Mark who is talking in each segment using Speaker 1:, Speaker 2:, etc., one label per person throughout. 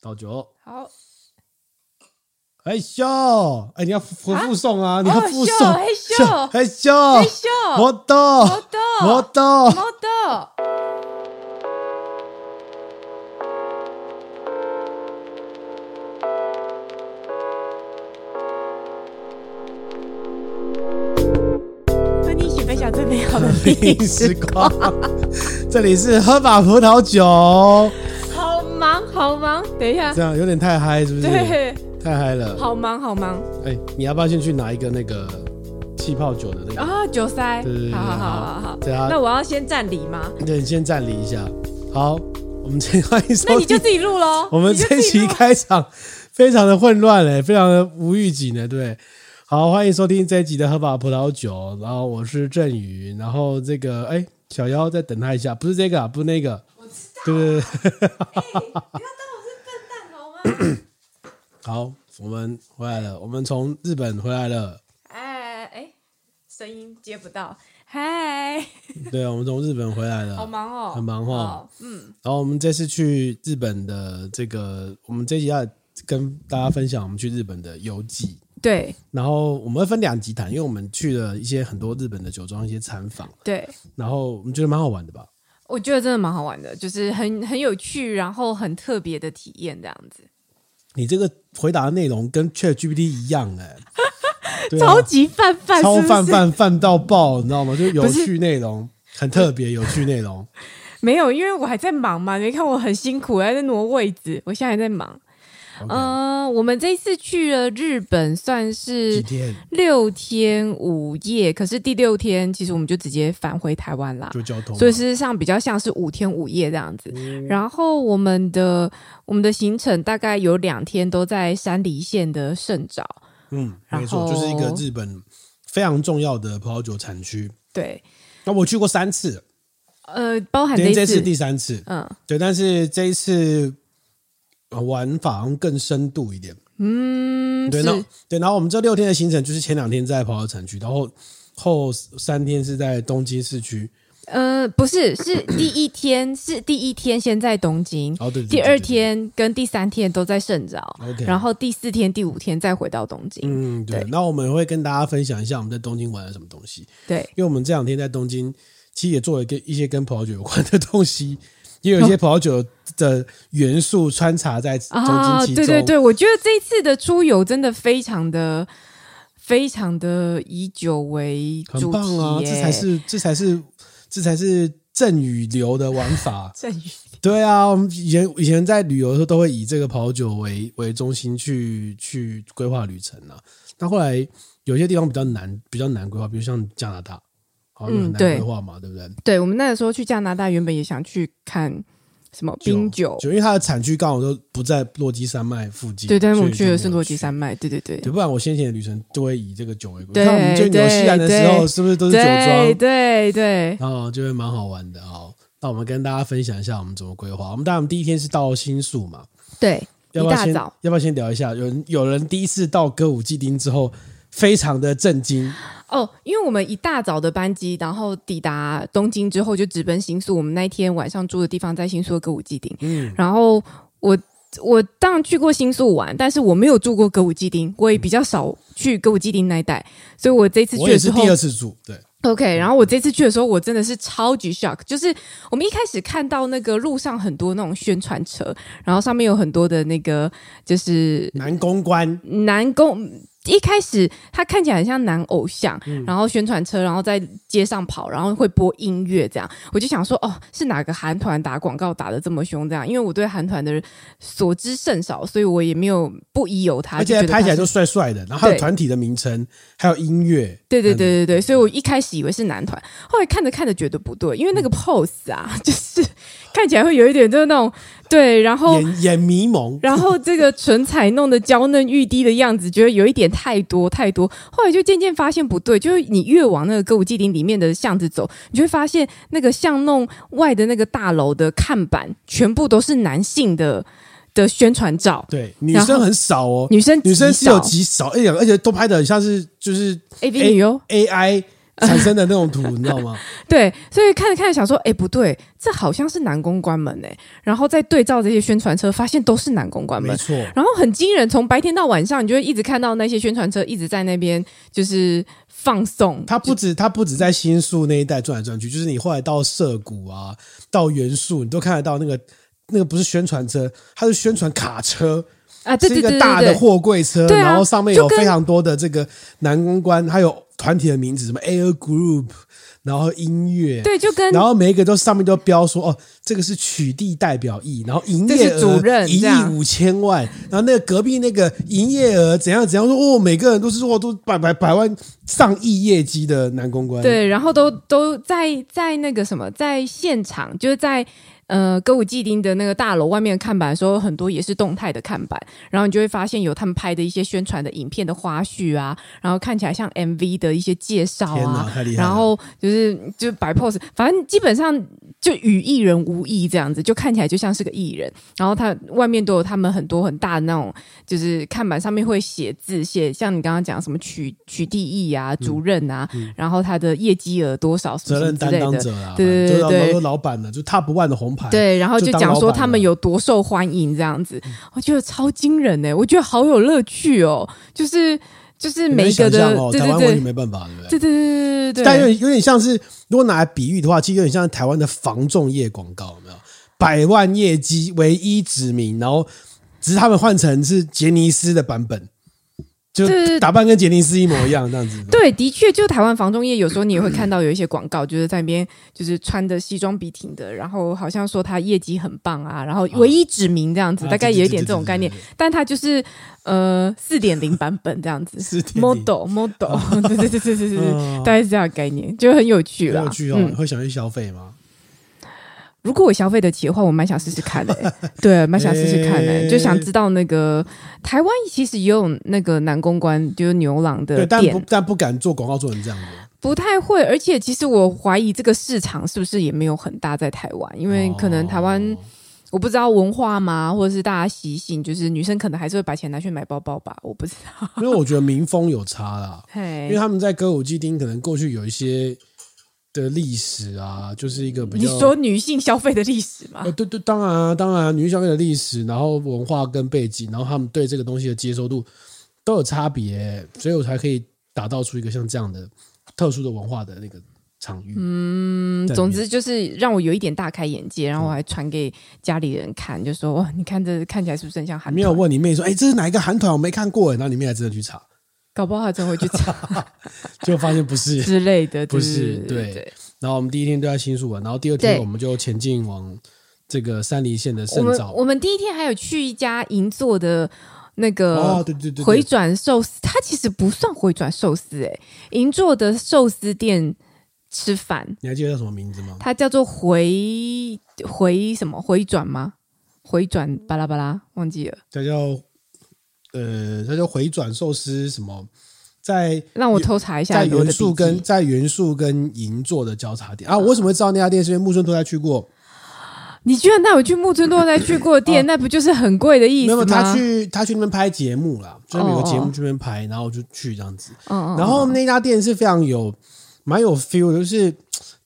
Speaker 1: 倒酒。
Speaker 2: 好，
Speaker 1: 嘿咻！哎，你要回复送啊，你要
Speaker 2: 哦
Speaker 1: 复
Speaker 2: 咻
Speaker 1: 送。
Speaker 2: 嘿咻
Speaker 1: 嘿
Speaker 2: 嘿
Speaker 1: 咻！
Speaker 2: 咻，
Speaker 1: 哦魔豆，
Speaker 2: 魔豆
Speaker 1: 魔豆，
Speaker 2: 毛豆，和你一起分享最美好的
Speaker 1: 零时光。这里是喝把葡萄酒，
Speaker 2: 好忙，好忙。等一下
Speaker 1: 这，样有点太嗨，是不是？
Speaker 2: 对，
Speaker 1: 太嗨了。
Speaker 2: 好忙，好忙
Speaker 1: 哎，你要不要先去拿一个那个气泡酒的那个？
Speaker 2: 啊！酒塞
Speaker 1: 对对，对
Speaker 2: 好好好好好。
Speaker 1: 对啊
Speaker 2: 那，我要先占理吗？
Speaker 1: 对，你先暂离一下。好，我们先欢迎
Speaker 2: 那
Speaker 1: 收
Speaker 2: 你就
Speaker 1: 听。
Speaker 2: 自己录喽。
Speaker 1: 我们
Speaker 2: 你就
Speaker 1: 这一
Speaker 2: 自己
Speaker 1: 期
Speaker 2: 录
Speaker 1: 开场非常的混乱嘞，非常的无预警的，对。好，欢迎收听这一集的喝把葡萄酒，然后我是郑宇，然后这个哎小妖再等他一下，不是这个、啊，不是那个，对对对，
Speaker 2: 好吗？
Speaker 1: 好，我们回来了，我们从日本回来了，
Speaker 2: 哎哎，声音接不到。嗨，
Speaker 1: 对，我们从日本回来了，
Speaker 2: 好忙哦，
Speaker 1: 很忙哦
Speaker 2: 好嗯，
Speaker 1: 然后我们这次去日本的这个，我们这集要跟大家分享我们去日本的游记。
Speaker 2: 对
Speaker 1: 然后我们会分两集谈，因为我们去了一些很多日本的酒庄一些参访，
Speaker 2: 对，
Speaker 1: 然后我们觉得蛮好玩的吧。
Speaker 2: 我觉得真的蛮好玩的，就是很很有趣，然后很特别的体验这样子，
Speaker 1: 你这个回答的内容跟 Chat GPT 一样哎、对啊
Speaker 2: 超级泛泛，
Speaker 1: 超
Speaker 2: 是不是
Speaker 1: 泛，泛泛到爆，你知道吗？就是有趣内容，很特别有趣内容。
Speaker 2: 没有，因为我还在忙嘛，没看我很辛苦，还在挪位置，我现在还在忙。
Speaker 1: OK，
Speaker 2: 嗯、我们这一次去了日本，算
Speaker 1: 几
Speaker 2: 是
Speaker 1: 天
Speaker 2: 六天五夜，可是第六天其实我们就直接返回台湾啦。
Speaker 1: 就交通嘛，
Speaker 2: 所以事实上比较像是五天五夜这样子。
Speaker 1: 嗯
Speaker 2: 然后我们的我们的行程大概有两天都在山梨县的圣沼，
Speaker 1: 嗯，
Speaker 2: 然
Speaker 1: 没错，就是一个
Speaker 2: 后
Speaker 1: 日本非常重要的葡萄酒产区。
Speaker 2: 对，
Speaker 1: 那我去过三次，
Speaker 2: 呃，包含
Speaker 1: 今天
Speaker 2: 这一
Speaker 1: 这次
Speaker 2: 次，
Speaker 1: 第三次，
Speaker 2: 嗯
Speaker 1: 对，但是这一次呃玩法好像更深度一点。
Speaker 2: 嗯，
Speaker 1: 对，那
Speaker 2: 是
Speaker 1: 对，然后我们这六天的行程就是前两天在跑跑产区，然后后三天是在东京市区。
Speaker 2: 呃，不是，是第一天 是第一天先在东京，
Speaker 1: 哦，对，对
Speaker 2: 第二，天跟第三天都在圣沼，
Speaker 1: 对对对 OK，
Speaker 2: 然后第四天、第五天再回到东京。
Speaker 1: 嗯，对
Speaker 2: 对，
Speaker 1: 那我们也会跟大家分享一下我们在东京玩了什么东西，
Speaker 2: 对，
Speaker 1: 因为我们这两天在东京其实也做了一个一些跟葡萄酒有关的东西，也有一些葡萄酒的元素穿插在东京
Speaker 2: 啊，
Speaker 1: 其中。
Speaker 2: 对对对，我觉得这一次的出游真的非常的。非常的以酒为主
Speaker 1: 很
Speaker 2: 题耶、。
Speaker 1: 棒啊！这才是这才是这才是正语流的玩法
Speaker 2: 阵雨
Speaker 1: 对啊，我们以前以前在旅游的时候都会以这个跑酒为为中心去去规划旅程啊。那后来有些地方比较难，比较难规划，比如像加拿大，好像
Speaker 2: 嗯
Speaker 1: 很难
Speaker 2: 对
Speaker 1: 规划嘛，对不对？
Speaker 2: 对我们那个时候去加拿大，原本也想去看什么冰酒，
Speaker 1: 就因为它的产区刚好都不在落基山脉附近，
Speaker 2: 对，但是我
Speaker 1: 所以
Speaker 2: 们去
Speaker 1: 就没
Speaker 2: 了
Speaker 1: 有
Speaker 2: 圣多吉山。脉，对对对，
Speaker 1: 对，不然我先前的旅程都会以这个酒为归。
Speaker 2: 对
Speaker 1: 像我们去纽西兰的时候，
Speaker 2: 对
Speaker 1: 是不是都是酒
Speaker 2: 对
Speaker 1: 庄？
Speaker 2: 对对，
Speaker 1: 然后就会蛮好玩的哦。那我们跟大家分享一下我们怎么规划。我们当然我们第一天是到新宿嘛，
Speaker 2: 对，
Speaker 1: 要不
Speaker 2: 一
Speaker 1: 要
Speaker 2: 大
Speaker 1: 先
Speaker 2: 早
Speaker 1: 要不要先聊一下？有人有人第一次到歌舞伎町之后，非常的震惊，
Speaker 2: 哦，因为我们一大早的班机，然后抵达东京之后就直奔新宿。我们那一天晚上住的地方在新宿的歌舞伎町，
Speaker 1: 嗯，
Speaker 2: 然后我我当然去过新宿玩，但是我没有住过歌舞伎町，我也比较少去歌舞伎町那一带，所以我这次
Speaker 1: 我
Speaker 2: 去
Speaker 1: 也
Speaker 2: 的时
Speaker 1: 是
Speaker 2: 候
Speaker 1: 第二次住，对，
Speaker 2: OK，然后我这次去的时候，我真的是超级 shock，就是我们一开始看到那个路上很多那种宣传车，然后上面有很多的那个就是
Speaker 1: 南公关，
Speaker 2: 男公，一开始他看起来很像男偶像，
Speaker 1: 嗯
Speaker 2: 然后宣传车，然后在街上跑，然后会播音乐这样，我就想说哦，是哪个韩团打广告打的这么凶这样？因为我对韩团的所知甚少，所以我也没有不疑有他，
Speaker 1: 而
Speaker 2: 啊就
Speaker 1: 且
Speaker 2: 觉得
Speaker 1: 拍起
Speaker 2: 他
Speaker 1: 来
Speaker 2: 是
Speaker 1: 都帅帅的，然后还有
Speaker 2: 对
Speaker 1: 团体的名称，还有音乐，
Speaker 2: 对对对对对，所以我一开始以为是男团，后来看着看着觉得不对，因为那个 pose 啊， 就是看起来会有一点就是那种对，然后
Speaker 1: 眼眼迷蒙，
Speaker 2: 然后这个唇彩弄得娇嫩欲滴的样子，觉得有一点太多太多。后来就渐渐发现不对，就是你越往那个歌舞伎町里面的巷子走，你就会发现那个巷弄外的那个大楼的看板全部都是男性的的宣传照，
Speaker 1: 对，女
Speaker 2: 然后
Speaker 1: 生很少哦，
Speaker 2: 女生
Speaker 1: 女生是
Speaker 2: 极
Speaker 1: 有哎
Speaker 2: 少
Speaker 1: 极少一两，而且都拍的像是就是
Speaker 2: A V 女优哦
Speaker 1: AI 产生的那种土，你知道吗？
Speaker 2: 对，所以看着看着想说，哎，不对，这好像是南公关门哎。然后再对照这些宣传车，发现都是南公关
Speaker 1: 没
Speaker 2: 门。
Speaker 1: 错，
Speaker 2: 然后很惊人，从白天到晚上，你就会一直看到那些宣传车一直在那边就是放送。
Speaker 1: 它不止它不止在新宿那一带转来转去，就是你后来到涩谷啊，到原宿，你都看得到那个那个不是宣传车，它是宣传卡车，
Speaker 2: 啊，对对
Speaker 1: 是一
Speaker 2: 对
Speaker 1: 个
Speaker 2: 对
Speaker 1: 大的
Speaker 2: 对，
Speaker 1: 货柜车，
Speaker 2: 对啊
Speaker 1: 然后上面有
Speaker 2: 就跟
Speaker 1: 非常多的这个男公关，还有团体的名字，什么 Air Group，然后音乐，
Speaker 2: 对，就跟
Speaker 1: 然后每一个都上面都标说哦，这个是取缔代表意，然后营业
Speaker 2: 这
Speaker 1: 额
Speaker 2: 是主任
Speaker 1: 一亿
Speaker 2: 这样
Speaker 1: 五千万，然后那个隔壁那个营业额怎样怎样说哦，每个人都是说哦都百百百万上亿业绩的男公关，，
Speaker 2: 对，然后都都在在那个什么，在现场，就是在呃歌舞伎町的那个大楼外面的看板的时候，很多也是动态的看板，然后你就会发现有他们拍的一些宣传的影片的花絮啊，然后看起来像 MV 的一些介绍
Speaker 1: 天哪，
Speaker 2: 啊。
Speaker 1: 太厉害了，
Speaker 2: 然后就是就摆 pose，反正基本上就与艺人无异这样子，就看起来就像是个艺人。然后他外面都有他们很多很大的那种，就是看板上面会写字，写像你刚刚讲什么取取缔役啊、主任啊，然后他的业绩额多少什
Speaker 1: 嗯责
Speaker 2: 么什
Speaker 1: 任
Speaker 2: 么之
Speaker 1: 担
Speaker 2: 类
Speaker 1: 当
Speaker 2: 的。
Speaker 1: 者啊，
Speaker 2: 对对对
Speaker 1: 就是老
Speaker 2: 对
Speaker 1: 都老板了，就 Top One 的红牌，，
Speaker 2: 对，然后
Speaker 1: 就
Speaker 2: 就
Speaker 1: 当
Speaker 2: 讲
Speaker 1: 老
Speaker 2: 说
Speaker 1: 板
Speaker 2: 他
Speaker 1: 了
Speaker 2: 们有多受欢迎这样
Speaker 1: 嗯
Speaker 2: 子，我觉得超惊人欸呢、我觉得好有乐趣哦，就是就是每一个的，
Speaker 1: 哦，
Speaker 2: 对
Speaker 1: 台
Speaker 2: 对
Speaker 1: 湾完全
Speaker 2: 对，
Speaker 1: 没办法，对不对？
Speaker 2: 对对对对对
Speaker 1: 但有
Speaker 2: 对，
Speaker 1: 点有点像是，如果拿来比喻的话，其实有点像台湾的防重业广告，有没有？百万业绩唯一指名，然后只是他们换成是杰尼斯的版本，就
Speaker 2: 对对
Speaker 1: 打扮跟杰尼斯一模一样，这样子。
Speaker 2: 对，的确，就台湾房中业，有时候你也会看到有一些广告，就是在那边就是穿的西装笔挺的，然后好像说他业绩很棒啊，然后唯一指名这样子，
Speaker 1: 啊
Speaker 2: 大概
Speaker 1: 对
Speaker 2: 有一
Speaker 1: 对
Speaker 2: 点
Speaker 1: 对
Speaker 2: 这种
Speaker 1: 对
Speaker 2: 概
Speaker 1: 对
Speaker 2: 念
Speaker 1: 对对，
Speaker 2: 但他就是呃四点零版本这样子
Speaker 1: 是天理
Speaker 2: ，model
Speaker 1: 啊
Speaker 2: model，对 对对对对对，
Speaker 1: 嗯
Speaker 2: 大概是这样的概念，就很有趣
Speaker 1: 很
Speaker 2: 啦。
Speaker 1: 有趣哦，你
Speaker 2: 嗯，
Speaker 1: 会想去消费吗？
Speaker 2: 如果我消费得起的话，我蛮想试试看的、 对，蛮想试试看的、
Speaker 1: 诶
Speaker 2: 就想知道那个台湾其实也有那个南公关，就是牛郎的
Speaker 1: 对，
Speaker 2: 店，
Speaker 1: 但不但不敢做广告做成这样子，
Speaker 2: 不太会，而且其实我怀疑这个市场是不是也没有很大在台湾，因为可能台湾、
Speaker 1: 哦
Speaker 2: 我不知道文化嘛，或者是大家习性，就是女生可能还是会把钱拿去买包包吧，我不知道。
Speaker 1: 因为我觉得民风有差 啦，因为
Speaker 2: 嘿，
Speaker 1: 他们在歌舞伎町可能过去有一些的历史啊，就是一个比
Speaker 2: 你
Speaker 1: 较
Speaker 2: 说女性消费的历史嘛
Speaker 1: 呃，，对对，当然啊，当然啊、女性消费的历史，然后文化跟背景，然后他们对这个东西的接受度都有差别，所以我才可以打造出一个像这样的特殊的文化的那个场域。嗯
Speaker 2: 嗯总之就是让我有一点大开眼界，然后我还传给家里人看，就说哇，你看这看起来是不是很像韩
Speaker 1: 没
Speaker 2: 团
Speaker 1: 有？问你妹说，哎，这是哪一个韩团？我没看过哎，然后你妹还真的去查，
Speaker 2: 搞不好他真的会去 查
Speaker 1: 结果发现不是。
Speaker 2: 之类的，
Speaker 1: 不是
Speaker 2: 对
Speaker 1: 对然后我们第一天都在新宿玩，然后第二天
Speaker 2: 对
Speaker 1: 我们就前进往这个山梨县的
Speaker 2: 我
Speaker 1: 圣
Speaker 2: 们
Speaker 1: 沼。
Speaker 2: 我们第一天还有去一家银座的那个
Speaker 1: 哦，对对对对，
Speaker 2: 呃回转寿司，它其实不算回转寿司、欸，银座的寿司店吃饭，
Speaker 1: 你还记得叫什么名字吗？
Speaker 2: 它叫做回回什么回转吗？回转巴拉巴拉，忘记了，
Speaker 1: 它叫呃，它叫回转寿司什么，在
Speaker 2: 让我偷查一下
Speaker 1: 在
Speaker 2: 有没有我
Speaker 1: 元
Speaker 2: 的
Speaker 1: 素
Speaker 2: 笔
Speaker 1: 跟
Speaker 2: 记。嗯
Speaker 1: 在元素跟银座的交叉点啊，我为什么会知道那家店？是因为木村拓哉去过，
Speaker 2: 你居然带我去木村拓哉去过的店，那不就是很贵的
Speaker 1: 哦没
Speaker 2: 意思
Speaker 1: 有
Speaker 2: 吗？
Speaker 1: 他去他去那边拍节目啦，就是有个节目
Speaker 2: 哦
Speaker 1: 去那边拍，然后我就去这样子。
Speaker 2: 嗯，嗯
Speaker 1: 然后那家店是非常有蛮有 feel，就是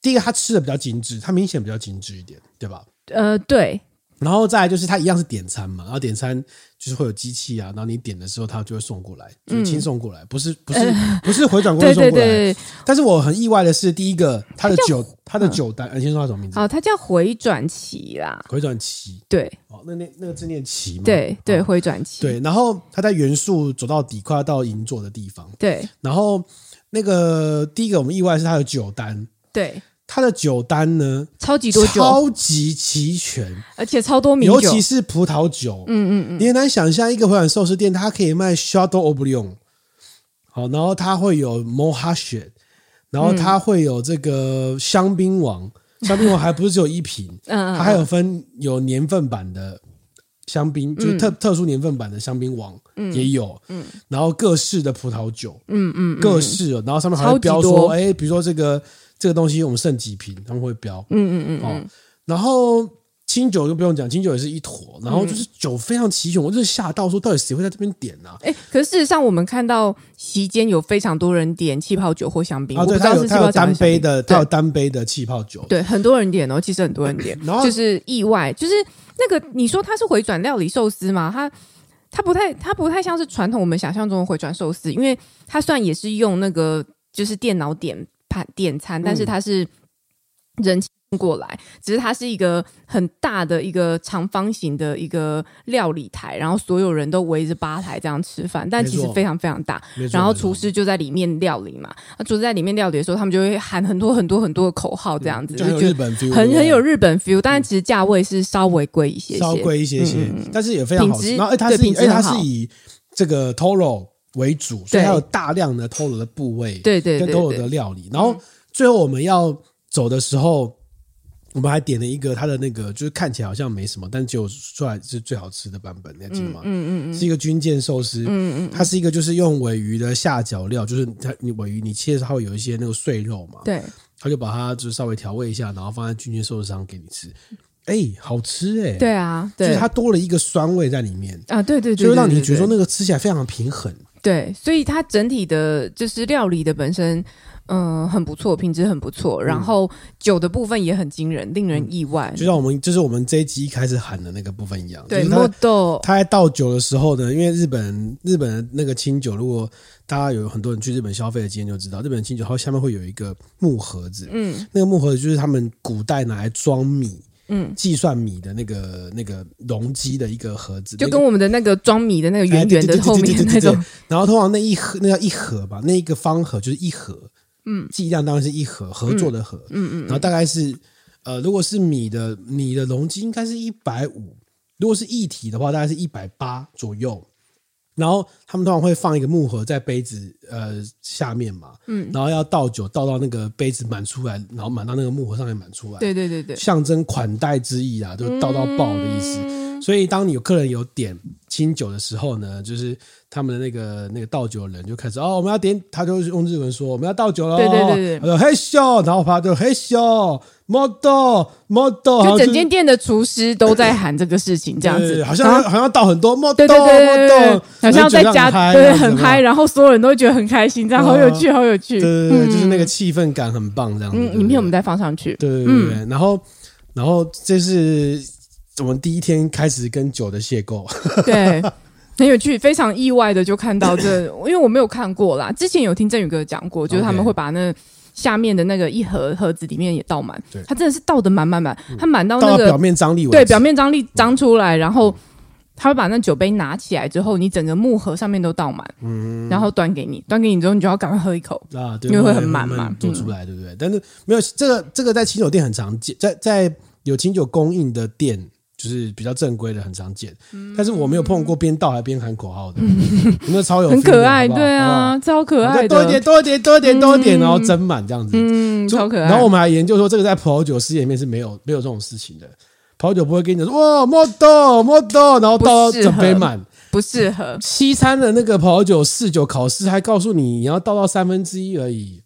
Speaker 1: 第一个他吃的比较精致，他明显比较精致一点，对吧？
Speaker 2: 呃，对，
Speaker 1: 然后再来就是它一样是点餐嘛，然后点餐就是会有机器啊，然后你点的时候它就会送过来，就是轻送过来，不是不是、不是回 转过来
Speaker 2: 对
Speaker 1: 送
Speaker 2: 嗯呃对
Speaker 1: 过来。
Speaker 2: 对，
Speaker 1: 但是我很意外的是，第一个它的
Speaker 2: 它叫嗯
Speaker 1: 酒它的酒单，呃你先说它什么名字？
Speaker 2: 哦，它叫回转旗啦，
Speaker 1: 回转旗
Speaker 2: 对
Speaker 1: 哦，那那那个字念旗嘛，
Speaker 2: 对对，
Speaker 1: 哦
Speaker 2: 回转旗，
Speaker 1: 对。然后他在元素走到底，快要到银座的地方，
Speaker 2: 对
Speaker 1: 然后那个第一个我们意外是他的酒单，
Speaker 2: 对，
Speaker 1: 他的酒单呢
Speaker 2: 超级多酒，
Speaker 1: 超级齐全，
Speaker 2: 而且超多名
Speaker 1: 尤
Speaker 2: 酒，
Speaker 1: 其是葡萄酒，
Speaker 2: 嗯嗯嗯，
Speaker 1: 你很难想象一个回转寿司店它可以卖 Shadow Oblion，好，然后它会有 Mohashet，然后它会有这个香槟王，香槟王还不是只有一瓶。
Speaker 2: 嗯，嗯
Speaker 1: 它还有分有年份版的香
Speaker 2: 嗯
Speaker 1: 槟，就是特、特殊年份版的香槟王、也有，嗯，然后各式的葡萄酒，嗯嗯，各式的，然后上面还会标
Speaker 2: 超级
Speaker 1: 说，
Speaker 2: 多
Speaker 1: 哎、比如说这个这个东西我们剩几瓶，他们会标，
Speaker 2: 嗯嗯嗯，
Speaker 1: 哦，然后。清酒就不用讲，清酒也是一坨，然后就是酒非常齐全，我就是吓到说到底谁会在这边点呢、啊？
Speaker 2: 哎、可是事实上，我们看到席间有非常多人点气泡酒或香槟，
Speaker 1: 啊，
Speaker 2: 我不
Speaker 1: 对，
Speaker 2: 知
Speaker 1: 它
Speaker 2: 道
Speaker 1: 有
Speaker 2: 是气
Speaker 1: 它
Speaker 2: 泡
Speaker 1: 有
Speaker 2: 酒还
Speaker 1: 单
Speaker 2: 是香
Speaker 1: 杯
Speaker 2: 槟
Speaker 1: 的，它有单杯的气泡酒，，
Speaker 2: 对，很多人点哦，其实很多人点
Speaker 1: 然后
Speaker 2: 就是意外，就是那个你说它是回转料理寿司吗？它它不太它不太像是传统我们想象中的回转寿司，因为它虽然也是用那个就是电脑点盘点
Speaker 1: 嗯
Speaker 2: 餐，但是它是人请过来，只是它是一个很大的一个长方形的一个料理台，然后所有人都围着吧台这样吃饭，但其
Speaker 1: 没
Speaker 2: 实
Speaker 1: 错
Speaker 2: 非常非常大。
Speaker 1: 没错
Speaker 2: 然后
Speaker 1: 没错
Speaker 2: 厨师就在里面料理嘛，那厨师在里面料理的时候，他们就会喊很多很多很多的口号，这样子、
Speaker 1: 就很有
Speaker 2: 觉
Speaker 1: 日
Speaker 2: 得
Speaker 1: 本 feel，对
Speaker 2: 很
Speaker 1: 不对嗯
Speaker 2: 很有日本 feel，但是其实价位是稍微贵一些些，
Speaker 1: 稍贵一些些，但是也非常好
Speaker 2: 嗯品
Speaker 1: 吃。
Speaker 2: 质
Speaker 1: 然后哎，它
Speaker 2: 对
Speaker 1: 是以
Speaker 2: 品质
Speaker 1: 哎它
Speaker 2: 很好
Speaker 1: 是以这个 Toro 为主，所以
Speaker 2: 对
Speaker 1: 它有大量的 Toro 的部位，
Speaker 2: 对对
Speaker 1: 跟
Speaker 2: 对
Speaker 1: Toro 的
Speaker 2: 对，嗯
Speaker 1: 料理。然后最后我们要走的时候，我们还点了一个它的那个，就是看起来好像没什么，但只有出来是最好吃的版本，你还记得吗？嗯嗯嗯，是一个军舰寿司，嗯嗯，它是一个就是用尾鱼的下脚料，就是它你尾鱼你切的时候它会有一些那个碎肉嘛，
Speaker 2: 对，
Speaker 1: 他就把它就是稍微调味一下，然后放在军舰寿司上给你吃。哎、好吃哎、
Speaker 2: 对啊，
Speaker 1: 就是
Speaker 2: 对
Speaker 1: 它多了一个酸味在里面，
Speaker 2: 啊，对对对，
Speaker 1: 就会让你觉得说
Speaker 2: 对
Speaker 1: 那个吃起来非常平衡。
Speaker 2: 对，所以它整体的就是料理的本身。嗯，很不错，品质很不错，然后酒的部分也很惊人，令人意外。
Speaker 1: 嗯就像我们就是我们这一集一开始喊的那个部分一样，
Speaker 2: 对，
Speaker 1: 就是
Speaker 2: 莫
Speaker 1: 他
Speaker 2: 豆
Speaker 1: 他在倒酒的时候呢，因为日本日本的那个清酒，如果大家有很多人去日本消费的经验就知道，日本的清酒它下面会有一个木盒子，嗯，那个木盒子就是他们古代拿来装米。嗯，计算米的那个那个容积的一个盒子，
Speaker 2: 就
Speaker 1: 那个
Speaker 2: 跟我们的那个装米的那个圆圆
Speaker 1: 哎对对
Speaker 2: 的
Speaker 1: 对
Speaker 2: 后面
Speaker 1: 对对
Speaker 2: 那
Speaker 1: 对
Speaker 2: 种
Speaker 1: 对，然后通常那一盒，那叫一盒吧，那一个方盒就是一盒，嗯，剂量当然是一盒，合作的盒，嗯嗯，然后大概是呃，如果是米的米的容积应该是一百五，如果是液体的话，大概是一百八左右。然后他们通常会放一个木盒在杯子呃下面嘛，嗯，然后要倒酒倒到那个杯子满出来，然后满到那个木盒上面满出来，
Speaker 2: 对对对对，
Speaker 1: 象征款待之意啊，就是倒到爆的意思。
Speaker 2: 嗯
Speaker 1: 所以当你有客人有点清酒的时候呢，就是他们的那个那个倒酒人就开始哦，我们要点，他就是用日文说我们要倒酒了，
Speaker 2: 对对对对
Speaker 1: 他说嘿咻，然后他就嘿咻，model model，
Speaker 2: 就整间店的厨师都在喊这个事情，这样子，
Speaker 1: 好像
Speaker 2: 然后
Speaker 1: 好像要倒很多 model
Speaker 2: 对对对对对
Speaker 1: model，
Speaker 2: 对，好像在家对很嗨，
Speaker 1: 然后
Speaker 2: 然后所有人都会觉得很开心，这样好有趣，好有趣。
Speaker 1: 就觉哦得很嗨这样子嘛对对对，就是那个气氛感很棒这样子。对
Speaker 2: 嗯，
Speaker 1: 不
Speaker 2: 影
Speaker 1: 对
Speaker 2: 片我们再放上 去。
Speaker 1: 对对对对，然后然后这是我们第一天开始跟酒的邂逅，
Speaker 2: 对，很有趣，非常意外的就看到这，因为我没有看过啦，之前有听振宇哥讲过，就是
Speaker 1: OK
Speaker 2: 他们会把那。下面的那个一盒盒子里面也倒满
Speaker 1: 对，嗯
Speaker 2: 它真的是倒的满满满，它满到
Speaker 1: 到
Speaker 2: 那
Speaker 1: 了
Speaker 2: 个
Speaker 1: 表面张力为止
Speaker 2: 对，表面张力张出来，然后他会把那酒杯拿起来之后，你整个木盒上面都倒满，
Speaker 1: 嗯
Speaker 2: 然后端给你，端给你之后，你就要赶快喝一口。
Speaker 1: 啊，对，
Speaker 2: 因为
Speaker 1: 慢慢
Speaker 2: 会很满嘛嗯
Speaker 1: 慢慢做出来，对不对？但是没有这个这个在清酒店很常见，在在有清酒供应的店。就是比较正规的，很常见，
Speaker 2: 嗯
Speaker 1: 但是我没有碰过边倒还边喊口号 的，有没有超有
Speaker 2: 很
Speaker 1: feel 的
Speaker 2: 可
Speaker 1: 好
Speaker 2: 爱，
Speaker 1: 不好
Speaker 2: 对
Speaker 1: 好不好
Speaker 2: 啊，超可
Speaker 1: 再
Speaker 2: 爱
Speaker 1: 多一点，
Speaker 2: 的，
Speaker 1: 多一点，多一点，多一点，然后斟满这样子，
Speaker 2: 嗯，
Speaker 1: 就
Speaker 2: 超可爱。
Speaker 1: 然后我们还研究说，这个在葡萄酒世界里面是没有没有这种事情的，葡萄酒不会跟你讲说哇莫豆莫豆，然后倒到
Speaker 2: 不适合
Speaker 1: 整杯满。
Speaker 2: 不适合，
Speaker 1: 西餐的那个葡萄酒试酒考试还告诉你，你要倒到三分之一而已，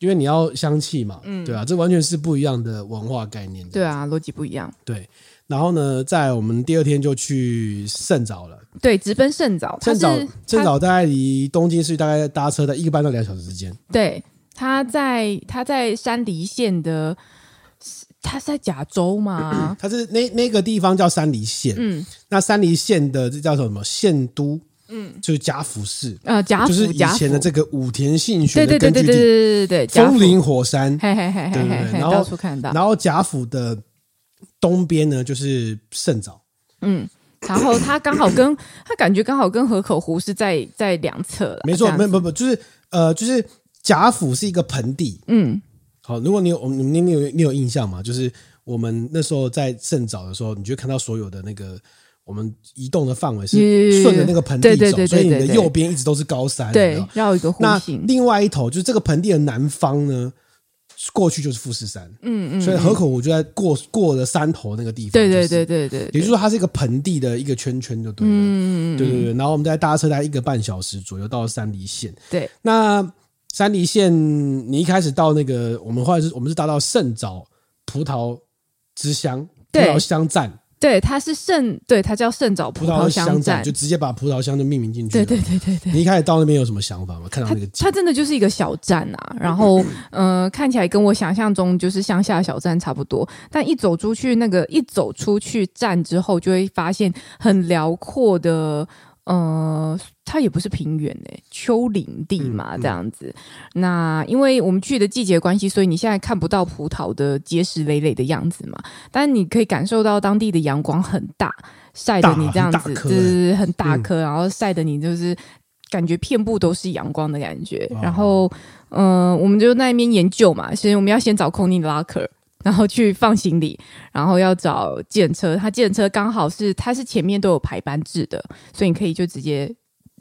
Speaker 1: 因为你要香气嘛，
Speaker 2: 嗯
Speaker 1: 对啊，这完全是不一样的文化概念。
Speaker 2: 对啊，逻辑不一样。
Speaker 1: 对。然后呢，在我们第二天就去圣早了。
Speaker 2: 对，直奔圣早，
Speaker 1: 圣
Speaker 2: 它是
Speaker 1: 早，圣
Speaker 2: 它
Speaker 1: 早大概离东京市大概搭车在一个半到两小时之间。？
Speaker 2: 对，它在它在山梨县的，它是在甲州嘛
Speaker 1: 它是那那个地方叫山梨县，
Speaker 2: 嗯，
Speaker 1: 那山梨县的这叫什么县都？嗯，就是甲府市，
Speaker 2: 呃，甲
Speaker 1: 就是
Speaker 2: 府，
Speaker 1: 以
Speaker 2: 甲府
Speaker 1: 前的，这个武田信
Speaker 2: 对
Speaker 1: 玄的
Speaker 2: 对对
Speaker 1: 根
Speaker 2: 对
Speaker 1: 据
Speaker 2: 对对
Speaker 1: 地，
Speaker 2: 对对对，甲府
Speaker 1: 风林火山。
Speaker 2: 嘿嘿嘿
Speaker 1: 对对
Speaker 2: 嘿
Speaker 1: 对
Speaker 2: 嘿嘿，
Speaker 1: 然后
Speaker 2: 到处看到。
Speaker 1: 然后甲府的东边呢，就是圣早，
Speaker 2: 然后它刚好跟 它感觉刚好跟河口湖是在在两侧啦
Speaker 1: 没错，没
Speaker 2: 啊这样子
Speaker 1: 不不，就是呃，就是甲府是一个盆地。
Speaker 2: 嗯，
Speaker 1: 好，如果你有我们你你有你有印象吗？就是我们那时候在圣早的时候，你就看到所有的那个。我们移动的范围是
Speaker 2: 嗯
Speaker 1: 顺着那个盆地
Speaker 2: 对对
Speaker 1: 走，
Speaker 2: 对对
Speaker 1: 所以你的
Speaker 2: 对对
Speaker 1: 右边一直都是高山，有没
Speaker 2: 对
Speaker 1: 有，
Speaker 2: 绕一个弧
Speaker 1: 那
Speaker 2: 形，
Speaker 1: 另外一头就是这个盆地的南方呢，过去就是富士山，嗯嗯，所以河口湖就在过过了山头那个地方，
Speaker 2: 对
Speaker 1: 就
Speaker 2: 对
Speaker 1: 是
Speaker 2: 对对对，
Speaker 1: 也就
Speaker 2: 对
Speaker 1: 是说它是一个盆地的一个圈圈就对了，嗯嗯对对对。然后我们再搭车大概一个半小时左右到山梨县，
Speaker 2: 对
Speaker 1: 那山梨县你一开始到那个我们后来是我们是搭到圣早葡萄之乡，葡
Speaker 2: 对
Speaker 1: 萄香站，
Speaker 2: 对，它是圣，对，它叫圣早
Speaker 1: 葡
Speaker 2: 葡
Speaker 1: 萄
Speaker 2: 香
Speaker 1: 香
Speaker 2: 站
Speaker 1: 站就。直接把葡萄香就命名进去
Speaker 2: 对
Speaker 1: 了。
Speaker 2: 对对对对，
Speaker 1: 你一开始到那边有什么想法吗？看到
Speaker 2: 它
Speaker 1: 那个景
Speaker 2: 它真的就是一个小站 啊，然后嗯、呃看起来跟我想象中就是乡下小站差不多，但一走出去那个一走出去站之后，就会发现很辽阔的。呃，它也不是平原诶、丘陵地嘛，
Speaker 1: 嗯嗯
Speaker 2: 这样子。那因为我们去的季节关系，所以你现在看不到葡萄的结实累累的样子嘛，但你可以感受到当地的阳光很大，晒的
Speaker 1: 大
Speaker 2: 你这样
Speaker 1: 很大
Speaker 2: 子，
Speaker 1: 颗
Speaker 2: 对
Speaker 1: 欸
Speaker 2: 对对，很大
Speaker 1: 嗯
Speaker 2: 颗，然后晒的你就是感觉遍布都是阳光的感觉
Speaker 1: 哦。
Speaker 2: 然后，嗯、我们就在那边研究嘛，所以我们要先找空地 locker，然后去放行李，然后要找建车。它建车刚好是它是前面都有排班制的，所以你可以就直接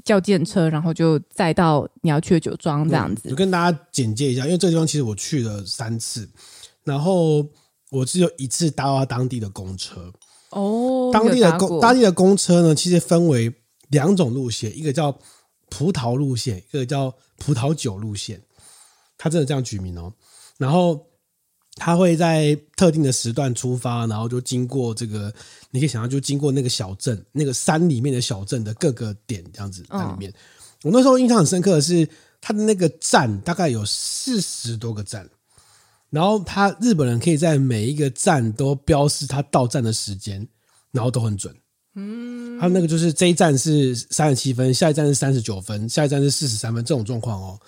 Speaker 2: 叫建车，然后就载到你要去的酒庄这样
Speaker 1: 就
Speaker 2: 子。
Speaker 1: 跟大家简介一下，因为这个地方其实我去了三次，然后我只有一次搭到当地的公车。
Speaker 2: 哦，
Speaker 1: 当地
Speaker 2: 有
Speaker 1: 的
Speaker 2: 搭
Speaker 1: 公
Speaker 2: 过
Speaker 1: 当地的公车呢，其实分为两种路线，一个叫葡萄路线，一个叫葡萄酒路线。它真的这样取名哦。然后它会在特定的时段出发，然后就经过这个，你可以想象，就经过那个小镇、那个山里面的小镇的各个点，这样子在
Speaker 2: 嗯
Speaker 1: 里面。我那时候印象很深刻的是，它的那个站大概有四十多个站。然后他日本人可以在每一个站都标示他到站的时间，然后都很准。嗯，他那个就是这一站是三十七分，下一站是三十九分，下一站是四十三分这种状况哦。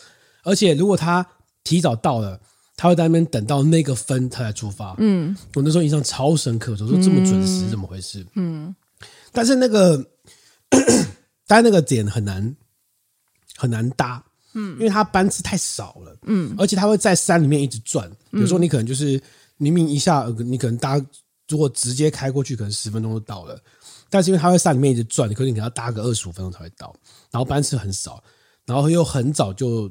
Speaker 1: 而且如果他提早到了，他会在那边等到那个分他才出发。嗯，我那时候印象超深刻，我说这么准时、怎么回事？嗯，但是那个，但那个点很难很难搭。嗯，因为它班次太少了，嗯，而且它会在山里面一直转。
Speaker 2: 嗯
Speaker 1: 有时候你可能就是明明一下，呃你可能搭如果直接开过去，可能十分钟就到了，但是因为它会山里面一直转，你可能你可能要搭个二十五分钟才会到，然后班次很少，然后又很早就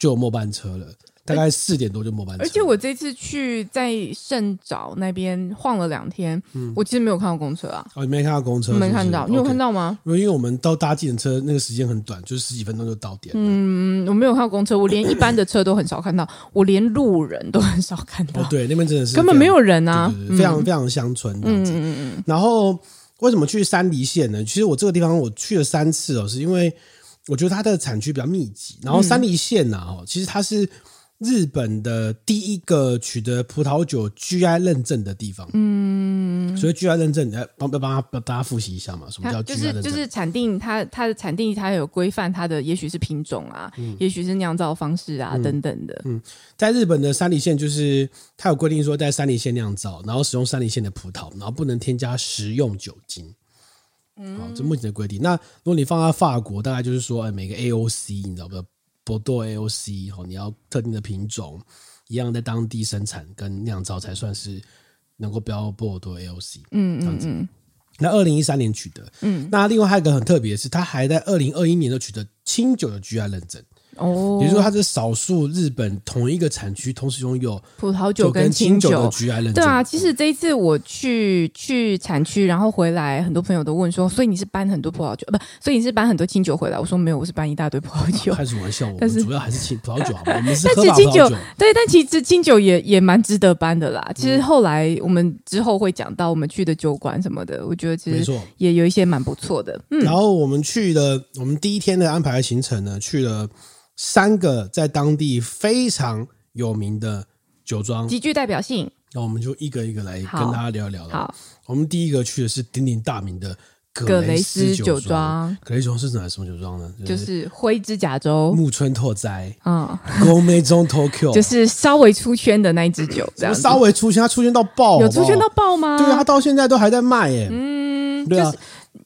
Speaker 1: 就有末班车了，大概四点多就末班车。
Speaker 2: 而且我这次去在圣沼那边晃了两天，
Speaker 1: 嗯
Speaker 2: 我其实没有看到公车啊，
Speaker 1: 哦，你没看到公车
Speaker 2: 你
Speaker 1: 是不
Speaker 2: 没
Speaker 1: 是，
Speaker 2: 看到，你有看
Speaker 1: OK？
Speaker 2: 到吗？
Speaker 1: 因为因为我们到搭计程车那个时间很短，就是十几分钟就到点了。
Speaker 2: 嗯，我没有看到公车，我连一般的车都很少看到，我连路人都很少看到，
Speaker 1: 哦，对，那边真的是
Speaker 2: 根本
Speaker 1: 非常
Speaker 2: 没有人啊
Speaker 1: 对。对
Speaker 2: 嗯
Speaker 1: 对非常非常乡村这样子。然后为什么去山梨县呢？其实我这个地方我去了三次哦，是因为我觉得它的产区比较密集。
Speaker 2: 嗯
Speaker 1: 然后山梨县呐、哦，其实它是日本的第一个取得葡萄酒 GI 认证的地方。嗯，所以 GI 认证，来帮帮帮帮大家复习一下嘛，什么
Speaker 2: 它
Speaker 1: 叫
Speaker 2: 就
Speaker 1: GI 认证？
Speaker 2: 是就是产地，它它的产地它有规范它的，也许是品种啊，
Speaker 1: 嗯
Speaker 2: 也许是酿造方式啊、等等的。
Speaker 1: 在日本的山梨县，就是它有规定说，在山梨县酿造，然后使用山梨县的葡萄，然后不能添加食用酒精。嗯，好，这目前的规定。那如果你放在法国，大概就是说，哎，每个 AOC 你知道不？波多 AOC 哦，你要特定的品种，一样在当地生产跟酿造才算是能够标波多 AOC。嗯嗯嗯。那二零一三年取得，嗯，那另外还有一个很特别的是，它还在二零二一年就取得清酒的 GI 认证。
Speaker 2: 哦，
Speaker 1: 也就是说，它是少数日本同一个产区同时拥有
Speaker 2: 葡萄酒
Speaker 1: 跟
Speaker 2: 跟
Speaker 1: 清
Speaker 2: 清
Speaker 1: 酒的
Speaker 2: 酒。
Speaker 1: GI 认证。
Speaker 2: 对啊，其实这一次我去去产区，然后回来，很多朋友都问说，所以你是搬很多葡萄酒，呃不，所以你是搬很多清酒回来？我说没有，我是搬一大堆葡萄酒。
Speaker 1: 开什么玩笑？我
Speaker 2: 但
Speaker 1: 们
Speaker 2: 是
Speaker 1: 主要还是清葡萄酒，好 吗？我们是
Speaker 2: 但
Speaker 1: 喝
Speaker 2: 是
Speaker 1: 法葡
Speaker 2: 清
Speaker 1: 萄
Speaker 2: 酒
Speaker 1: 酒。
Speaker 2: 对，但其实清酒也也蛮值得搬的啦。其实后来我们之后会讲到我们去的酒馆什么的，我觉得其
Speaker 1: 没
Speaker 2: 实
Speaker 1: 错。
Speaker 2: 也有一些蛮不错的。嗯，
Speaker 1: 然后我们去了，我们第一天的安排的行程呢，去了三个在当地非常有名的酒庄，
Speaker 2: 极具代表性。
Speaker 1: 那我们就一个一个来跟
Speaker 2: 好
Speaker 1: 大家聊一聊了。
Speaker 2: 好，
Speaker 1: 我们第一个去的是鼎鼎大名的
Speaker 2: 葛
Speaker 1: 葛
Speaker 2: 雷
Speaker 1: 斯
Speaker 2: 斯酒
Speaker 1: 庄。
Speaker 2: 庄
Speaker 1: 葛雷斯酒庄是哪什么酒庄呢？
Speaker 2: 就是灰指甲州，
Speaker 1: 木村拓哉、
Speaker 2: 嗯，
Speaker 1: 宫梅中 Tokyo，
Speaker 2: 就是稍微出圈的那一只酒，这样子
Speaker 1: 稍微出圈，它出圈到爆，
Speaker 2: 有
Speaker 1: 好不好
Speaker 2: 出圈到爆吗？
Speaker 1: 对啊，它到现在都还在卖耶。嗯，对啊，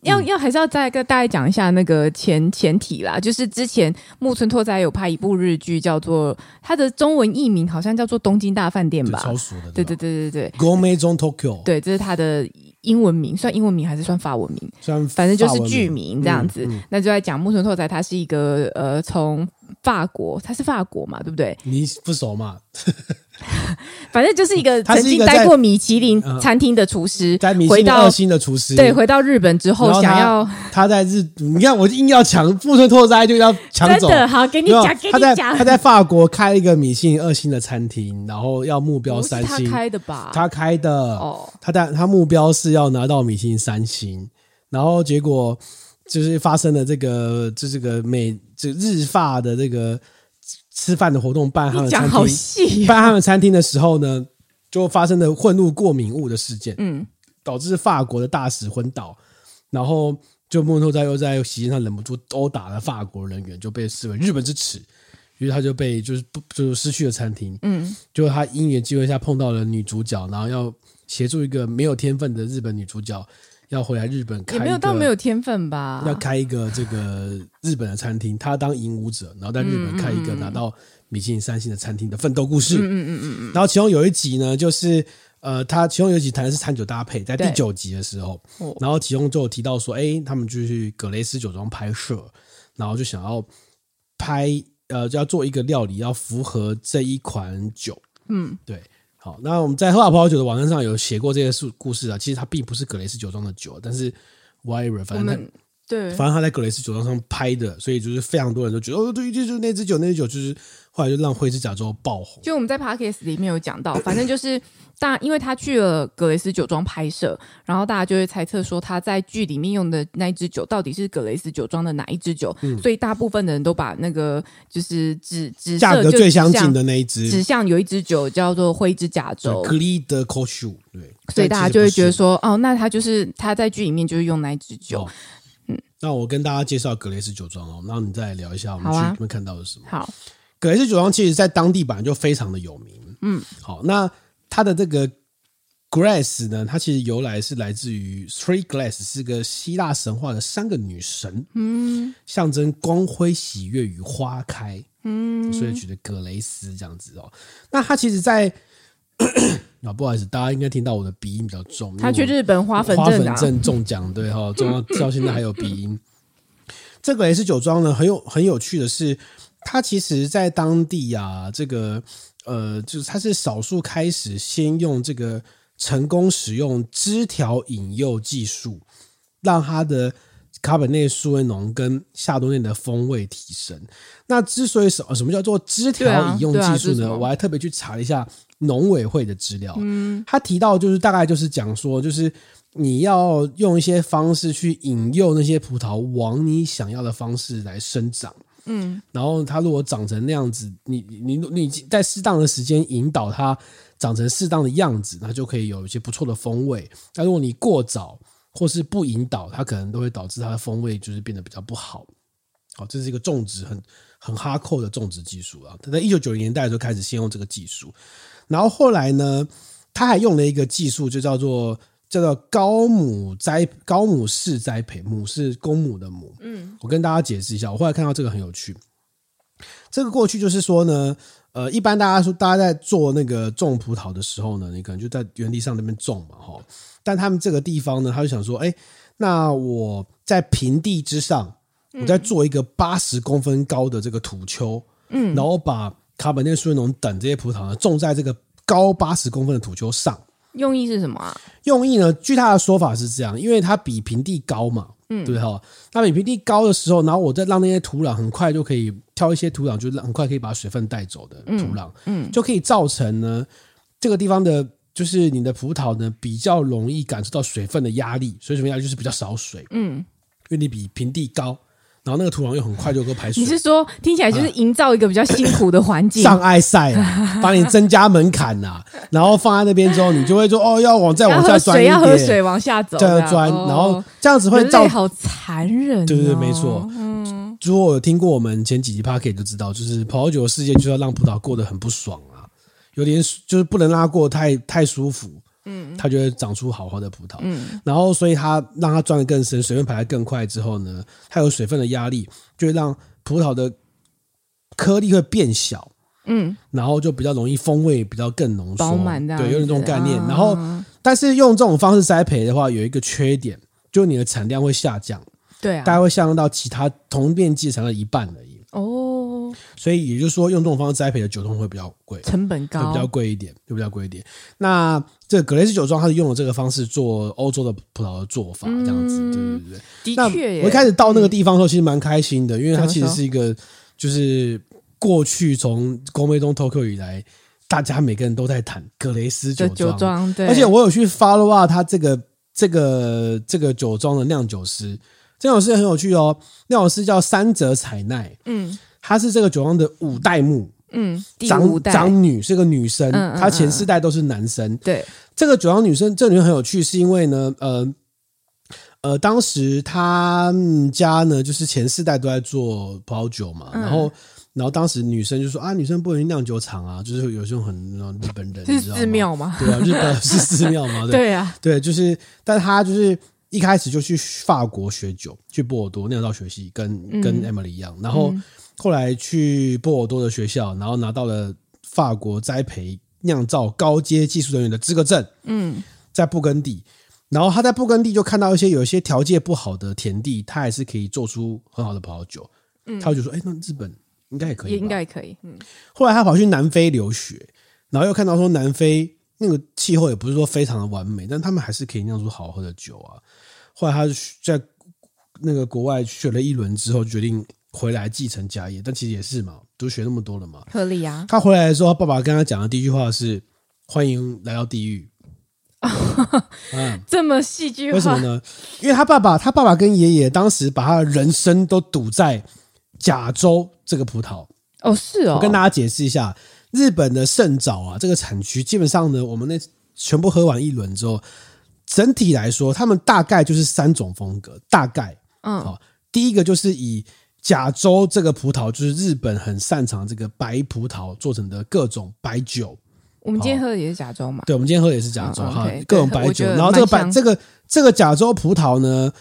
Speaker 2: 要要还是要再跟大家讲一下那个前前提啦，就是之前木村拓哉有拍一部日剧，叫做它的中文译名好像叫做《东京大饭店》
Speaker 1: 就
Speaker 2: 嗯吧
Speaker 1: 超？熟的。
Speaker 2: 对对对对
Speaker 1: 对
Speaker 2: 对
Speaker 1: 吧，m e 中 Tokyo，，
Speaker 2: 对，这是它的英文名，算英文名还是算法文名？
Speaker 1: 虽然
Speaker 2: 反正就
Speaker 1: 法
Speaker 2: 是
Speaker 1: 文嗯
Speaker 2: 剧名这样子。那就在讲木村拓哉，他是一个呃从法国，他是法国嘛，对不对？
Speaker 1: 你不熟嘛？
Speaker 2: 反正就是一 个
Speaker 1: 他
Speaker 2: 曾
Speaker 1: 是一
Speaker 2: 经
Speaker 1: 个
Speaker 2: 待
Speaker 1: 在
Speaker 2: 过米其林
Speaker 1: 嗯
Speaker 2: 餐厅的厨师，
Speaker 1: 在明
Speaker 2: 回
Speaker 1: 星的
Speaker 2: 到
Speaker 1: 二星的厨师，
Speaker 2: 对，回到日本之后
Speaker 1: 然后
Speaker 2: 想
Speaker 1: 他
Speaker 2: 要
Speaker 1: 他在日，你看我硬要抢木村拓哉就要 抢
Speaker 2: 真
Speaker 1: 走，
Speaker 2: 的好给你
Speaker 1: 没有
Speaker 2: 讲，给
Speaker 1: 他
Speaker 2: 你
Speaker 1: 在
Speaker 2: 讲，
Speaker 1: 他在法国开一个米其林二星的餐厅，然后要目标
Speaker 2: 不哦是
Speaker 1: 三
Speaker 2: 他
Speaker 1: 星，
Speaker 2: 开的吧？
Speaker 1: 他开的，
Speaker 2: 哦，
Speaker 1: 他但他目标是要拿到米其林三星，然后结果就是发生了这个，就这个美就日法的这个吃饭的活动办他
Speaker 2: 你
Speaker 1: 们
Speaker 2: 讲
Speaker 1: 餐
Speaker 2: 好
Speaker 1: 厅
Speaker 2: 细 哦，
Speaker 1: 办他们餐厅的时候呢，就发生了混入过敏物的事件，
Speaker 2: 嗯，
Speaker 1: 导致法国的大使昏倒，然后就莫托在又在席间上忍不住殴打了法国人员，就被视为日本之耻，于是他就被就是不就失去了餐厅，
Speaker 2: 嗯，
Speaker 1: 就他因缘机会下碰到了女主角，然后要协助一个没有天分的日本女主角要回来日本开一
Speaker 2: 也
Speaker 1: 个，
Speaker 2: 没有到没有天分吧？
Speaker 1: 要开一个这个日本的餐厅，他当引舞者，然后在日本开一个拿到米其林三星的餐厅的奋斗故事。嗯嗯嗯嗯。然后其中有一集呢，就是呃，他其中有一集谈的是餐酒搭配，在第
Speaker 2: 对
Speaker 1: 九集的时候
Speaker 2: 哦，
Speaker 1: 然后其中就有提到说，哎，他们就去葛雷斯酒庄拍摄，然后就想要拍呃，就要做一个料理，要符合这一款酒。
Speaker 2: 嗯，
Speaker 1: 对。好，那我们在喝好葡萄酒的网站上有写过这些故故事啊。其实它并不是葛雷斯酒庄的酒，但是 whatever，
Speaker 2: 我
Speaker 1: 反正它
Speaker 2: 们对
Speaker 1: 反正他在格雷斯酒庄上拍的，所以就是非常多人都觉得哦，对，就是那支酒，那支酒就是后来就让灰指甲州爆红。
Speaker 2: 就我们在 podcast 里面有讲到，反正就是大，因为他去了格雷斯酒庄拍摄，然后大家就会猜测说他在剧里面用的那一支酒到底是格雷斯酒庄的哪一支酒，
Speaker 1: 嗯
Speaker 2: 所以大部分的人都把那个就是指指
Speaker 1: 价
Speaker 2: 涉
Speaker 1: 格
Speaker 2: 就
Speaker 1: 最
Speaker 2: 指
Speaker 1: 相
Speaker 2: 向
Speaker 1: 近的那一支
Speaker 2: 指向有一支酒叫做灰指甲州，
Speaker 1: 格里德 c o s h u 对，
Speaker 2: 所以大家就会觉得
Speaker 1: 但其实
Speaker 2: 说，哦，那他就是他在剧里面就是用那一支酒。
Speaker 1: 哦不是。那我跟大家介绍格雷斯酒庄哦，然后你再来聊一下我们
Speaker 2: 好
Speaker 1: 去
Speaker 2: 啊
Speaker 1: 那边看到的是什么。
Speaker 2: 好，
Speaker 1: 格雷斯酒庄其实在当地本来就非常的有名，嗯，好，那它的这个 Grass 呢，它其实由来是来自于 Three Glass 是个希腊神话的三个女神，
Speaker 2: 嗯
Speaker 1: 象征光辉、喜悦与花开。
Speaker 2: 嗯，
Speaker 1: 所以取的葛雷斯这样子哦。那他其实在， 啊，不好意思，大家应该听到我的鼻音比较重。
Speaker 2: 他去
Speaker 1: 因为
Speaker 2: 日本花
Speaker 1: 我
Speaker 2: 粉
Speaker 1: 嗯花
Speaker 2: 症
Speaker 1: 粉
Speaker 2: 啊，
Speaker 1: 症中奖，对哈、中到到现在还有鼻音。 这个 S 酒庄呢，很有很有趣的是，它其实在当地啊，这个呃，就是它是少数开始先用这个成功使用枝条引诱技术，让它的卡本内苏维农跟夏多内的风味提升。那之所以什呃什么叫做枝
Speaker 2: 对
Speaker 1: 条
Speaker 2: 啊
Speaker 1: 引用
Speaker 2: 对啊
Speaker 1: 技术
Speaker 2: 这是
Speaker 1: 呢？
Speaker 2: 什么
Speaker 1: 我还特别去查了一下农委会的资料，嗯，他提到就是大概就是讲说，就是你要用一些方式去引诱那些葡萄往你想要的方式来生长。
Speaker 2: 嗯，
Speaker 1: 然后它如果长成那样子，你你你你在适当的时间引导它长成适当的样子，那就可以有一些不错的风味。但如果你过早或是不引导，它可能都会导致它的风味就是变得比较不好。好，这是一个种植很很哈扣的种植技术啊。它在一九九零年代的时候开始先用这个技术，然后后来呢，他还用了一个技术，就叫做叫做高母栽高母式栽培，母是公母的母。嗯，我跟大家解释一下，我后来看到这个很有趣。这个过去就是说呢，呃，一般大家说大家在做那个种葡萄的时候呢，你可能就在原地上那边种嘛，哈。但他们这个地方呢，他就想说，哎，那我在平地之上，我再做一个八十公分高的这个土丘，嗯，然后把卡本内苏维农等这些葡萄呢种在这个高八十公分的土丘上。
Speaker 2: 用意是什么啊？
Speaker 1: 用意呢，据他的说法是这样，因为它比平地高嘛，嗯，对哈。那比平地高的时候，然后我再让那些土壤很快就可以挑一些土壤，就让很快可以把水分带走的土壤，嗯，就可以造成呢这个地方的，就是你的葡萄呢比较容易感受到水分的压力，所以什么压力就是比较少水，嗯，因为你比平地高，然后那个土壤又很快就够排水
Speaker 2: 你。是说听起来
Speaker 1: 啊
Speaker 2: 就是营造一个比较辛苦的环境？
Speaker 1: 障碍赛啊，把你增加门槛呐、然后放在那边之后，你就会说哦，要往再
Speaker 2: 要
Speaker 1: 往下
Speaker 2: 喝
Speaker 1: 钻
Speaker 2: 水，
Speaker 1: 一
Speaker 2: 要喝
Speaker 1: 点，
Speaker 2: 水，往下走，
Speaker 1: 这样钻，
Speaker 2: 哦
Speaker 1: 然后这样子会
Speaker 2: 人
Speaker 1: 造
Speaker 2: 类好残忍、哦，
Speaker 1: 对对对没错
Speaker 2: 嗯，
Speaker 1: 如果有听过我们前几集 p o c k e t 就知道，就是葡萄酒世界就是要让葡萄过得很不爽啊，有点就是不能让它过得太太舒服，嗯，它就会长出好好的葡萄，嗯，然后所以它让它钻得更深，水分排得更快之后呢，它有水分的压力，就会让葡萄的颗粒会变小，
Speaker 2: 嗯，
Speaker 1: 然后就比较容易风味比较更浓缩，
Speaker 2: 饱满这样子，
Speaker 1: 对，有点这种概念。
Speaker 2: 啊
Speaker 1: 然后，但是用这种方式栽培的话，有一个缺点，就你的产量会下降。
Speaker 2: 对啊
Speaker 1: 大，概会下降到其他同面积产量的一半而已。
Speaker 2: 哦，哦，
Speaker 1: 所以也就是说，用这种方式栽培的酒庄会比较贵，
Speaker 2: 成本
Speaker 1: 会
Speaker 2: 高，
Speaker 1: 比较贵一点，会比较贵一点。那这个格雷斯酒庄，它是用了这个方式做欧洲的葡萄的做法，这样子，
Speaker 2: 嗯
Speaker 1: 对对对。
Speaker 2: 的
Speaker 1: 那
Speaker 2: 确耶，嗯
Speaker 1: 我一开始到那个地方的时候，其实蛮开心的，因为它
Speaker 2: 怎么
Speaker 1: 其实
Speaker 2: 说
Speaker 1: 是一个，就是过去从公妹东 Tokyo 以来，大家每个人都在谈格雷斯酒
Speaker 2: 的酒
Speaker 1: 庄，
Speaker 2: 庄，对，
Speaker 1: 而且我有去 follow up 他这个这个这个酒庄的酿酒师，这酿酒师很有趣哦，酿酒师叫三泽彩奈，
Speaker 2: 嗯
Speaker 1: 她是这个酒庄的五代目
Speaker 2: 嗯，第五
Speaker 1: 长
Speaker 2: 代，
Speaker 1: 长女，是个女生，
Speaker 2: 嗯嗯
Speaker 1: 她前四代都是男生，
Speaker 2: 对，
Speaker 1: 这个九阳女生，这个女生很有趣，是因为呢，呃，呃，当时她们家呢，就是前四代都在做葡萄酒嘛，
Speaker 2: 嗯
Speaker 1: 然后，然后当时女生就说啊，女生不能去酿酒厂啊，就是有这种很那种日本人，
Speaker 2: 是
Speaker 1: 你知道吗
Speaker 2: 寺，庙吗？
Speaker 1: 对啊，日本是寺庙嘛，对
Speaker 2: 对啊，
Speaker 1: 对，就是，但她就是一开始就去法国学酒，去波尔多酿造学系，跟跟 Emily 一样，然后
Speaker 2: 嗯
Speaker 1: 后来去波尔多的学校，然后拿到了法国栽培酿造高阶技术人员的资格证。
Speaker 2: 嗯
Speaker 1: 在布根地，然后他在布根地就看到一些有一些条件不好的田地，他还是可以做出很好的葡萄酒。
Speaker 2: 嗯
Speaker 1: 他就说：“哎、那日本应该也可以。”
Speaker 2: 也应。该可以，嗯
Speaker 1: 后来他跑去南非留学，然后又看到说南非那个气候也不是说非常的完美，但他们还是可以酿出好喝的酒啊。后来他就去在那个国外学了一轮之后，决定回来继承家业，但其实也是嘛，都学那么多了嘛。
Speaker 2: 合理啊，
Speaker 1: 他回来的时候，他爸爸跟他讲的第一句话是：“欢迎来到地狱。”嗯，
Speaker 2: 这么戏剧
Speaker 1: 为什么
Speaker 2: 化，
Speaker 1: 呢？因为他爸爸，他爸爸跟爷爷当时把他的人生都赌在甲州这个葡萄。
Speaker 2: 哦，是哦，
Speaker 1: 我跟大家解释一下，日本的圣枣啊，这个产区基本上呢，我们那全部喝完一轮之后，整体来说，他们大概就是三种风格，大概
Speaker 2: 嗯
Speaker 1: 好、第一个就是以甲州这个葡萄，就是日本很擅长这个白葡萄做成的各种白酒。，
Speaker 2: 我们今
Speaker 1: 哦
Speaker 2: 天喝的也是甲州嘛，
Speaker 1: 对，我们今天喝的也是甲州
Speaker 2: 嗯嗯
Speaker 1: 哈
Speaker 2: OK，，
Speaker 1: 各种
Speaker 2: 对
Speaker 1: 白
Speaker 2: 我
Speaker 1: 酒。
Speaker 2: 觉得
Speaker 1: 然后这个
Speaker 2: 蛮
Speaker 1: 白
Speaker 2: 香
Speaker 1: 这个这个甲州葡萄呢，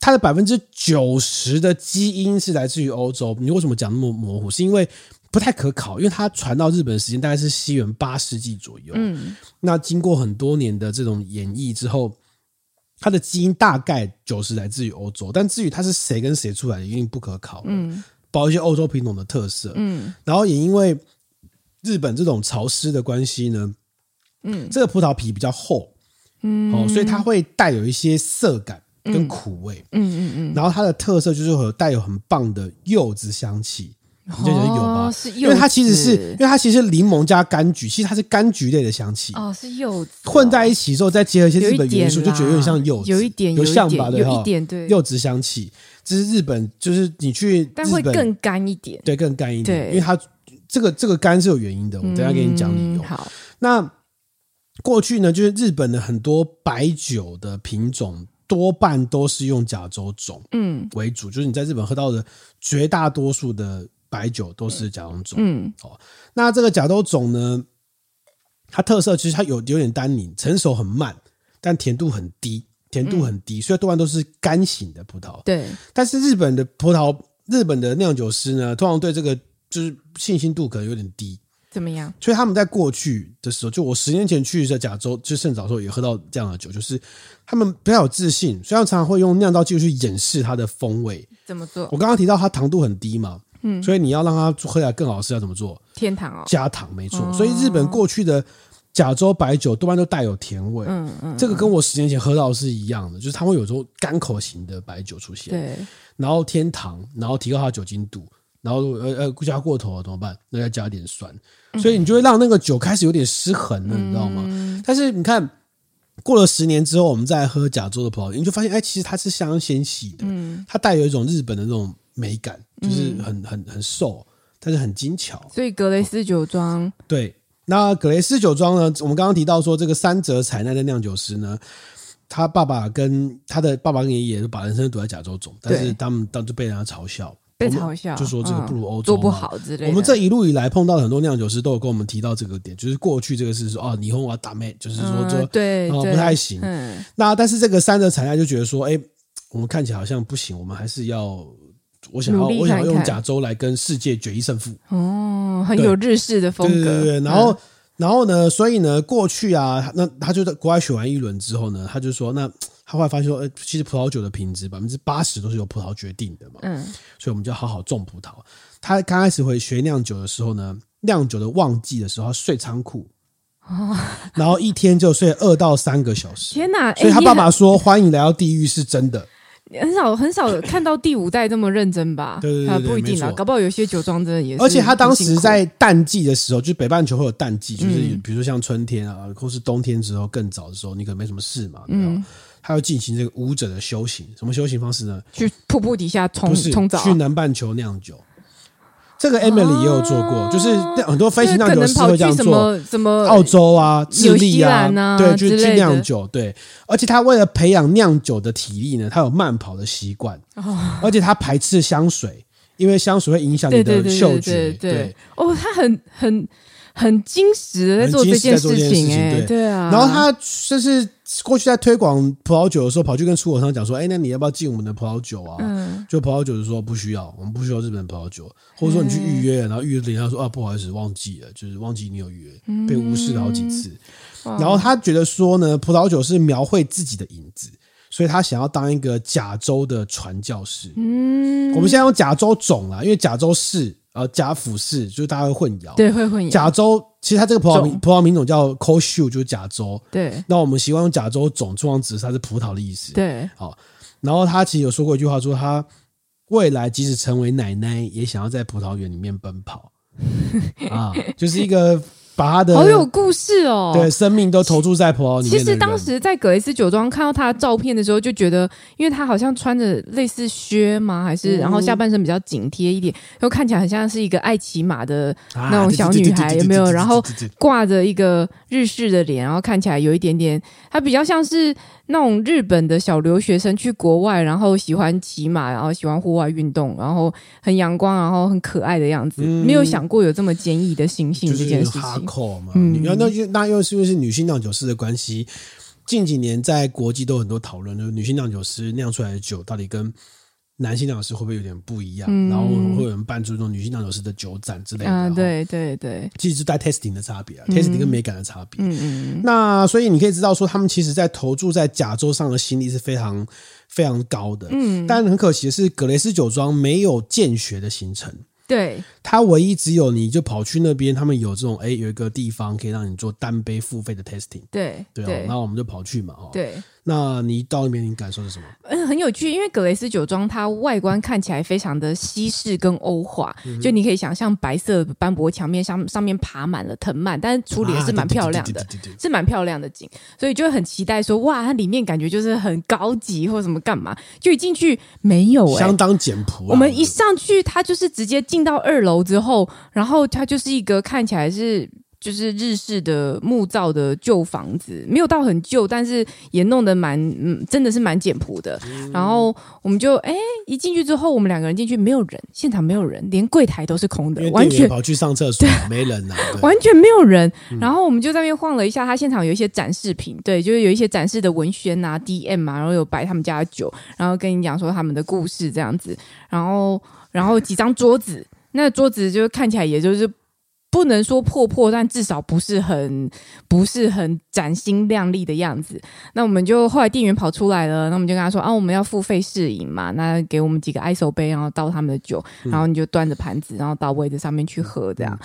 Speaker 1: 它的百分之九十的基因是来自于欧洲。你为什么讲那么模糊？是因为不太可考，因为它传到日本的时间大概是西元八世纪左右。
Speaker 2: 嗯，
Speaker 1: 那经过很多年的这种演绎之后，它的基因大概九十来自于欧洲，但至于它是谁跟谁出来的，一定不可考。嗯，包括一些欧洲品种的特色。嗯，然后也因为日本这种潮湿的关系呢，嗯，这个葡萄皮比较厚，嗯，哦，所以它会带有一些涩感跟苦味。嗯嗯嗯。然后它的特色就是会有带有很棒的柚子香气。你就觉得有吧？
Speaker 2: 哦是柚子
Speaker 1: 因为它其实是，因为它其实是柠檬加柑橘，其实它是柑橘类的香气。
Speaker 2: 哦，是柚子哦
Speaker 1: 混在一起之后，再结合一些
Speaker 2: 有
Speaker 1: 日
Speaker 2: 一
Speaker 1: 本元
Speaker 2: 点
Speaker 1: 素，
Speaker 2: 啦
Speaker 1: 就觉得有点像柚子，
Speaker 2: 有一点
Speaker 1: 有
Speaker 2: 一
Speaker 1: 像吧？
Speaker 2: 点
Speaker 1: 对哈
Speaker 2: 有一点对，
Speaker 1: 柚子香气，这是日本，就是你去
Speaker 2: 但会
Speaker 1: 日本
Speaker 2: 更干一点。
Speaker 1: 对更干一点，
Speaker 2: 对
Speaker 1: 因为它这个这个干是有原因的，我等一下给你讲理由。
Speaker 2: 嗯好，
Speaker 1: 那过去呢，就是日本的很多白酒的品种多半都是用甲州种
Speaker 2: 嗯
Speaker 1: 为主，就是你在日本喝到的绝大多数的白酒都是甲州种。
Speaker 2: 嗯
Speaker 1: 那这个甲豆种呢，它特色其实它有有点单宁，成熟很慢，但甜度很低，甜度很低，所以多半都是干型的葡萄。
Speaker 2: 对，
Speaker 1: 但是日本的葡萄，日本的酿酒师呢，通常对这个就是信心度可能有点低，
Speaker 2: 怎么样？
Speaker 1: 所以他们在过去的时候，就我十年前去的甲州，就圣早的时候也喝到这样的酒，就是他们比较有自信，所以他们常常会用酿造技术去掩饰它的风味。
Speaker 2: 怎么做
Speaker 1: 我？刚刚提到它糖度很低嘛，嗯，所以你要让它喝起来更好吃，要怎么做？
Speaker 2: 天堂哦，
Speaker 1: 加糖，没错。所以日本过去的甲州白酒多半都带有甜味，
Speaker 2: 嗯嗯，
Speaker 1: 这个跟我十年前喝到的是一样的，就是它会有时候干口型的白酒出现，
Speaker 2: 对，
Speaker 1: 然后添糖，然后提高它的酒精度，然后如果呃呃加过头了怎么办？那再加点酸，
Speaker 2: 嗯
Speaker 1: 所以你就会让那个酒开始有点失衡了，你知道吗？但是你看。过了十年之后，我们再来喝甲州的葡萄，你就发现，哎，其实它是相当纤细的，
Speaker 2: 嗯
Speaker 1: 它带有一种日本的那种美感，就是很很很瘦，但是很精巧。
Speaker 2: 所以格雷斯酒庄，
Speaker 1: 对，那格雷斯酒庄呢？我们刚刚提到说，这个三泽采奈的酿酒师呢，他爸爸跟他的爸爸跟爷爷都把人生都在甲州种，但是
Speaker 2: 对
Speaker 1: 他们当就被人家嘲笑，
Speaker 2: 被
Speaker 1: 哦我们
Speaker 2: 嘲笑
Speaker 1: 就说这个
Speaker 2: 嗯
Speaker 1: 不如欧洲、
Speaker 2: 做不。好之类的。
Speaker 1: 我们这一路以来碰到的很多酿酒师都有跟我们提到这个点，就是过去这个是说哦，霓虹啊打妹，就是说
Speaker 2: 嗯
Speaker 1: 这、
Speaker 2: 对
Speaker 1: 哦
Speaker 2: 对
Speaker 1: 不太行。
Speaker 2: 嗯，
Speaker 1: 那但是这个三泽采奈就觉得说，哎，我们看起来好像不行，我们还是要我想要
Speaker 2: 努力
Speaker 1: 我想要
Speaker 2: 看
Speaker 1: 用
Speaker 2: 看
Speaker 1: 甲州来跟世界决一胜负。
Speaker 2: 哦，很
Speaker 1: 对
Speaker 2: 有日式的风
Speaker 1: 对
Speaker 2: 格。嗯
Speaker 1: 对对对，然后、然后呢，所以呢，过去啊，那他就在国外选完一轮之后呢，他就说，那他他后来发现说，呃，其实葡萄酒的品质百分之八十都是由葡萄决定的嘛，
Speaker 2: 嗯
Speaker 1: 所以我们就要好好种葡萄。他刚开始会学酿酒的时候呢，酿酒的旺季的时候他睡仓库，
Speaker 2: 哦
Speaker 1: 然后一天就睡二到三个小 时。
Speaker 2: 天哪！
Speaker 1: 所以
Speaker 2: 哎
Speaker 1: 他
Speaker 2: 你
Speaker 1: 爸爸说：“欢迎来到地狱”是真的，
Speaker 2: 很很少很少看到第五代这么认真吧？
Speaker 1: 对对对
Speaker 2: 啊
Speaker 1: 对
Speaker 2: 不一定
Speaker 1: 没
Speaker 2: 啦，
Speaker 1: 错
Speaker 2: 搞不好有些酒庄真的也是。
Speaker 1: 而且他当时，在淡季的时候，就是北半球会有淡季，就是
Speaker 2: 嗯
Speaker 1: 比如说像春天啊，或是冬天之后更早的时候，你可能没什么事嘛，对吧？
Speaker 2: 嗯
Speaker 1: 他要进行这个舞者的修行，什么修行方式呢？
Speaker 2: 去瀑布底下冲
Speaker 1: 不是
Speaker 2: 冲澡啊，
Speaker 1: 去南半球酿酒。这个 Emily 也有做过，
Speaker 2: 哦
Speaker 1: 就是很多飞行
Speaker 2: 就
Speaker 1: 酿
Speaker 2: 可
Speaker 1: 酒
Speaker 2: 能
Speaker 1: 师
Speaker 2: 跑
Speaker 1: 会
Speaker 2: 去
Speaker 1: 这样
Speaker 2: 什
Speaker 1: 做。
Speaker 2: 么什么
Speaker 1: 澳洲啊，智利啊，
Speaker 2: 纽西兰啊
Speaker 1: 对，就是
Speaker 2: 之类
Speaker 1: 去
Speaker 2: 的
Speaker 1: 酿酒，对。而且他为了培养酿酒的体力呢，他有慢跑的习惯，
Speaker 2: 哦
Speaker 1: 而且他排斥香水，因为香水会影响你
Speaker 2: 对对
Speaker 1: 的
Speaker 2: 对
Speaker 1: 嗅
Speaker 2: 对
Speaker 1: 觉，
Speaker 2: 对对。哦，他很很很矜持的在做这件事
Speaker 1: 很矜持在做这件事情
Speaker 2: 哎
Speaker 1: 对，
Speaker 2: 对啊。
Speaker 1: 然后他就是过去在推广葡萄酒的时候，跑去跟出口商讲说：“哎，那你要不要进我们的葡萄酒啊？”
Speaker 2: 嗯
Speaker 1: 就葡萄酒就说不需要，我们不需要日本葡萄酒，或者说你去预约，然后预约人家说啊不好意思忘记了，就是忘记你有预
Speaker 2: 嗯
Speaker 1: 约，被无视了好几次。
Speaker 2: 哇
Speaker 1: 然后他觉得说呢，葡萄酒是描绘自己的影子，所以他想要当一个甲州的传教士。
Speaker 2: 嗯
Speaker 1: 我们现在用甲州种啦，因为甲州市呃甲府市就是大家会混淆。
Speaker 2: 对会混淆，
Speaker 1: 甲州其实它这个葡萄名
Speaker 2: 种
Speaker 1: 葡萄名种叫 c o s h u 就是甲州。
Speaker 2: 对
Speaker 1: 那我们习惯用甲州种，通常指它是葡萄的意思。
Speaker 2: 对，
Speaker 1: 然后他其实有说过一句话，说他未来即使成为奶奶，也想要在葡萄园里面奔跑啊，就是一个把他的
Speaker 2: 好有故事哦。
Speaker 1: 对生命都投注在葡萄里
Speaker 2: 其
Speaker 1: 面的
Speaker 2: 实
Speaker 1: 人。
Speaker 2: 当时在格雷斯酒庄看到他的照片的时候，就觉得，因为他好像穿着类似靴吗？还
Speaker 1: 嗯
Speaker 2: 是、然后下半身比较紧贴一点，又看起来很像是一个爱骑马的，
Speaker 1: 啊
Speaker 2: 那种小女孩有没有然后
Speaker 1: 对对对对对对对对
Speaker 2: 挂着一个日式的脸，然后看起来有一点点，他比较像是那种日本的小留学生去国外，然后喜欢骑马，然后喜欢户外运动，然后很阳光，然后很可爱的样子。没有想过有这么坚毅的心
Speaker 1: 嗯
Speaker 2: 性
Speaker 1: 就
Speaker 2: 这
Speaker 1: 是
Speaker 2: 件事
Speaker 1: 哈
Speaker 2: 情。
Speaker 1: 口嘛，
Speaker 2: 嗯
Speaker 1: 然后那就那又是因为是女性酿酒师的关系，近几年在国际都有很多讨论，就是女性酿酒师酿出来的酒到底跟男性酿酒师会不会有点不一样？
Speaker 2: 嗯
Speaker 1: 然后会有人办出那种女性酿酒师的酒展之类的。
Speaker 2: 啊，
Speaker 1: 哈，
Speaker 2: 对对对，
Speaker 1: 其实是带 testing 的差别啊、t e s t i n g 跟美感的差别。
Speaker 2: 嗯嗯嗯，
Speaker 1: 那所以你可以知道说，他们其实在投注在甲州上的心力是非常非常高的。
Speaker 2: 嗯
Speaker 1: 但很可惜的是，格雷斯酒庄没有建学的行程，
Speaker 2: 对，
Speaker 1: 它唯一只有你就跑去那边，他们有这种哎有一个地方可以让你做单杯付费的 testing，
Speaker 2: 对
Speaker 1: 对哦，那我们就跑去嘛哦。，
Speaker 2: 对，
Speaker 1: 那你一到那边你感受是什么？
Speaker 2: 嗯，很有趣，因为格雷斯酒庄它外观看起来非常的西式跟欧化，
Speaker 1: 嗯
Speaker 2: 就你可以想象白色的斑驳墙面上上面爬满了藤蔓，但是处理的是蛮漂亮的
Speaker 1: 啊。对对对对对
Speaker 2: 是蛮漂亮的景，所以就很期待说哇，它里面感觉就是很高级或什么干嘛，就一进去没有
Speaker 1: 对
Speaker 2: 哎、
Speaker 1: 相当简朴啊、
Speaker 2: 我们一
Speaker 1: 对
Speaker 2: 上去，它就是直接进到二楼之后，然后它就是一个看起来是就是日式的木造的旧房子，没有到很旧，但是也弄得蛮嗯，真的是蛮简朴的。
Speaker 1: 嗯
Speaker 2: 然后我们就哎一进去之后，我们两个人进去没有人，现场没有人，连柜台都是空
Speaker 1: 因为
Speaker 2: 的，完
Speaker 1: 店员
Speaker 2: 全。
Speaker 1: 跑去上厕所没人呐、啊，对
Speaker 2: 完全没有人，然后我们就在那边晃了一下，它现场有一些展示品，对，就是有一些展示的文宣啊、DM 啊，然后有摆他们家的酒，然后跟你讲说他们的故事这样子，然后然后几张桌子，那桌子就看起来也就是不能说破破，但至少不是很不是很崭新亮丽的样子。那我们就后来店员跑出来了，那我们就跟他说啊，我们要付费试饮嘛，那给我们几个 ISO 杯，然后倒他们的酒，然后你就端着盘子，然后到位置上面去喝这样。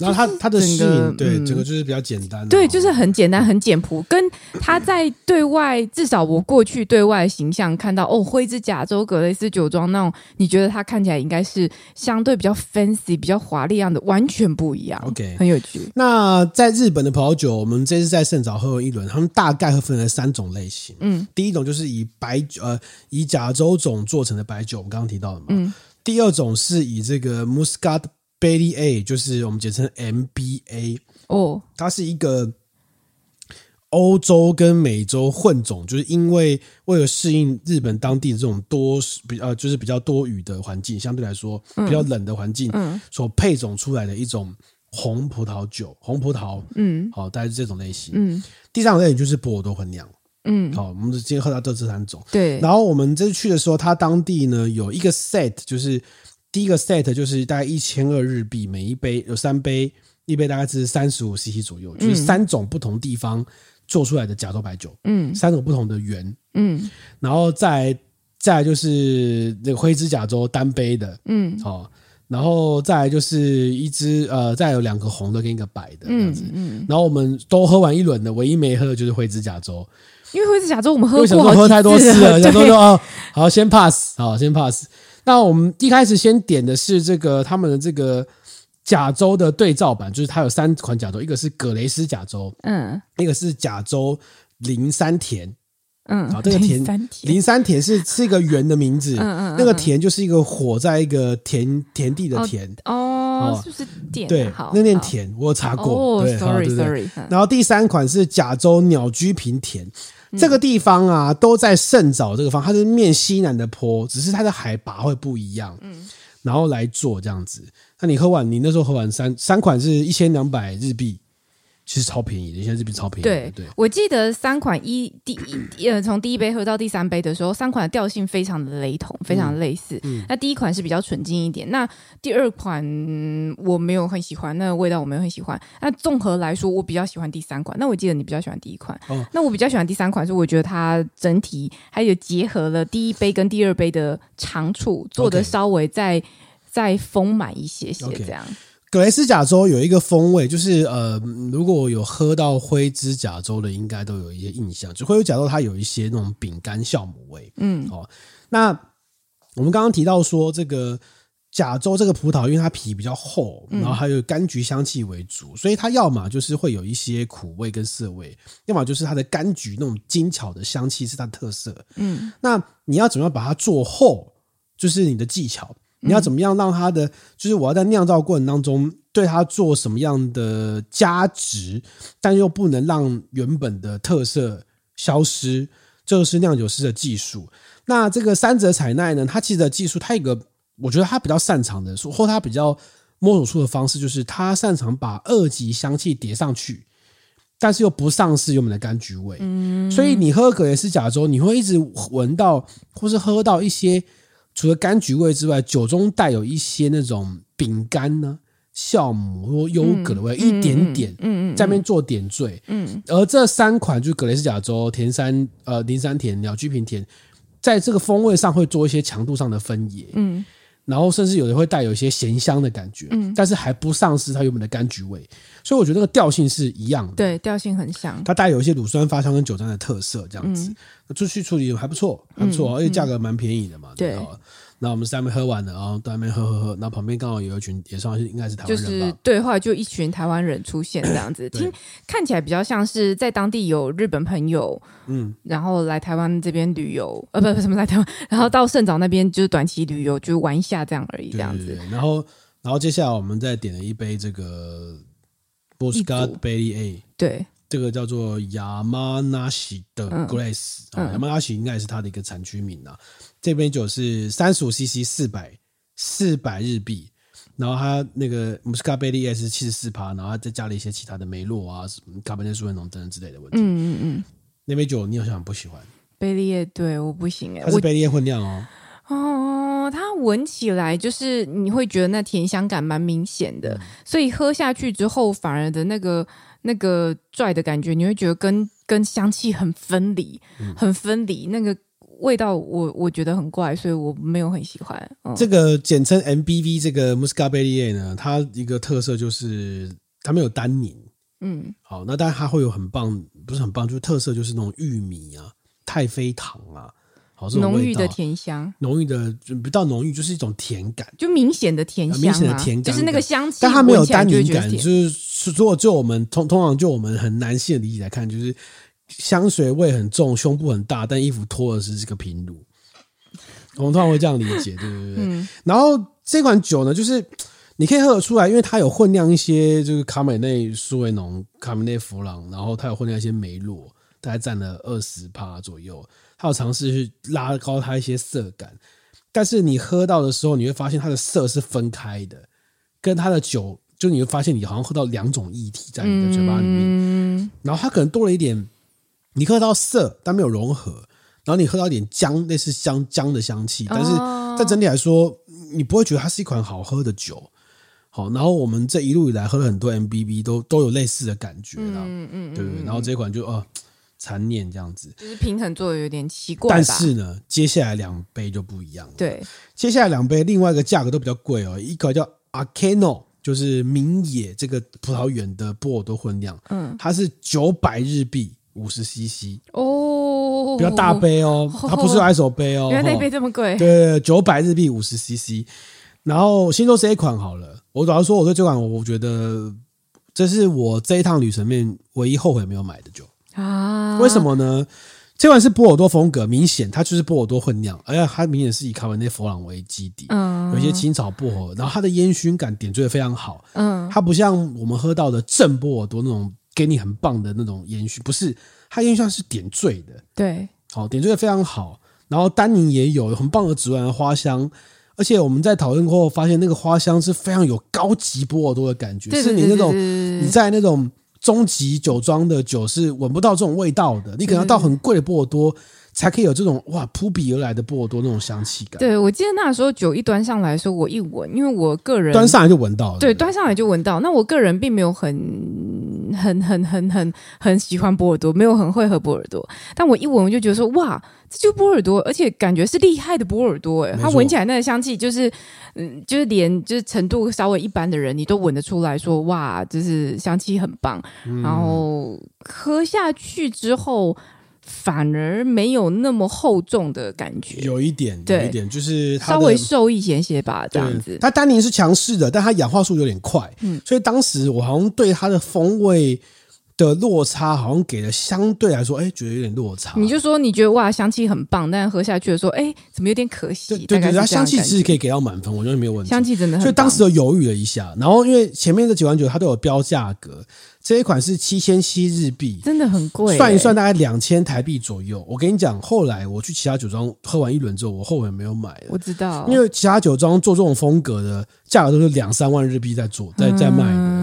Speaker 1: 然后它它的
Speaker 2: 整
Speaker 1: 适
Speaker 2: 个
Speaker 1: 应对
Speaker 2: 嗯
Speaker 1: 整个就是比较简单啊、
Speaker 2: 对，就是很简单，很简朴。跟他在对外，至少我过去对外的形象看到，哦，灰指甲州格雷斯酒庄那种，你觉得他看起来应该是相对比较 fancy、比较华丽啊样的，完全不一样。
Speaker 1: OK
Speaker 2: 很有趣。
Speaker 1: 那在日本的葡萄酒，我们这次在圣早喝了一轮，他们大概会分成三种类型。
Speaker 2: 嗯，
Speaker 1: 第一种就是以白酒，呃，以甲州种做成的白酒，我们刚刚提到的嘛。
Speaker 2: 嗯。
Speaker 1: 第二种是以这个 Muscat Bailey A，就是我们简称 MBA，
Speaker 2: 哦，
Speaker 1: 它是一个欧洲跟美洲混种，就是因为为了适应日本当地的这种多比呃，就是比较多雨的环境，相对来说比较冷的环境，
Speaker 2: 嗯
Speaker 1: 所配种出来的一种红葡萄酒，红葡萄，
Speaker 2: 嗯
Speaker 1: 好、大概是这种类型。
Speaker 2: 嗯
Speaker 1: 第三种类型就是波尔多混酿，
Speaker 2: 嗯，
Speaker 1: 好、我们今天喝到这这三种。
Speaker 2: 对，
Speaker 1: 然后我们这次去的时候，它当地呢有一个 set，就是第一个 set 就是大概一千二日币，
Speaker 2: 嗯
Speaker 1: 每一杯有三杯，一杯大概是三十五 CC 左右，就是三种不同地方做出来的甲州白酒，
Speaker 2: 嗯
Speaker 1: 三种不同的圆，
Speaker 2: 嗯
Speaker 1: 然后再再来就是那个灰指甲州单杯的
Speaker 2: 嗯
Speaker 1: 哦，然后再来就是一支呃，再有两个红的跟一个白的这样
Speaker 2: 嗯
Speaker 1: 子。
Speaker 2: 嗯，
Speaker 1: 然后我们都喝完一轮的，唯一没喝的就是灰指甲州，
Speaker 2: 因为灰指甲粥我们
Speaker 1: 因
Speaker 2: 喝
Speaker 1: 为想
Speaker 2: 过
Speaker 1: 说
Speaker 2: 好
Speaker 1: 喝太多
Speaker 2: 几
Speaker 1: 次
Speaker 2: 次
Speaker 1: 了，想说
Speaker 2: 对
Speaker 1: 就哦，好先 pass，好先 pass。那我们一开始先点的是这个他们的这个甲州的对照版，就是它有三款甲州，一个是葛雷斯甲州，
Speaker 2: 嗯
Speaker 1: 一个是甲州林山田，
Speaker 2: 嗯，
Speaker 1: 好这个甜
Speaker 2: 三甜，
Speaker 1: 林山田是是一个园的名字，
Speaker 2: 嗯嗯嗯
Speaker 1: 那个田就是一个火在一个田田地的
Speaker 2: 哦
Speaker 1: 田，
Speaker 2: 哦
Speaker 1: 哦，
Speaker 2: 是不是点啊？
Speaker 1: 对
Speaker 2: 好，
Speaker 1: 那念
Speaker 2: 好
Speaker 1: 田我有查过，
Speaker 2: 哦
Speaker 1: 对好对
Speaker 2: ，sorry
Speaker 1: 对对
Speaker 2: sorry，嗯
Speaker 1: 然后第三款是甲州鸟居平田，这个地方啊都在圣沼这个方，它是面西南的坡，只是它的海拔会不一样，嗯，然后来做这样子。那你喝完，你那时候喝完三三款是一千两百日币，其实超便宜的，现在日币超便宜的，
Speaker 2: 对
Speaker 1: 对，
Speaker 2: 我记得三款一第一呃，从第一杯喝到第三杯的时候，三款的调性非常的雷同，非常类似。
Speaker 1: 嗯
Speaker 2: 那第一款是比较纯净一点，那第二款嗯我没有很喜欢，那个味道我没有很喜欢。那综合来说，我比较喜欢第三款。那我记得你比较喜欢第一款，
Speaker 1: 哦
Speaker 2: 那我比较喜欢第三款，是我觉得它整体还有结合了第一杯跟第二杯的长处，做的
Speaker 1: OK
Speaker 2: 稍微再再丰满一些些
Speaker 1: OK
Speaker 2: 这样。
Speaker 1: 格雷斯甲州有一个风味，就是呃，嗯如果有喝到灰指甲州的，应该都有一些印象。就灰指甲州它有一些那种饼干酵母味，嗯，哦，那我们刚刚提到说这个。甲州这个葡萄，因为它皮比较厚，然后还有柑橘香气为主，所以它要么就是会有一些苦味跟涩味，要么就是它的柑橘那种精巧的香气是它的特色。
Speaker 2: 嗯
Speaker 1: 那你要怎么样把它做厚，就是你的技巧。你要怎么样让它的，就是我要在酿造过程当中对它做什么样的加值，但又不能让原本的特色消失，这个是酿酒师的技术。那这个三者采奈呢，它其实的技术，它有一个我觉得他比较擅长的，或他比较摸索出的方式，就是他擅长把二级香气叠上去，但是又不丧失原本的柑橘味。
Speaker 2: 嗯
Speaker 1: 所以你喝格雷斯甲州，你会一直闻到或是喝到一些除了柑橘味之外，酒中带有一些那种饼干呢、酵母或优格的味，一点点。
Speaker 2: 嗯嗯嗯
Speaker 1: 在那边做点缀，
Speaker 2: 嗯
Speaker 1: 而这三款就是格雷斯甲州、田山呃林山田、鸟居平田，在这个风味上会做一些强度上的分野，
Speaker 2: 嗯
Speaker 1: 然后甚至有的会带有一些咸香的感觉，但是还不丧失它原本的柑橘味，所以我觉得那个调性是一样的。
Speaker 2: 对，调性很像。
Speaker 1: 它带有一些乳酸发酵跟酒单的特色，这样
Speaker 2: 嗯
Speaker 1: 子，那出去处理还不错，还不错，而且价格蛮便宜的嘛。
Speaker 2: 对
Speaker 1: 不那我们三杯喝完了，然后在那边喝喝喝，那旁边刚好有一群也算是应该是台
Speaker 2: 就
Speaker 1: 湾
Speaker 2: 是
Speaker 1: 人吧，
Speaker 2: 对，后来就一群台湾人出现这 样子，
Speaker 1: 对
Speaker 2: 听看起来比较像是在当地有日本朋友，
Speaker 1: 嗯，
Speaker 2: 然后来台湾这边旅游，呃，不不什么来台湾， 然后到圣岛那边就是短期旅游，就是玩一下这样而已，这
Speaker 1: 对
Speaker 2: 样
Speaker 1: 对
Speaker 2: 子。
Speaker 1: 对。然后，然后接下来我们再点了一杯这个 b o s c a
Speaker 2: 一
Speaker 1: t
Speaker 2: 组
Speaker 1: Bailey A，
Speaker 2: 对，
Speaker 1: 这个叫做雅马纳西的
Speaker 2: 嗯
Speaker 1: Grace，
Speaker 2: 嗯
Speaker 1: 雅马纳西应该也是它的一个产区名啊。这杯酒是三十五 CC 四百四百日币，然后它那个 Muscat b a i l e y 是七十四趴，然后它再加了一些其他的梅洛啊、什么 Cabernet s a u v i g n 等等之类的问题。
Speaker 2: 嗯嗯嗯，
Speaker 1: 那杯酒你好像很不喜欢，
Speaker 2: 贝利叶，对，我不行哎、
Speaker 1: 它是
Speaker 2: 我
Speaker 1: b a i l e y 混酿哦，
Speaker 2: 哦，它闻起来就是你会觉得那甜香感蛮明显的，
Speaker 1: 嗯
Speaker 2: 所以喝下去之后，反而的那个那个拽的感觉，你会觉得跟跟香气很分离，
Speaker 1: 嗯
Speaker 2: 很分离，那个味道我我觉得很怪，所以我没有很喜欢。嗯、
Speaker 1: 这个简称 MBV 这个 Muscat b a i l e y 呢，它一个特色就是它没有单宁。
Speaker 2: 嗯
Speaker 1: 好，那当然它会有很棒，不是很棒，就是特色就是那种玉米啊、太妃糖啊，好这种
Speaker 2: 浓
Speaker 1: 味
Speaker 2: 郁
Speaker 1: 道
Speaker 2: 的，甜香，
Speaker 1: 浓郁的就不到浓郁，就是一种甜感，
Speaker 2: 就明显的甜香、啊，
Speaker 1: 明显的甜
Speaker 2: 就
Speaker 1: 感
Speaker 2: 是那个香气，
Speaker 1: 但它没有单宁
Speaker 2: 闻起来
Speaker 1: 感，
Speaker 2: 就会觉得
Speaker 1: 就
Speaker 2: 甜
Speaker 1: 是是如果就我们通通常就我们很男性的理解来看，就是香水味很重，胸部很大，但衣服脱的是这个平乳，我们通常会这样理解，对对对。
Speaker 2: 嗯
Speaker 1: 然后这款酒呢，就是你可以喝得出来，因为它有混酿一些就是卡美内苏维农、卡美内弗朗，然后它有混酿一些梅洛，大概占了二十趴左右。它有尝试去拉高它一些色感，但是你喝到的时候，你会发现它的色是分开的，跟它的酒，就你会发现你好像喝到两种液体在你的嘴巴里面，
Speaker 2: 嗯
Speaker 1: 然后它可能多了一点，你喝到涩，但没有融合，然后你喝到一点姜，类似香姜的香气，但是
Speaker 2: 哦
Speaker 1: 在整体来说，你不会觉得它是一款好喝的酒。好，然后我们这一路以来喝了很多 MBB，都都有类似的感觉啦，
Speaker 2: 嗯嗯
Speaker 1: 对不对？
Speaker 2: 嗯，
Speaker 1: 然后这款就呃残念这样子，
Speaker 2: 就是平衡做的有点奇怪吧，
Speaker 1: 但是呢，接下来两杯就不一样了。
Speaker 2: 对，
Speaker 1: 接下来两杯另外一个价格都比较贵哦，一款叫 Arcano，就是明野这个葡萄园的波尔多混酿，
Speaker 2: 嗯，
Speaker 1: 它是九百日币五十 CC，
Speaker 2: 哦，
Speaker 1: 比较大，杯哦，它不是 ISO 杯哦，
Speaker 2: 原来那杯
Speaker 1: 哦
Speaker 2: 这么贵，
Speaker 1: 对九百日币五十 CC。然后先说这一款好了，我主要说我对这款，我觉得这是我这一趟旅程面唯一后悔没有买的酒。
Speaker 2: 啊，
Speaker 1: 为什？么呢？这款是波尔多风格，明显它就是波尔多混酿，而且它明显是以卡本内弗朗为基底，
Speaker 2: 嗯，
Speaker 1: 有一些青草薄荷，然后它的烟熏感点缀的非常好，
Speaker 2: 嗯，
Speaker 1: 它不像我们喝到的正波尔多那种给你很棒的那种烟熏，不是，它烟熏是点缀的，
Speaker 2: 对，
Speaker 1: 好、点缀的非常好，然后丹宁也有很棒的植物的花香。而且我们在讨论过后发现，那个花香是非常有高级波尔多的感觉，
Speaker 2: 对
Speaker 1: 是你那种你
Speaker 2: 你
Speaker 1: 在那种中级酒庄的酒是闻不到这种味道的，你可能要到很贵的波尔多才可以有这种哇扑鼻而来的波尔多那种香气感。
Speaker 2: 对，我记得那时候酒一端上来的时候，我一闻，因为我个人
Speaker 1: 端上来就闻到了，
Speaker 2: 对
Speaker 1: 不
Speaker 2: 端上来就闻到。那我个人并没有很、很、很、很、很、很喜欢波尔多，没有很会喝波尔多。但我一闻我就觉得说，哇，这就波尔多，而且感觉是厉害的波尔多、欸。
Speaker 1: 没
Speaker 2: 它
Speaker 1: 错
Speaker 2: 闻起来那个香气，就是嗯，就是连就是程度稍微一般的人，你都闻得出来说，哇，就是香气很棒。
Speaker 1: 嗯
Speaker 2: 然后喝下去之后，反而没有那么厚重的感觉。
Speaker 1: 有一点，
Speaker 2: 对
Speaker 1: 有一点就是它
Speaker 2: 稍
Speaker 1: 的
Speaker 2: 微瘦一些些吧，这
Speaker 1: 对
Speaker 2: 样子。
Speaker 1: 它丹宁是强势的，但它氧化速有点快，
Speaker 2: 嗯
Speaker 1: 所以当时我好像对它的风味的落差，好像给了相对来说，哎，觉得有点落差。
Speaker 2: 你就说你觉得哇香气很棒，但喝下去的时候，哎，怎么有点可惜
Speaker 1: 对？对
Speaker 2: 大
Speaker 1: 对，
Speaker 2: 概是
Speaker 1: 它
Speaker 2: 这
Speaker 1: 香
Speaker 2: 样的
Speaker 1: 气
Speaker 2: 感
Speaker 1: 其
Speaker 2: 觉
Speaker 1: 实可以给到满分，我觉得没有问题。
Speaker 2: 香气真的很棒，
Speaker 1: 所以当时有犹豫了一下，然后因为前面的几款酒它都有标价格，这一款是七千七日币，
Speaker 2: 真的很贵、
Speaker 1: 算一算，大概两千台币左右。我跟你讲，后来我去其他酒庄喝完一轮之后，我后悔没有买
Speaker 2: 我
Speaker 1: 了，
Speaker 2: 知道，
Speaker 1: 因为其他酒庄做这种风格的价格都是两三万日币在做，在在卖的。
Speaker 2: 嗯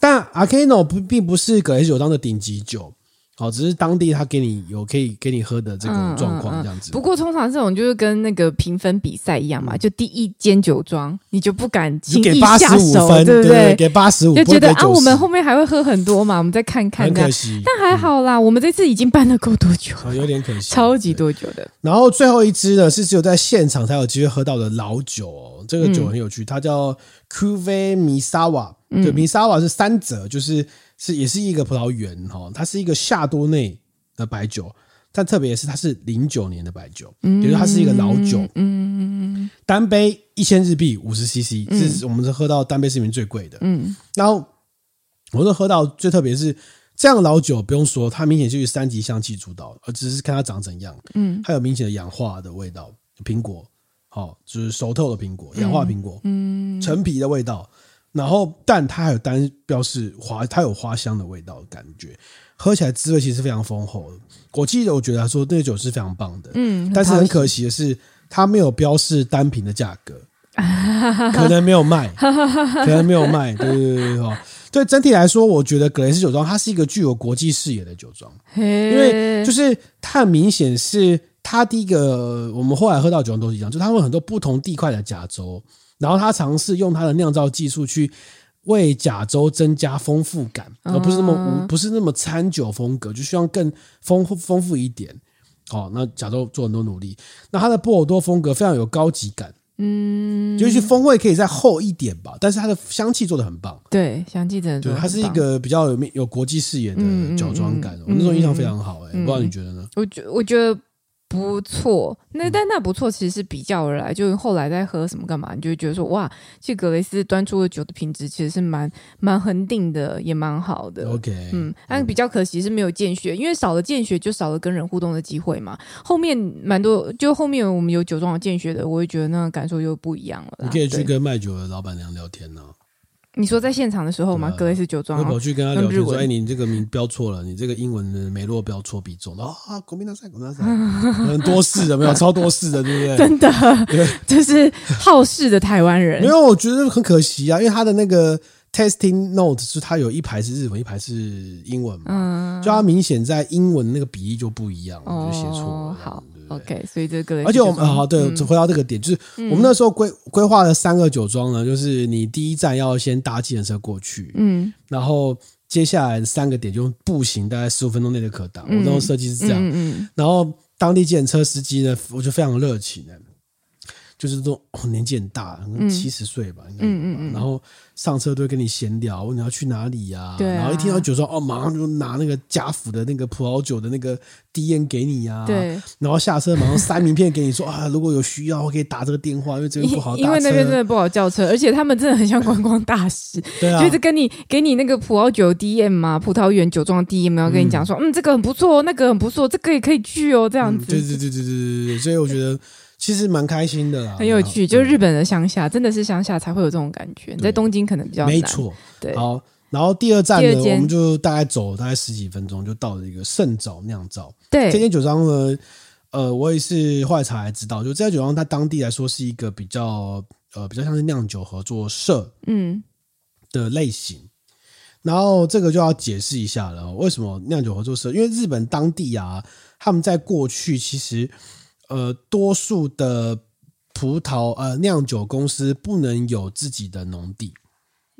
Speaker 1: 但 Arcano 不并不是葛雷酒庄的顶级酒，好，只是当地他给你有可以给你喝的这种状况这样子。
Speaker 2: 嗯不过通常这种就是跟那个评分比赛一样嘛，就第一间酒庄你就不敢
Speaker 1: 嗯就
Speaker 2: 轻
Speaker 1: 给
Speaker 2: 易
Speaker 1: 八
Speaker 2: 下
Speaker 1: 十五
Speaker 2: 手，
Speaker 1: 分，
Speaker 2: 对不
Speaker 1: 对对？？给八十五，
Speaker 2: 就觉得
Speaker 1: 不会给
Speaker 2: 啊，我们
Speaker 1: 90
Speaker 2: 后面还会喝很多嘛，我们再看看
Speaker 1: 很
Speaker 2: 这样
Speaker 1: 可。惜，
Speaker 2: 但还好啦，我们这次已经办了够多久，
Speaker 1: 啊，有点可惜，
Speaker 2: 超级
Speaker 1: 对。
Speaker 2: 多久的，
Speaker 1: 然后最后一支呢，是只有在现场才有机会喝到的老酒哦。这个酒很有趣，它叫 Cuve Misawa，对，Misawa 是三折，就是是也是一个葡萄园哈、哦，它是一个夏多内的白酒，但特别是它是零九年的白酒，也就是它是一个老酒，
Speaker 2: 嗯
Speaker 1: 单杯一千日币五十 CC，这是我们是喝到单杯是里面最贵的。
Speaker 2: 嗯，
Speaker 1: 然后我都喝到最特别是这样的老酒，不用说，它明显就是三级香气主导，而只是看它长怎样。
Speaker 2: 嗯，
Speaker 1: 它有明显的氧化的味道，苹果，好、就是熟透的苹果，氧化苹果，嗯，陈皮的味道。然后，但它还有单标示花，它有花香的味道，感觉喝起来滋味其实非常丰厚的。我记得我觉得他说那个酒是非常棒的，
Speaker 2: 嗯
Speaker 1: 但是很
Speaker 2: 很
Speaker 1: 可惜的是，它没有标示单瓶的价格， 可能没有卖，可能没有卖，对对对对对。哦对整体来说，我觉得格雷斯酒庄它是一个具有国际视野的酒庄，
Speaker 2: 因
Speaker 1: 因为就是它很明显是它第一个，我们后来喝到酒庄都是一样，就它会很多不同地块的甲州，然后它尝试用它的酿造技术去为甲州增加丰富感，而不是那么无不是那么餐酒风格，就希望更丰富丰富一点。哦，那甲州做很多努力，那它的波尔多风格非常有高级感，嗯，就是风味可以再厚一点吧，但是它的香气做的很棒。
Speaker 2: 对香气真的
Speaker 1: 对，
Speaker 2: 做得
Speaker 1: 它
Speaker 2: 嗯很
Speaker 1: 是一
Speaker 2: 棒
Speaker 1: 个比较有面有国际视野的
Speaker 2: 嗯嗯
Speaker 1: 酒庄感，哦
Speaker 2: 嗯
Speaker 1: 我那时候印象非常好、哎、
Speaker 2: 嗯
Speaker 1: 不知道你觉得呢？
Speaker 2: 我觉我觉得不错，
Speaker 1: 嗯
Speaker 2: 那但那不错，其实是比较而来，就是后来在喝什么干嘛，你就会觉得说哇，其实格雷斯端出的酒的品质其实是蛮蛮恒定的，也蛮好的。
Speaker 1: OK，
Speaker 2: 嗯，但比较可惜是没有见血，因为少了见血就少了跟人互动的机会嘛。后面蛮多，就后面我们有酒庄有见血的，我会觉得那个感受又不一样了啦。
Speaker 1: 你可以去
Speaker 2: 对
Speaker 1: 跟卖酒的老板娘聊天呢、
Speaker 2: 你说在现场的时候吗？
Speaker 1: 对啊
Speaker 2: 格雷斯酒庄
Speaker 1: 我跑
Speaker 2: 哦，
Speaker 1: 去跟他聊天
Speaker 2: 用日
Speaker 1: 说：“
Speaker 2: 文
Speaker 1: 哎、你这个名标错了，你这个英文的梅洛标错比重了啊！国民大赛，国民大赛，很多事的没有，超多事的，对不 对？
Speaker 2: 真的就是好事的台湾人
Speaker 1: 没。有，我觉得很可惜啊，因为他的那个 testing note 是他有一排是日文，一排是英文嘛，
Speaker 2: 嗯，
Speaker 1: 就他明显在英文那个比例就不一样，我
Speaker 2: 哦
Speaker 1: 就写错了。
Speaker 2: 好
Speaker 1: 对对对对
Speaker 2: OK，所以这个
Speaker 1: 而且我们
Speaker 2: 嗯
Speaker 1: 好、对，回到这个点，就是我们那时候规规划了三个酒庄呢，就是你第一站要先搭计程车过去，
Speaker 2: 嗯
Speaker 1: 然后接下来三个点就用步行，大概十五分钟内的可达。我
Speaker 2: 嗯
Speaker 1: 那时候设计是这样，
Speaker 2: 嗯嗯
Speaker 1: 然后当地计程车司机呢，我就非常热情的，就是这种、哦、年纪很大，七十岁吧，应该有吧
Speaker 2: 嗯嗯嗯
Speaker 1: 然后上车都会跟你闲聊，问你要去哪里呀、
Speaker 2: 对啊
Speaker 1: 然后一听到酒说哦，马上就拿那个家府的那个葡萄酒的那个滴验给你呀、
Speaker 2: 嗯，对，
Speaker 1: 然后下车马上塞名片给你说啊，如果有需要我可以打这个电话，因为这边不好
Speaker 2: 因
Speaker 1: 打
Speaker 2: 为
Speaker 1: 车
Speaker 2: 那边真的不好叫车，而且他们真的很像观光大使，
Speaker 1: 对啊
Speaker 2: 就，是跟你给你那个葡萄酒 DM 嘛，葡萄园酒庄 DM，然后跟你讲说，嗯，这个很不错，那个很不错，这个也可以去哦，这样
Speaker 1: 嗯
Speaker 2: 子，
Speaker 1: 对对对对对对对，所以我觉得其实蛮开心的啦，
Speaker 2: 很有
Speaker 1: 对
Speaker 2: 趣。就是日本的乡下，真的是乡下才会有这种感觉，你在东京可能比较难。
Speaker 1: 没，错，
Speaker 2: 对，
Speaker 1: 好。然后第二站呢，
Speaker 2: 第二
Speaker 1: 我
Speaker 2: 间
Speaker 1: 们就大概走大概十几分钟，就到了一个圣早酿造。这
Speaker 2: 对，
Speaker 1: 间酒庄呢，呃，我也是后来才知道，就这家酒庄它当地来说是一个比较呃比较像是酿酒合作社
Speaker 2: 嗯，
Speaker 1: 的类型。然后这个就要解释一下了哦，为什么酿酒合作社？因为日本当地啊，他们在过去其实呃，多数的葡萄呃酿酒公司不能有自己的农地，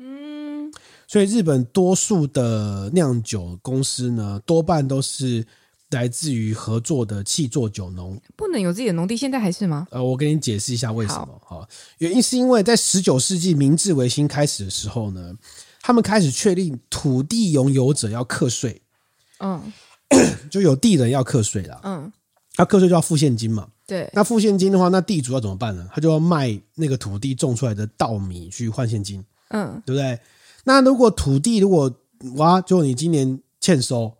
Speaker 1: 嗯，所以日本多数的酿酒公司呢，多半都是来自于合作的气作酒农，
Speaker 2: 不能有自己的农地，现在还是吗？
Speaker 1: 呃，我给你解释一下为什么哈、原因是因为在十九世纪明治维新开始的时候呢，他们开始确定土地拥有者要课税，
Speaker 2: 嗯
Speaker 1: 就有地人要课税啦。
Speaker 2: 嗯，
Speaker 1: 那课税就要付现金嘛。
Speaker 2: 对，
Speaker 1: 那付现金的话，那地主要怎么办呢？他就要卖那个土地种出来的稻米去换现金，
Speaker 2: 嗯
Speaker 1: 对不对？那如果土地如果哇，就你今年欠收，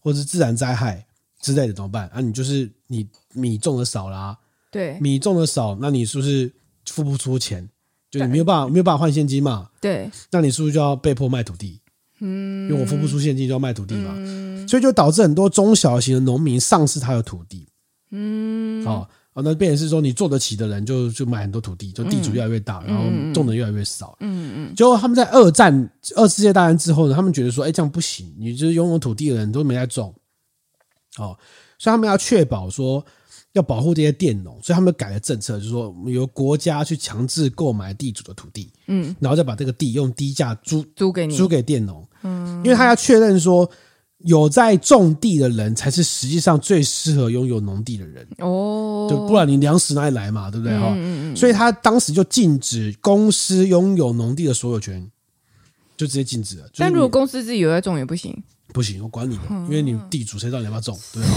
Speaker 1: 或是自然灾害之类的怎么办？啊，你就是你米种的少啦、
Speaker 2: 对
Speaker 1: 米种的少，那你是不是付不出钱？就你没有办法，没有办法换现金嘛？
Speaker 2: 对，
Speaker 1: 那你是不是就要被迫卖土地？嗯，因为我付不出现金，就要卖土地嘛，所以就导致很多中小型的农民丧失他的土地。嗯，哦，哦那变成是说，你做得起的人就就买很多土地，就地主越来越大，然后种的越来越少。嗯嗯，结果他们在二战、二次世界大战之后呢，他们觉得说，哎，这样不行，你就是拥有土地的人都没在种，哦，所以他们要确保说。要保护这些佃农，所以他们改了政策，就是说由国家去强制购买地主的土地，
Speaker 2: 嗯，
Speaker 1: 然后再把这个地用低价租
Speaker 2: 租给你，
Speaker 1: 租给佃农，
Speaker 2: 嗯
Speaker 1: 因为他要确认说有在种地的人才是实际上最适合拥有农地的人，
Speaker 2: 哦，
Speaker 1: 就不然你粮食哪里来嘛，对不对哈？
Speaker 2: 嗯嗯嗯，
Speaker 1: 所以他当时就禁止公司拥有农地的所有权，就直接禁止了。就是
Speaker 2: 但
Speaker 1: 你
Speaker 2: 如果公司自己有在种也不行，
Speaker 1: 不行，我管你的，因为你地主谁知道你要不要种，对吧？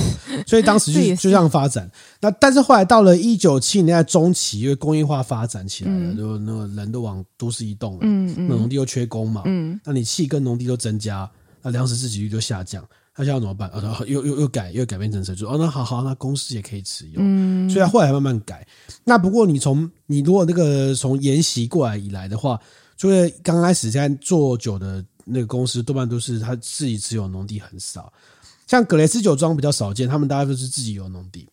Speaker 1: 所以当时就
Speaker 2: 哦这也是
Speaker 1: 就这样发展。那但是后来到了一九七零年代中期，因为工业化发展起来了，就那个人都往都市移动了，
Speaker 2: 嗯
Speaker 1: 那农地又缺工嘛，
Speaker 2: 嗯
Speaker 1: 那你气跟农地都增加，那粮食自给率就下降，那现在要怎么办？啊、然后又又又改又改变政策，就说哦，那好好，那公司也可以持有，
Speaker 2: 嗯
Speaker 1: 所以后来慢慢改。那不过你从你如果那个从研习过来以来的话，就会刚开始现在做酒的那个公司，多半都是他自己持有农地很少，像格雷斯酒庄比较少见，他们大概都是自己有农地。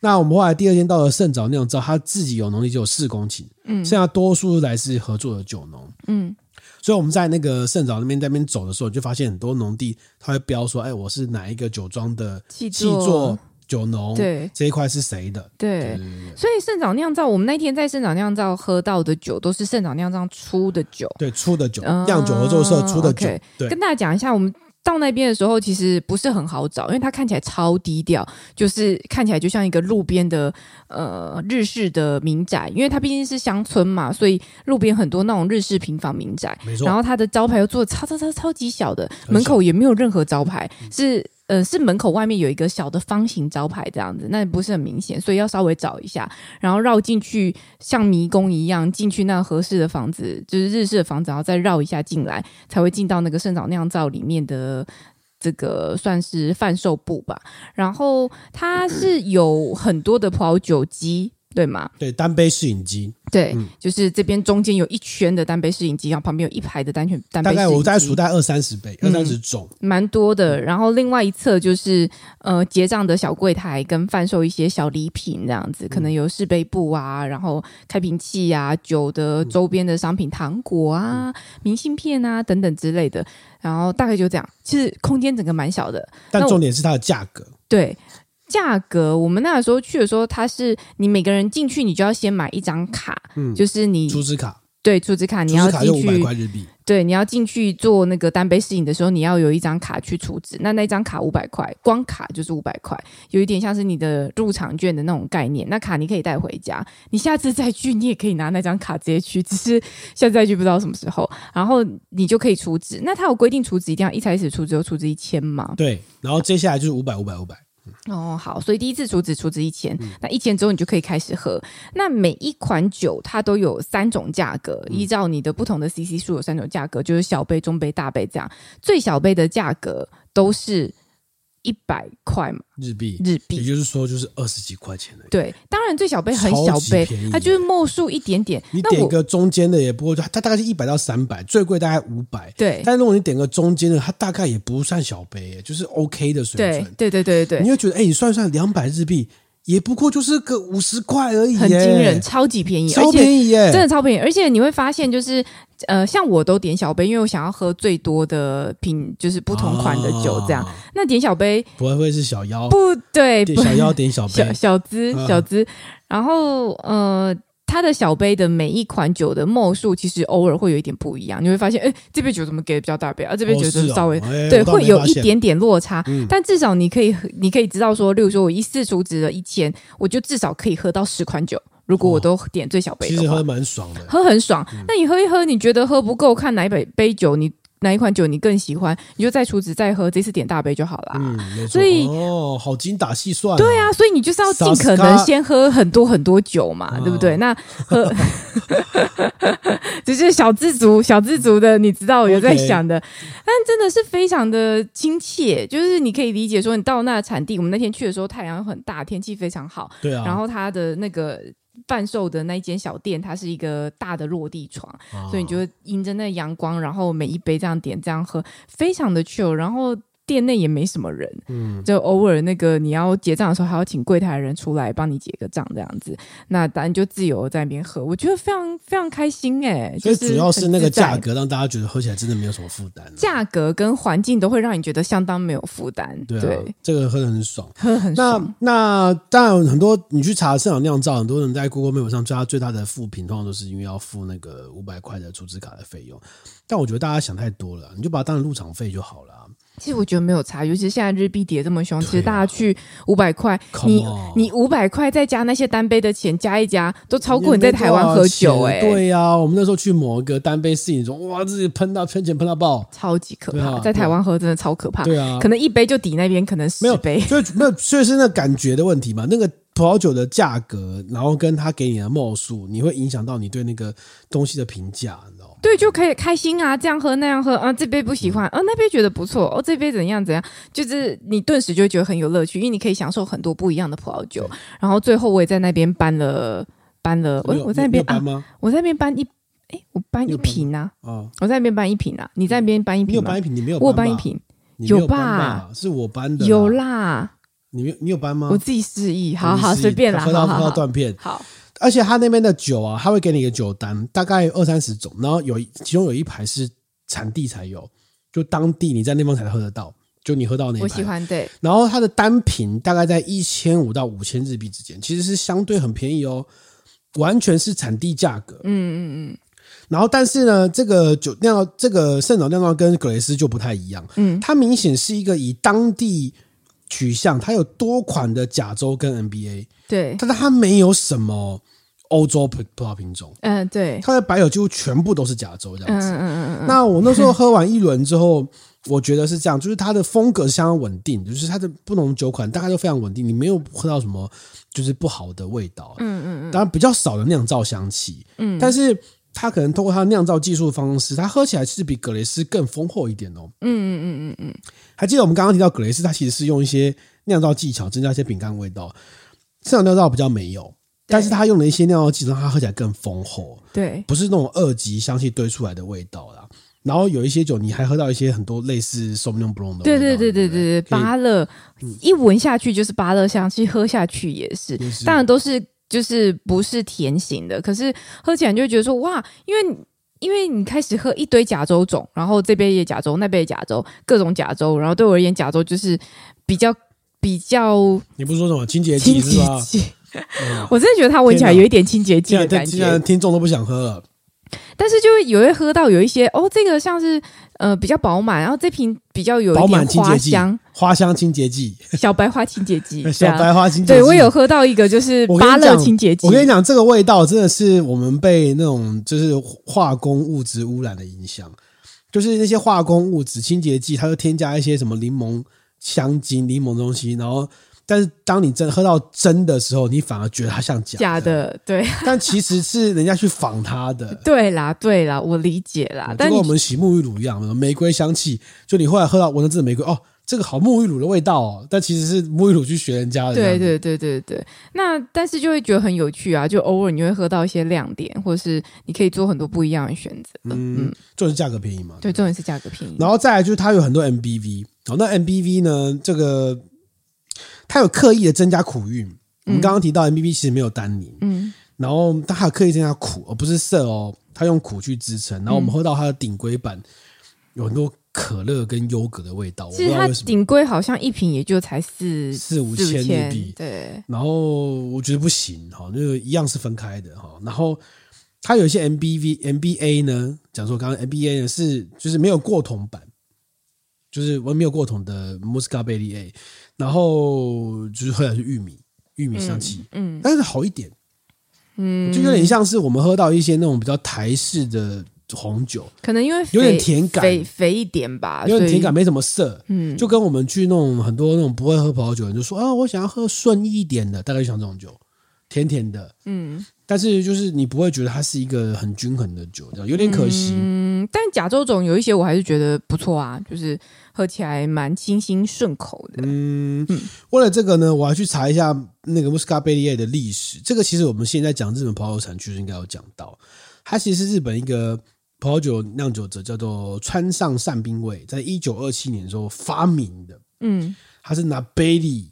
Speaker 1: 那我们后来第二天到了圣早酿造，他自己有农地只有四公顷，
Speaker 2: 嗯
Speaker 1: 剩下多数来自合作的酒农。
Speaker 2: 嗯，
Speaker 1: 所以我们在那个圣早那边在那边走的时候，就发现很多农地它会标说，哎，我是哪一个酒庄的
Speaker 2: 气
Speaker 1: 气作酒农，
Speaker 2: 对
Speaker 1: 这一块是谁的？对
Speaker 2: 对，
Speaker 1: 对对
Speaker 2: 所以盛长酿造，我们那天在盛长酿造喝到的酒都是盛长酿造出的酒，
Speaker 1: 对，出的酒，
Speaker 2: 嗯
Speaker 1: 酿酒合作社出的酒
Speaker 2: OK，
Speaker 1: 对
Speaker 2: 跟大家讲一下，我们到那边的时候其实不是很好找，因为它看起来超低调，就是看起来就像一个路边的呃日式的民宅，因为它毕竟是乡村嘛，所以路边很多那种日式平房民宅。
Speaker 1: 没
Speaker 2: 然
Speaker 1: 错，
Speaker 2: 后它的招牌又做得超超超超级小的，
Speaker 1: 小
Speaker 2: 门口也没有任何招牌，是呃是门口外面有一个小的方形招牌这样子，那不是很明显，所以要稍微找一下，然后绕进去像迷宫一样进去那合适的房子，就是日式的房子，然后再绕一下进来，才会进到那个圣早酿造里面的。这个算是贩售部吧，然后它是有很多的葡萄酒机，对吗？
Speaker 1: 对，单杯试饮机，
Speaker 2: 对，
Speaker 1: 嗯
Speaker 2: 就是这边中间有一圈的单杯摄影机，然后旁边有一排的单圈单杯
Speaker 1: 大
Speaker 2: 摄影
Speaker 1: 概
Speaker 2: 机，
Speaker 1: 我在数嗯大概二三十杯，二
Speaker 2: 嗯
Speaker 1: 三十种，
Speaker 2: 蛮多的。然后另外一侧就是呃结账的小柜台跟贩售一些小礼品这样
Speaker 1: 嗯
Speaker 2: 子，可能有试杯布啊，然后开瓶器啊、酒的周边的商品、糖果
Speaker 1: 嗯
Speaker 2: 啊、明信片啊等等之类的。然后大概就这样，其实空间整个蛮小的，
Speaker 1: 但
Speaker 2: 那我
Speaker 1: 重点是它的价格，
Speaker 2: 对。价格，我们那时候去的时候，它是你每个人进去，你就要先买一张卡，
Speaker 1: 嗯，
Speaker 2: 就是你
Speaker 1: 储值卡，
Speaker 2: 对储值卡，你
Speaker 1: 储
Speaker 2: 要
Speaker 1: 值卡
Speaker 2: 进
Speaker 1: 就五百
Speaker 2: 去，
Speaker 1: 块日币，
Speaker 2: 对，你要进去做那个单杯试饮的时候，你要有一张卡去储值，那那张卡五百块，光卡就是五百块，有一点像是你的入场券的那种概念。那卡你可以带回家，你下次再去，你也可以拿那张卡直接去，只是下次再去不知道什么时候，然后你就可以储值。那它有规定储值一定要一开始储值就储值一千吗？
Speaker 1: 对，然后接下来就是五百五百五百，
Speaker 2: 哦，好，所以第一次储值储值一千、
Speaker 1: 嗯
Speaker 2: 那一千之后你就可以开始喝。那每一款酒它都有三种价格，
Speaker 1: 嗯
Speaker 2: 依照你的不同的 CC 数有三种价格，就是小杯、中杯、大杯这样。最小杯的价格都是一百块嘛
Speaker 1: 日币，
Speaker 2: 日
Speaker 1: 也
Speaker 2: 币。
Speaker 1: 就是说就是二十几块钱而已。
Speaker 2: 对，当然最小杯很小
Speaker 1: 超级
Speaker 2: 杯
Speaker 1: 便宜，
Speaker 2: 它就是墨数一点点。
Speaker 1: 你
Speaker 2: 那
Speaker 1: 点
Speaker 2: 我
Speaker 1: 个中间的也不会，它大概是一百到三百，最贵大概五百。
Speaker 2: 对
Speaker 1: 但如果你点个中间的，它大概也不算小杯，就是 OK 的水
Speaker 2: 对
Speaker 1: 准。
Speaker 2: 对对对对
Speaker 1: 你会觉得，哎、你算算两百日币，也不过就是个五十块而已，
Speaker 2: 对，很惊人，，超级便宜，
Speaker 1: 超
Speaker 2: 而且
Speaker 1: 便宜耶！
Speaker 2: 真的超便宜，而且你会发现，就是呃，像我都点小杯，因为我想要喝最多的品，就是不同款的酒这样。
Speaker 1: 啊
Speaker 2: 那点小杯
Speaker 1: 不会会是小妖，
Speaker 2: 不对，
Speaker 1: 点
Speaker 2: 不
Speaker 1: 小妖点小
Speaker 2: 小
Speaker 1: 杯，
Speaker 2: 小资
Speaker 1: 嗯
Speaker 2: 小资，然后呃。它的小杯的每一款酒的墨数，其实偶尔会有一点不一样。你会发现，哎、这杯酒怎么给的比较大杯啊？这杯
Speaker 1: 哦
Speaker 2: 酒就是稍微、
Speaker 1: 哦哎
Speaker 2: 对，
Speaker 1: 我倒
Speaker 2: 会
Speaker 1: 没
Speaker 2: 有
Speaker 1: 发
Speaker 2: 一
Speaker 1: 现
Speaker 2: 点点落差。
Speaker 1: 嗯
Speaker 2: 但至少你可以，你可以知道说，例如说我一次储值了一千，我就至少可以喝到十款酒。如果我
Speaker 1: 哦
Speaker 2: 都点最小杯
Speaker 1: 其
Speaker 2: 的话，啊
Speaker 1: 实喝得蛮爽 的。
Speaker 2: 喝很爽。
Speaker 1: 嗯
Speaker 2: 那你喝一喝，你觉得喝不够，看哪一杯杯酒你哪一款酒你更喜欢，你就再出值再喝，这次点大杯就好啦。
Speaker 1: 嗯，没错。
Speaker 2: 所以
Speaker 1: 哦，好精打细算、
Speaker 2: 对，啊，所以你就是要尽可能先喝很多很多酒嘛，
Speaker 1: 嗯
Speaker 2: 对不对？那喝， 只是小自足、小自足的，你知道我有在
Speaker 1: OK
Speaker 2: 想的但真的是非常的亲切，就是你可以理解说，你到那产地，我们那天去的时候太阳很大，天气非常好，
Speaker 1: 对啊。
Speaker 2: 然后它的那个贩售的那一间小店，它是一个大的落地窗，
Speaker 1: 啊
Speaker 2: 所以你就会迎着那阳光，然后每一杯这样点这样喝，非常的 chill。然后店内也没什么人，
Speaker 1: 嗯，
Speaker 2: 就偶尔那个你要结账的时候，还要请柜台的人出来帮你结个账这样子。那当然就自由地在那边喝，我觉得非常非常开心哎、
Speaker 1: 所以
Speaker 2: 就
Speaker 1: 主要是那个
Speaker 2: 很自在
Speaker 1: 价。格让大家觉得喝起来真的没有什么负担、啊
Speaker 2: 价格跟环境都会让你觉得相当没有负担，
Speaker 1: 对
Speaker 2: 对,、
Speaker 1: 啊，这个喝的很爽。
Speaker 2: 喝很
Speaker 1: 那
Speaker 2: 爽。
Speaker 1: 那当然，很多你去查圣岛酿造，很多人在 Google Map 上最大最大的负评，通常都是因为要付那个五百块的储值卡的费用。但我觉得大家想太多了，你就把它当成入场费就好了啊。
Speaker 2: 其实我觉得没有差，尤其是现在日币跌这么凶，其
Speaker 1: 对
Speaker 2: 实
Speaker 1: 啊
Speaker 2: 大家去五百块，
Speaker 1: Come
Speaker 2: 你
Speaker 1: on
Speaker 2: 你五百块再加那些单杯的钱加一加，都超过你在台湾喝酒哎、
Speaker 1: 啊对呀、我们那时候去某一个单杯试饮中，哇，自己喷到喷钱喷到爆。
Speaker 2: 超级可
Speaker 1: 对
Speaker 2: 怕，
Speaker 1: 啊
Speaker 2: 在台湾喝真的超可怕，
Speaker 1: 对啊，
Speaker 2: 可能一杯就抵那边可能
Speaker 1: 没
Speaker 2: 十
Speaker 1: 有
Speaker 2: 杯，
Speaker 1: 所以没有，所以是那感觉的问题嘛。那个葡萄酒的价格，然后跟他给你的墨数，你会影响到你对那个东西的评价，你知道吗？
Speaker 2: 对，就可以开心啊，这样喝那样喝啊，这杯不喜欢啊，那杯觉得不错哦，这杯怎样怎样，就是你顿时就会觉得很有乐趣，因为你可以享受很多不一样的葡萄酒。然后最后我也在那边搬了搬了，我
Speaker 1: 你有
Speaker 2: 我在那
Speaker 1: 你有
Speaker 2: 边
Speaker 1: 搬
Speaker 2: 啊，
Speaker 1: 吗？
Speaker 2: 我在那边搬一。哎，我搬
Speaker 1: 你
Speaker 2: 一
Speaker 1: 有搬吗
Speaker 2: 瓶啊！
Speaker 1: 啊，
Speaker 2: 我在那边搬一瓶啊！你在那边搬一
Speaker 1: 你有
Speaker 2: 瓶吗
Speaker 1: 搬？一瓶，你没有
Speaker 2: 我有
Speaker 1: 搬
Speaker 2: 搬一
Speaker 1: 吧
Speaker 2: 瓶，
Speaker 1: 你没有
Speaker 2: 有
Speaker 1: 搬
Speaker 2: 吧
Speaker 1: 吧？是我搬的，
Speaker 2: 有。啦，
Speaker 1: 你没有你有搬吗？
Speaker 2: 我啊自己示意。
Speaker 1: 哦
Speaker 2: 好
Speaker 1: 你
Speaker 2: 好，
Speaker 1: 自己
Speaker 2: 随便啦，
Speaker 1: 喝到
Speaker 2: 好
Speaker 1: 喝
Speaker 2: 好
Speaker 1: 到
Speaker 2: 好。
Speaker 1: 断片。
Speaker 2: 好，
Speaker 1: 而且他那边的酒啊，他会给你一个酒单，大概有二三十种，然后有一其中有一排是产地才有，就当地你在那方才喝得到，就你喝到那一
Speaker 2: 我
Speaker 1: 排。
Speaker 2: 喜欢对，
Speaker 1: 然后它的单品大概在一千五到五千日币之间，其实是相对很便宜哦，完全是产地价格。
Speaker 2: 嗯嗯
Speaker 1: 然后，但是呢，这个酒酿造这个圣岛酿造跟格雷斯就不太一样，
Speaker 2: 嗯
Speaker 1: 它明显是一个以当地取向，它有多款的甲州跟 NBA，
Speaker 2: 嗯，对，
Speaker 1: 但是它没有什么欧洲葡葡萄品种，
Speaker 2: 嗯对，
Speaker 1: 它的白酒几乎全部都是甲州这
Speaker 2: 嗯
Speaker 1: 样子。
Speaker 2: 嗯嗯嗯嗯，
Speaker 1: 那我那时候喝完一轮之后，我觉得是这样，就是它的风格是相当稳定，就是它的不同酒款大概都非常稳定，你没有喝到什么就是不好的味道，啊
Speaker 2: 嗯嗯嗯
Speaker 1: 当然比较少的酿造香气，
Speaker 2: 嗯，
Speaker 1: 但是它可能通过它的酿造技术方式，它喝起来是比格雷斯更丰厚一点哦。
Speaker 2: 嗯嗯嗯嗯嗯，
Speaker 1: 还记得我们刚刚提到格雷斯，它其实是用一些酿造技巧增加一些饼干味道，这种酿造比较没有，但是它用了一些酿造技巧，让它喝起来更丰厚。
Speaker 2: 对，
Speaker 1: 不是那种二级香气堆出来的味道啦。然后有一些酒，你还喝到一些很多类似 s o m n o n b l o n 的味
Speaker 2: 对
Speaker 1: 道。
Speaker 2: 对对对
Speaker 1: 不
Speaker 2: 对对，
Speaker 1: 可以
Speaker 2: 芭乐一闻下去就是芭乐香气，喝下去也是
Speaker 1: 嗯也是，
Speaker 2: 当然都是就是不是甜型的，可是喝起来你就会觉得说哇，因为你。因为你开始喝一堆甲州种，然后这边也甲州，那边也甲州，各种甲州，然后对我而言，甲州就是比较比较
Speaker 1: 你不是说什么清洁
Speaker 2: 清
Speaker 1: 剂
Speaker 2: 洁
Speaker 1: 是吧？
Speaker 2: 剂。
Speaker 1: 嗯
Speaker 2: 我真的觉得它闻起来有一点清洁剂
Speaker 1: 现
Speaker 2: 的
Speaker 1: 在
Speaker 2: 感
Speaker 1: 现在
Speaker 2: 觉，
Speaker 1: 听众都不想喝了，
Speaker 2: 但是就会有会喝到有一些哦，这个像是呃比较饱满，然后这瓶比较有一
Speaker 1: 饱
Speaker 2: 点
Speaker 1: 满清
Speaker 2: 花
Speaker 1: 洁剂
Speaker 2: 香，
Speaker 1: 花香清洁剂，，
Speaker 2: 小白花清洁剂 这
Speaker 1: 小
Speaker 2: 样
Speaker 1: 白花清洁剂。
Speaker 2: 对我有喝到一个就是
Speaker 1: 我跟你
Speaker 2: 芭乐
Speaker 1: 讲
Speaker 2: 清洁剂，
Speaker 1: 我跟你讲，这个味道真的是我们被那种就是化工物质污染的影响，就是那些化工物质清洁剂，它会添加一些什么柠檬香精、柠檬东西，然后但是当你真喝到真的时候，你反而觉得它像假
Speaker 2: 假，的，对
Speaker 1: 但其实是人家去仿它的。
Speaker 2: 对啦，对啦，我理解啦，
Speaker 1: 就
Speaker 2: 但
Speaker 1: 跟
Speaker 2: 你
Speaker 1: 我们洗沐浴乳一样，玫瑰香气，就你后来喝到闻到这个玫瑰，哦，这个好沐浴乳的味道哦，但其实是沐浴乳去学人家的这样
Speaker 2: 对
Speaker 1: 子。
Speaker 2: 对对对对，那但是就会觉得很有趣啊，就偶尔你会喝到一些亮点，或是你可以做很多不一样的选择。
Speaker 1: 嗯，就是价格便宜嘛。
Speaker 2: 对，重点是价格便宜。
Speaker 1: 然后再来就是它有很多 MBV，哦，那 MBV 呢，这个它有刻意的增加苦韵。我们刚刚提到 MBV 其实没有单宁，
Speaker 2: 嗯，
Speaker 1: 然后它还有刻意增加苦，而不是涩哦，它用苦去支撑。然后我
Speaker 2: 嗯
Speaker 1: 们喝到它的顶规版，有很多可乐跟优格的味道，我不
Speaker 2: 其
Speaker 1: 知
Speaker 2: 实
Speaker 1: 道
Speaker 2: 它
Speaker 1: 为什么
Speaker 2: 顶规好像一瓶也就才四
Speaker 1: 四五
Speaker 2: 四
Speaker 1: 千
Speaker 2: 五
Speaker 1: 日
Speaker 2: 千
Speaker 1: 币，，
Speaker 2: 对，
Speaker 1: 然后我觉得不行，哈，那个一样是分开的哈。然后它有一些 MBV、MBA 呢，讲说刚刚 MBA 呢是就是没有过桶版，就是我没有过桶的 Musca b a i l e A，然后就是喝的是玉米玉米香气，
Speaker 2: 嗯
Speaker 1: 但是好一点，
Speaker 2: 嗯，
Speaker 1: 就有点像是我们喝到一些那种比较台式的红酒，
Speaker 2: 可能因为
Speaker 1: 有点
Speaker 2: 肥
Speaker 1: 甜感
Speaker 2: 肥肥一点吧，
Speaker 1: 有
Speaker 2: 所
Speaker 1: 点
Speaker 2: 以
Speaker 1: 甜感，没什么涩。
Speaker 2: 嗯，
Speaker 1: 就跟我们去那种很多那种不会喝葡萄酒的人就说啊，我想要喝顺一点的，大概就像这种酒，甜甜的，
Speaker 2: 嗯
Speaker 1: 但是就是你不会觉得它是一个很均衡的酒，这样有点可惜。
Speaker 2: 嗯，但甲州种有一些我还是觉得不错啊，就是喝起来蛮清新顺口的。
Speaker 1: 嗯，为了这个呢，我还去查一下那个 Muscat b a i l e 的历史。这个其实我们现在讲日本葡萄酒产区应该有讲到，它其实是日本一个葡萄酒酿酒者叫做川上善兵卫，在一九二七年的时候发明的。
Speaker 2: 嗯
Speaker 1: 他是拿 Bailey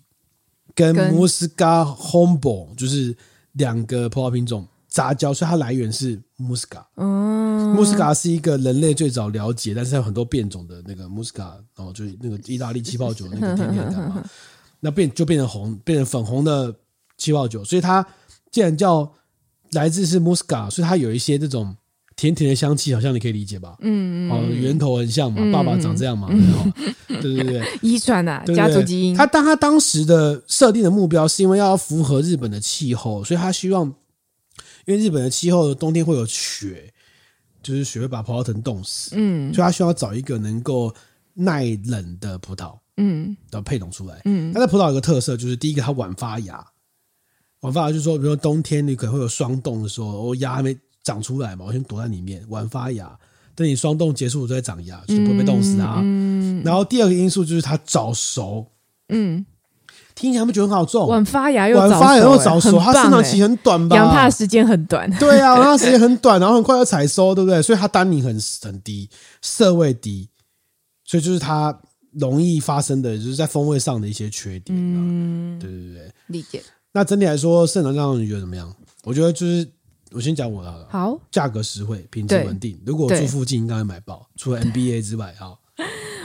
Speaker 1: 跟
Speaker 2: 跟
Speaker 1: Musca Humble 就是两个葡萄品种杂交，所以它来源是 Musca。
Speaker 2: 嗯，
Speaker 1: 穆斯卡是一个人类最早了解，但是它有很多变种的那个穆斯卡，然后就是那个意大利气泡酒的那个甜甜 感嘛，那变就变成红，变成粉红的气泡酒，所以它既然叫来自是穆斯卡，所以它有一些这种甜甜的香气，好像你可以理解吧？
Speaker 2: 嗯，
Speaker 1: 哦，源头很像嘛，爸爸长这样 嘛，对哦对对对，
Speaker 2: 遗传啊，
Speaker 1: 对
Speaker 2: 家
Speaker 1: 不
Speaker 2: 族
Speaker 1: 对
Speaker 2: 基因。
Speaker 1: 他当他当时的设定的目标是因为要符合日本的气候，所以他希望，因为日本的气候冬天会有雪，就是雪会把葡萄藤冻死，
Speaker 2: 嗯
Speaker 1: 所以他需要找一个能够耐冷的葡萄
Speaker 2: 嗯
Speaker 1: 的配种出来。
Speaker 2: 嗯
Speaker 1: 它的葡萄有个特色，就是第一个它晚发芽，晚发芽就是说，比如说冬天你可能会有霜冻的时候，哦我、芽还没长出来嘛，我先躲在里面晚发芽，等你霜冻结束我再长芽，就是不会被冻死啊。
Speaker 2: 嗯
Speaker 1: 然后第二个因素就是它早熟。
Speaker 2: 嗯，
Speaker 1: 听起来不觉得很好中？
Speaker 2: 晚发芽又
Speaker 1: 哦晚
Speaker 2: 早
Speaker 1: 发也
Speaker 2: 熟
Speaker 1: 又
Speaker 2: 欸
Speaker 1: 早熟，
Speaker 2: 很
Speaker 1: 它
Speaker 2: 棒
Speaker 1: 生长
Speaker 2: 欸
Speaker 1: 期很短吧？
Speaker 2: 养它的时间很短。
Speaker 1: 对啊，然后它时间很短，然后很快就采收，对不对？所以它单宁很很低，涩味低，所以就是它容易发生的就是在风味上的一些缺点啊。
Speaker 2: 嗯，
Speaker 1: 对对对，
Speaker 2: 理解。
Speaker 1: 那整体来说，圣能让你觉得怎么样？我觉得就是我先讲我的好了，
Speaker 2: 好，
Speaker 1: 价格实惠，品质
Speaker 2: 对
Speaker 1: 稳定。如果我
Speaker 2: 对
Speaker 1: 住附近，应该会买爆，除了 NBA 之外啊。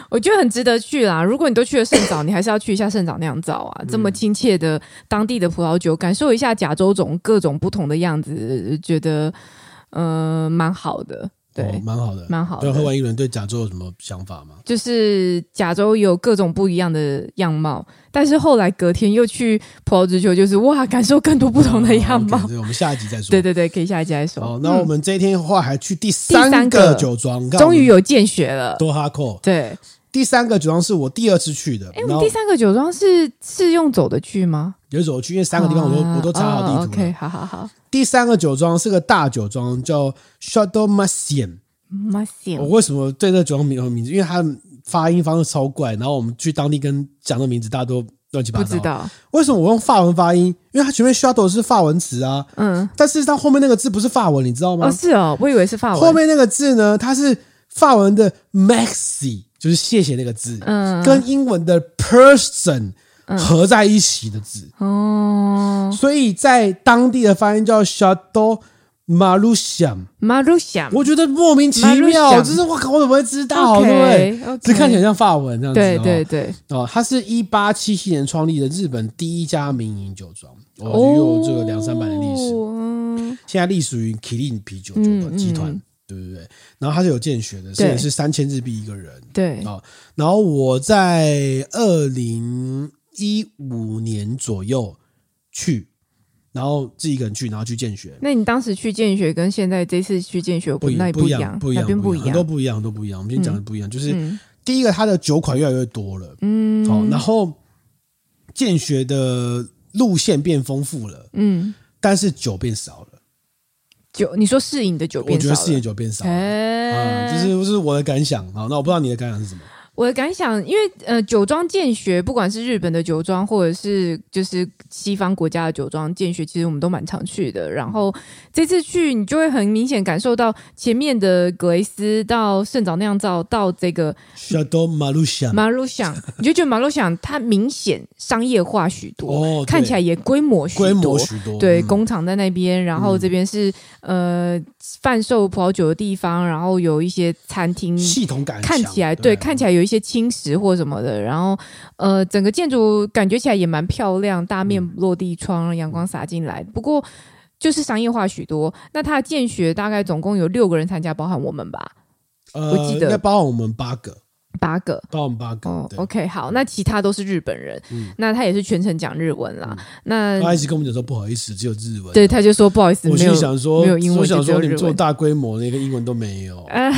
Speaker 2: 我觉得很值得去啦。如果你都去了圣早，你还是要去一下圣早酿造
Speaker 1: 嗯
Speaker 2: 啊，这么亲切的当地的葡萄酒，感受一下甲州种各种不同的样子，觉得呃蛮好的。对，
Speaker 1: 哦蛮好的。
Speaker 2: 蛮好
Speaker 1: 对，喝
Speaker 2: 的。
Speaker 1: 完一轮对甲州有什么想法吗？
Speaker 2: 就是甲州有各种不一样的样貌，但是后来隔天又去葡萄之丘，就是哇，感受更多不同的样貌哦
Speaker 1: 好。，OK，这个我们下一集再说。
Speaker 2: 对对对，可以下一集来说。
Speaker 1: 好，那我们这一天的话还去第
Speaker 2: 嗯第
Speaker 1: 三
Speaker 2: 三
Speaker 1: 个
Speaker 2: 个
Speaker 1: 酒庄，
Speaker 2: 嗯终于有见血了。
Speaker 1: 多哈扣。
Speaker 2: 对，
Speaker 1: 第三个酒庄是我第二次去的，
Speaker 2: 哎，我
Speaker 1: 然
Speaker 2: 们
Speaker 1: 后
Speaker 2: 第三个酒庄是是用走的去吗？
Speaker 1: 有走去，因为三个地方我都、
Speaker 2: 啊
Speaker 1: 我都查好
Speaker 2: 哦
Speaker 1: 地图了。
Speaker 2: OK，好好好，
Speaker 1: 第三个酒庄是个大酒庄，叫 Shadow m a s i a n
Speaker 2: 马行
Speaker 1: 我，为什么对这个酒庄没有名字？因为它的发音方式超怪，然后我们去当地跟讲的名字大家都乱七八
Speaker 2: 不
Speaker 1: 糟
Speaker 2: 知。道，
Speaker 1: 为什么我用法文发音？因为它前面 Shadow 是法文词啊，
Speaker 2: 嗯，
Speaker 1: 但是它后面那个字不是法文，你知道吗？
Speaker 2: 哦是哦，我以为是法文，
Speaker 1: 后面那个字呢，它是法文的 maxi，就是谢谢那个字，
Speaker 2: 嗯
Speaker 1: 跟英文的 person 合在一起的字，
Speaker 2: 哦，
Speaker 1: 所以在当地的发音叫 shadow 马路想，
Speaker 2: 马路想，
Speaker 1: 我觉得莫名其妙，就是我靠，我怎么会知道对不对？
Speaker 2: OK，
Speaker 1: 只看起来
Speaker 2: 来，
Speaker 1: 像法文这样子、哦，
Speaker 2: 对对对，
Speaker 1: 哦，它是一八七七年创立的日本第一家民营酒庄，哦，有这个两三百年历史，
Speaker 2: 史，
Speaker 1: 现在隶属于麒麟啤酒酒
Speaker 2: 嗯
Speaker 1: 的集团，
Speaker 2: 嗯
Speaker 1: 对不对？然后它是有见血的，
Speaker 2: 对
Speaker 1: 也是三千日币一个人。
Speaker 2: 对，
Speaker 1: 哦，然后我在二零一五年左右去，然后自己一个人去，然后去见血。
Speaker 2: 那你当时去见学跟现在这次去见学，
Speaker 1: 一
Speaker 2: 那也
Speaker 1: 不
Speaker 2: 一
Speaker 1: 样，不一
Speaker 2: 哪
Speaker 1: 样，
Speaker 2: 边
Speaker 1: 不
Speaker 2: 一
Speaker 1: 很多
Speaker 2: 样？
Speaker 1: 不一样，很多不一样。我们先讲的不一样，就是
Speaker 2: 嗯
Speaker 1: 第一个，它的酒款越来越多了，
Speaker 2: 嗯，
Speaker 1: 好、然后建学的路线变丰富了，
Speaker 2: 嗯，
Speaker 1: 但是酒变少了。
Speaker 2: 酒，你说试饮的酒
Speaker 1: 我
Speaker 2: 变
Speaker 1: 觉
Speaker 2: 少
Speaker 1: 得
Speaker 2: 了，
Speaker 1: 四年酒变少了，
Speaker 2: 哎
Speaker 1: 啊、这是这是我的感想。好，那我不知道你的感想是什么。
Speaker 2: 我的感想，因为呃，酒庄建学，不管是日本的酒庄，或者是就是西方国家的酒庄建学，其实我们都蛮常去的。然后这次去，你就会很明显感受到前面的格雷斯到圣早酿造到 这个
Speaker 1: Shadow Malusha，
Speaker 2: 马路想，你就觉得马路想它明显商业化许多，
Speaker 1: 哦，对
Speaker 2: 看起来也规模许多，
Speaker 1: 规模许多，
Speaker 2: 对，
Speaker 1: 嗯
Speaker 2: 工厂在那边，然后这边是、呃贩售葡萄酒的地方，然后有一些餐厅
Speaker 1: 系统感很
Speaker 2: 看
Speaker 1: 强
Speaker 2: 起来对，看起来有一些侵蚀或什么的，然后呃，整个建筑感觉起来也蛮漂亮，大面
Speaker 1: 嗯
Speaker 2: 落地窗，阳光洒进来。不过就是商业化许多。那它的建学大概总共有六个人参加，包含我们吧，
Speaker 1: 呃，
Speaker 2: 我记得
Speaker 1: 应该包含我们八个，
Speaker 2: 八个。
Speaker 1: 包含我们八个。
Speaker 2: 哦
Speaker 1: 对，
Speaker 2: ，OK，好，那其他都是日本人，
Speaker 1: 嗯
Speaker 2: 那他也是全程讲日文啦。
Speaker 1: 他
Speaker 2: 那
Speaker 1: 一直跟我们讲说不好意思，只有日文。
Speaker 2: 对，他就说不好意思，
Speaker 1: 我
Speaker 2: 没
Speaker 1: 心
Speaker 2: 有
Speaker 1: 里想说，
Speaker 2: 没有英文
Speaker 1: 我想
Speaker 2: 就只有
Speaker 1: 说
Speaker 2: 日
Speaker 1: 你
Speaker 2: 文
Speaker 1: 们做大规模，连个英文都没 有。
Speaker 2: 啊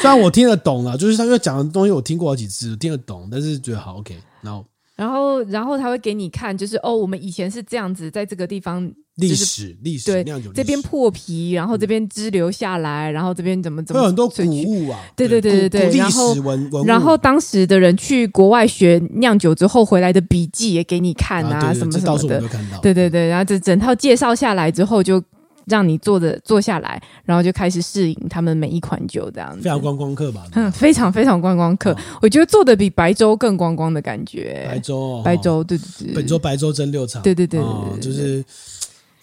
Speaker 1: 虽然我听得懂啦，就是他要讲的东西我听过好几次，听得懂，但是觉得好 OK。然后
Speaker 2: 然后，然后他会给你看，就是哦，我们以前是这样子，在这个地方
Speaker 1: 历史历史
Speaker 2: 对
Speaker 1: 酿酒历史
Speaker 2: 这边破皮，然后这边支流下来，然后这边怎么怎
Speaker 1: 会
Speaker 2: 么
Speaker 1: 有很多古
Speaker 2: 萃取
Speaker 1: 物啊，
Speaker 2: 对对对对
Speaker 1: 古
Speaker 2: 对
Speaker 1: 古历
Speaker 2: 然后
Speaker 1: 史文文物，啊
Speaker 2: 然后当时的人去国外学酿酒之后回来的笔记也给你看
Speaker 1: 啊
Speaker 2: 啊，
Speaker 1: 对对
Speaker 2: 什么
Speaker 1: 这
Speaker 2: 什
Speaker 1: 到
Speaker 2: 么
Speaker 1: 处我们
Speaker 2: 的
Speaker 1: 都，看到。
Speaker 2: 对对对，然后这整套介绍下来之后，就让你坐着坐下来，然后就开始试饮他们每一款酒这样
Speaker 1: 非
Speaker 2: 子。
Speaker 1: 常观光客吧，
Speaker 2: 嗯，非常非常观光客，我觉得做的比白粥更观光的感
Speaker 1: 白
Speaker 2: 觉。
Speaker 1: 州哦
Speaker 2: 嗯白粥，对对对
Speaker 1: 本，周白粥蒸六场，
Speaker 2: 对对对对
Speaker 1: 哦
Speaker 2: 对对
Speaker 1: 就是。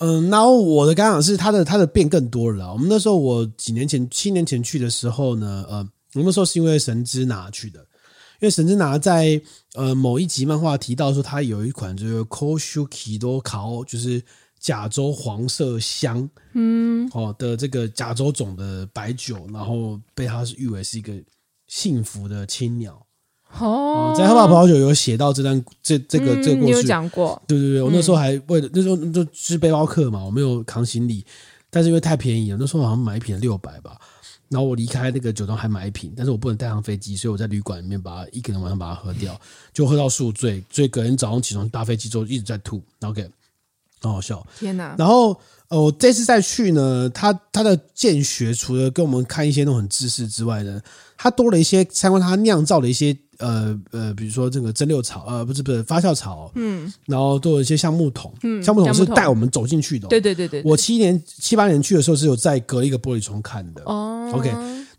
Speaker 1: 嗯，然后我的感想是，它的它的变更多了啦。我们那时候我几年前七年前去的时候呢，呃，我们那时候是因为神之拿去的，因为神之拿在呃某一集漫画提到说，它有一款就是 Koshuki do Kao，就是甲州黄色香，嗯，哦的这个甲州种的白酒，然后被它是誉为是一个幸福的青鸟。
Speaker 2: 哦
Speaker 1: 哦，在喝吧葡萄酒有写到这段这这个这个
Speaker 2: 嗯你
Speaker 1: 过
Speaker 2: 有
Speaker 1: 去，
Speaker 2: 讲过，
Speaker 1: 对对对，我那时候还为了、那时候就是背包客嘛，我没有扛行李，但是因为太便宜了，那时候好像买一瓶六百吧。然后我离开那个酒庄还买一瓶，但是我不能带上飞机，所以我在旅馆里面把它一个人晚上把它喝掉，就喝到宿醉，所以隔天早上起床搭飞机之后一直在吐，然后给很好笑。
Speaker 2: 天哪！
Speaker 1: 然后呃，我这次再去呢，他他的建学除了跟我们看一些那种很知识之外呢，他多了一些参观他酿造的一些呃呃，比如说这个蒸馏槽呃，不是不是发酵槽，嗯，然后都有一些橡木桶，嗯橡木桶
Speaker 2: 橡木
Speaker 1: 是
Speaker 2: 桶
Speaker 1: 带我们走进去的哦、
Speaker 2: 对对对对，对
Speaker 1: 我七年七八年去的时候是有在隔一个玻璃窗看的，
Speaker 2: 哦
Speaker 1: OK，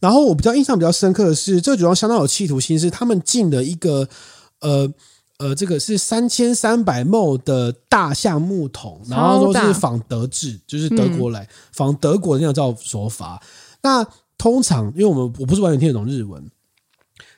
Speaker 1: 然后我比较印象比较深刻的是，这个酒庄相当有企图心，是他们进了一个呃呃，这个是三千三百亩的大橡木桶，然后
Speaker 2: 超大嗯
Speaker 1: 说是仿德制，就是德国来、仿德国的酿造手法。那通常，因为我们我不是完全听得懂日文，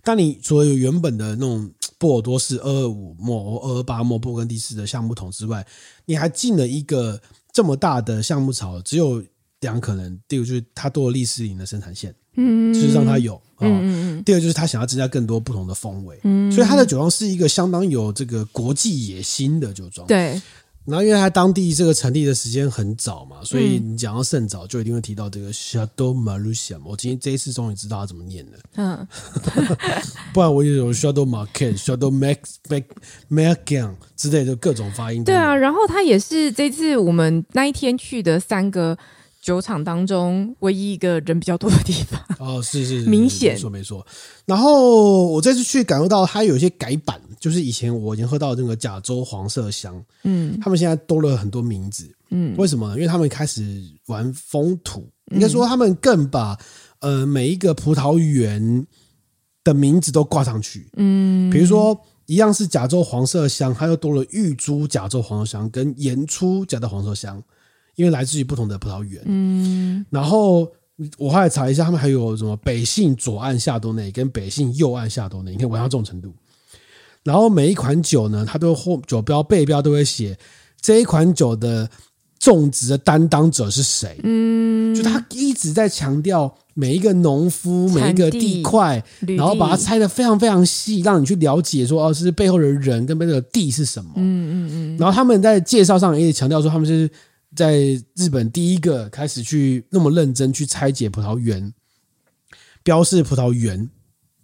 Speaker 1: 但你除了有原本的那种波尔多式二二五末、二二八末、勃艮第式的橡木桶之外，你还进了一个这么大的橡木槽，只有两可能，第一个就是它多了利斯林的生产线，
Speaker 2: 嗯，
Speaker 1: 就是让它有啊。
Speaker 2: 嗯嗯嗯，
Speaker 1: 第二就是他想要增加更多不同的风味，所以他的酒庄是一个相当有这个国际野心的酒庄。
Speaker 2: 对，
Speaker 1: 然后因为他当地这个成立的时间很早嘛，所以
Speaker 2: 嗯
Speaker 1: 你讲到圣早就一定会提到这个 Shadow Malusian。我今天这一次终于知道他怎么念了，
Speaker 2: 嗯，
Speaker 1: 不然我也有 Shadow Market、Shadow Max、Mac、Macan 之类的各种发音。
Speaker 2: 对啊，，然后它也是这次我们那一天去的三个酒厂当中唯一一个人比较多的地方。
Speaker 1: 哦，是是是
Speaker 2: 明
Speaker 1: 是
Speaker 2: 显
Speaker 1: 没错没错。然后我这次去感受到它有一些改版，就是以前我已经喝到那个甲州黄麝香，
Speaker 2: 嗯
Speaker 1: 他们现在多了很多名字。
Speaker 2: 嗯，
Speaker 1: 为什么呢？因为他们开始玩风土，应该说他们更把呃每一个葡萄园的名字都挂上去。嗯，比如说一样是甲州黄麝香，它又多了玉珠甲州黄麝香跟岩出甲州黄麝香，因为来自于不同的葡萄园。嗯，然后我后来查一下，他们还有什么北信左岸夏多内跟北信右岸夏多内，你看玩到这种程度。然后每一款酒呢，它都后酒标背标都会写这一款酒的种植的担当者是谁。嗯，就他一直在强调每一个农夫、每一个
Speaker 2: 产地
Speaker 1: 地块，
Speaker 2: 履
Speaker 1: 然后把它
Speaker 2: 历
Speaker 1: 拆的非常非常细，让你去了解说哦，是背后的人跟背后的地是什么。嗯嗯嗯。然后他们在介绍上也强调说，他们是在日本第一个开始去那么认真去拆解葡萄园，标示葡萄园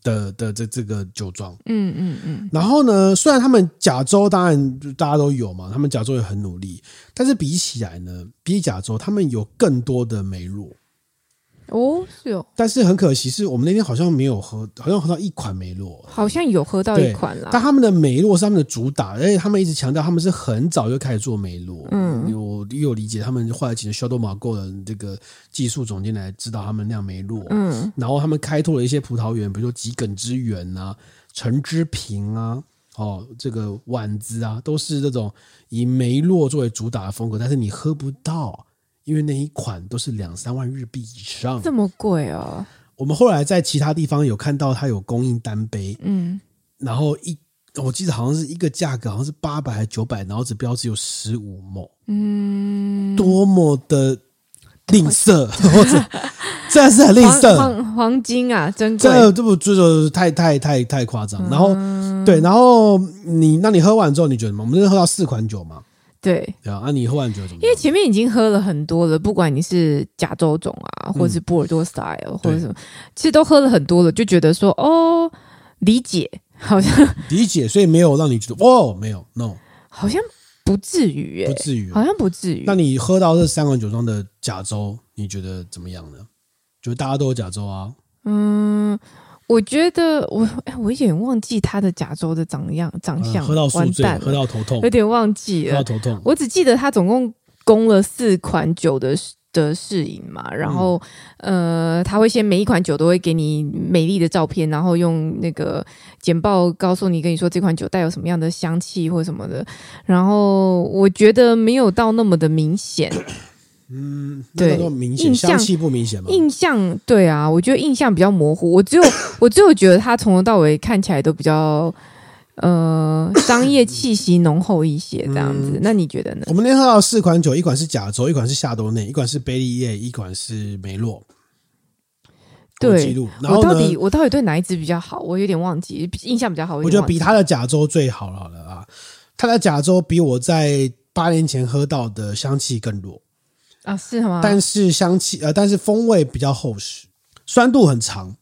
Speaker 1: 的的这这个酒庄。
Speaker 2: 嗯嗯嗯，
Speaker 1: 然后呢，虽然他们甲州当然就大家都有嘛，他们甲州也很努力，但是比起来呢，比起甲州他们有更多的梅洛。
Speaker 2: 哦，是哦，
Speaker 1: 但是很可惜，是我们那天好像没有喝，好像喝到一款梅洛。
Speaker 2: 好像有喝到
Speaker 1: 对
Speaker 2: 一款啦
Speaker 1: 但。他们的梅洛是他们的主打，而且他们一直强调他们是很早就开始做梅洛。
Speaker 2: 嗯
Speaker 1: 我也有理解他们后来请 Shadow m a g o 的这个技术总监来指导他们酿梅洛。
Speaker 2: 嗯，
Speaker 1: 然后他们开拓了一些葡萄园，比如说桔梗之园啊、橙之瓶啊、哦这个碗子啊，都是这种以梅洛作为主打的风格，但是你喝不到，因为那一款都是两三万日币以上。
Speaker 2: 这么贵哦，
Speaker 1: 我们后来在其他地方有看到它有供应单杯，
Speaker 2: 嗯，
Speaker 1: 然后一我记得好像是一个价格，好像是八百还九百，然后只标只有十五亩，嗯，多么的吝啬，或者 真的是很吝
Speaker 2: 黄
Speaker 1: 啬，
Speaker 2: 黄黄金啊，珍贵。嗯
Speaker 1: 这这不这就是太太太太夸张。然后、对，然后你那你喝完之后你觉得怎么样？我们那天喝到四款酒嘛，
Speaker 2: 对，
Speaker 1: 对啊，啊你喝完酒怎么样？
Speaker 2: 因为前面已经喝了很多
Speaker 1: 嗯
Speaker 2: 了，不管你是加州种啊，或者是波尔多 style，、或者什么，其实都喝了很多了，就觉得说哦，理解，好像
Speaker 1: 理解，所以没有让你觉得哦，没有 no
Speaker 2: 好像不至于、
Speaker 1: 不
Speaker 2: 欸，
Speaker 1: 至于。哦
Speaker 2: 好像不至于
Speaker 1: 那。你喝到这三款酒庄的甲州，你觉得怎么样呢？就大家都有甲州啊，
Speaker 2: 嗯，我觉得我哎、我有点忘记他的甲州的长样长
Speaker 1: 嗯
Speaker 2: 相，
Speaker 1: 喝到宿
Speaker 2: 完
Speaker 1: 醉，
Speaker 2: 蛋了
Speaker 1: 喝到头痛
Speaker 2: 有，点忘记
Speaker 1: 喝
Speaker 2: 了
Speaker 1: 到。头痛。
Speaker 2: 我只记得他总共供了四款酒的的试饮嘛，然后、呃，他会先每一款酒都会给你美丽的照片，然后用那个简报告诉你，跟你说这款酒带有什么样的香气或什么的。然后我觉得没有到那么的明显，
Speaker 1: 嗯，
Speaker 2: 对
Speaker 1: 那叫做明显
Speaker 2: 印象
Speaker 1: 香气不明显吗？
Speaker 2: 印象对啊，我觉得印象比较模糊。我只有 我只有觉得他从头到尾看起来都比较。呃，商业气息浓厚一些，这样子，那你觉得呢？
Speaker 1: 我们那天喝到四款酒，一款是甲州，一款是夏多内，一款是贝利耶，一款是梅洛。
Speaker 2: 对
Speaker 1: 我记录。然
Speaker 2: 我
Speaker 1: 后
Speaker 2: 到
Speaker 1: 呢
Speaker 2: 底，我到底对哪一支比较好？我有点忘记，印象比较好。
Speaker 1: 我觉得比他的甲州最好了了啊，他的甲州比我在八年前喝到的香气更弱，
Speaker 2: 啊是吗？
Speaker 1: 但是香气呃，但是风味比较厚实，酸度很长，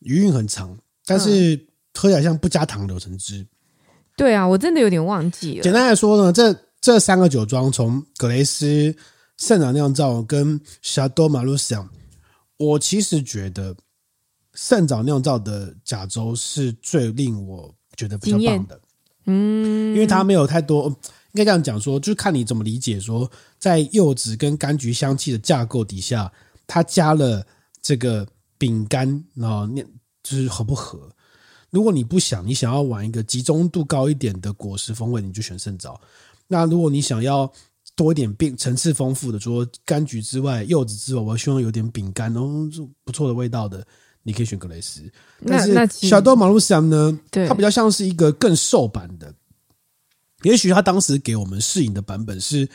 Speaker 1: 余韵很长，但
Speaker 2: 嗯
Speaker 1: 是喝起来像不加糖柳橙汁。
Speaker 2: 对啊，我真的有点忘记了。
Speaker 1: 简单来说呢，这这三个酒庄从格雷斯、圣长酿造跟霞多马路想，我其实觉得圣长酿造的甲州是最令我觉得比较
Speaker 2: 惊艳
Speaker 1: 棒的，
Speaker 2: 嗯，
Speaker 1: 因为它没有太多。应该这样讲说，就是看你怎么理解说，在柚子跟柑橘香气的架构底下，它加了这个饼干，然后那就是合不合？如果你不想，你想要玩一个集中度高一点的果实风味，你就选圣枣。那如果你想要多一点变层次丰富的，除了柑橘之外、柚子之外，我希望有点饼干哦，这不错的味道的，你可以选格雷斯。
Speaker 2: 那那
Speaker 1: 但是
Speaker 2: 其
Speaker 1: 小豆马路香呢，
Speaker 2: 对
Speaker 1: 它比较像是一个更瘦版的。也许他当时给我们试饮的版本是，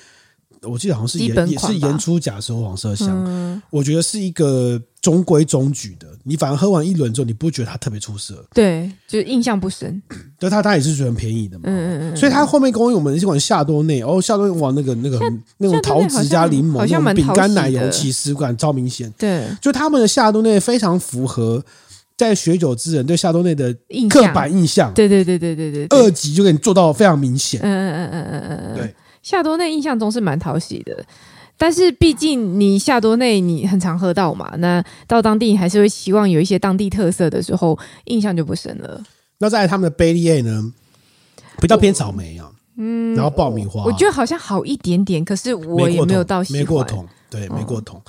Speaker 1: 我记得好像是
Speaker 2: 基本
Speaker 1: 研也
Speaker 2: 款
Speaker 1: 是
Speaker 2: 吧
Speaker 1: 研出甲时候黄色香，
Speaker 2: 嗯，
Speaker 1: 我觉得是一个中规中矩的。你反而喝完一轮之后，你不会觉得它特别出色，
Speaker 2: 对，就是印象不深。
Speaker 1: 但它它也是觉得很便宜的嘛。
Speaker 2: 嗯嗯嗯。
Speaker 1: 所以它后面供应我们是款夏多内，哦，夏多内哇，那个那个很那种
Speaker 2: 夏多
Speaker 1: 桃
Speaker 2: 内
Speaker 1: 子加柠檬，
Speaker 2: 好像
Speaker 1: 那种
Speaker 2: 好像蛮
Speaker 1: 饼
Speaker 2: 讨喜
Speaker 1: 干奶油
Speaker 2: 的
Speaker 1: 起司感超明显。
Speaker 2: 对，
Speaker 1: 就他们的夏多内非常符合在学酒之人对夏多内的
Speaker 2: 印
Speaker 1: 刻
Speaker 2: 象。
Speaker 1: 板印呃象，
Speaker 2: 对对对对对对。对
Speaker 1: 二级就给你做到非常明显。
Speaker 2: 嗯嗯嗯嗯嗯嗯嗯。
Speaker 1: 对。
Speaker 2: 夏多内印象中是蛮讨喜的，但是毕竟你夏多内你很常喝到嘛，那到当地你还是会希望有一些当地特色的时候，印象就不深了。
Speaker 1: 那在他们的贝利耶呢，比较偏草莓啊，嗯，然后爆米花，
Speaker 2: 我觉得好像好一点点，可是我也没有到喜欢。嗯
Speaker 1: 没过桶，对，没过桶。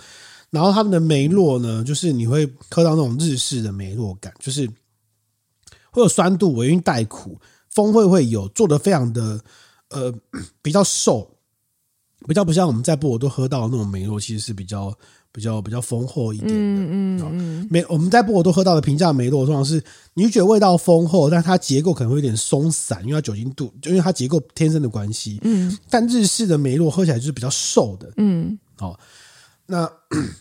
Speaker 1: 然后他们的梅洛呢，就是你会喝到那种日式的梅洛感，就是会有酸度、尾韵带 苦，风味会有，做的非常的呃比较瘦，比较不像我们在波尔多喝到的那种梅洛，其实是比较比较比较丰厚一点的。
Speaker 2: 嗯
Speaker 1: 好
Speaker 2: 嗯
Speaker 1: 梅我们在波尔多喝到的平价梅洛，通常是你觉得味道丰厚，但它结构可能会有点松散，因为它酒精度，就因为它结构天生的关系。
Speaker 2: 嗯
Speaker 1: 但日式的梅洛喝起来就是比较瘦的。
Speaker 2: 嗯
Speaker 1: 哦，那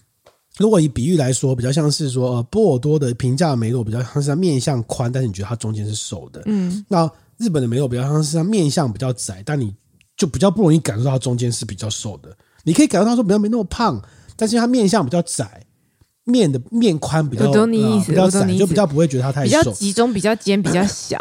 Speaker 1: 如果以比喻来说，比较像是说，呃，波尔多的平价梅洛比较像是它面向宽，但是你觉得它中间是瘦的。
Speaker 2: 嗯
Speaker 1: 那日本的梅洛比较像是它面向比较窄，但你就比较不容易感受到它中间是比较瘦的。你可以感受到它说比较没那么胖，但是因为它面向比较窄，面的面宽比较呃
Speaker 2: 我懂你意思
Speaker 1: 比较
Speaker 2: 我懂
Speaker 1: 窄，
Speaker 2: 你意思
Speaker 1: 就比较不会觉得它
Speaker 2: 嗯，
Speaker 1: 太
Speaker 2: 比较
Speaker 1: 瘦。
Speaker 2: 集中，比较尖，比 较小，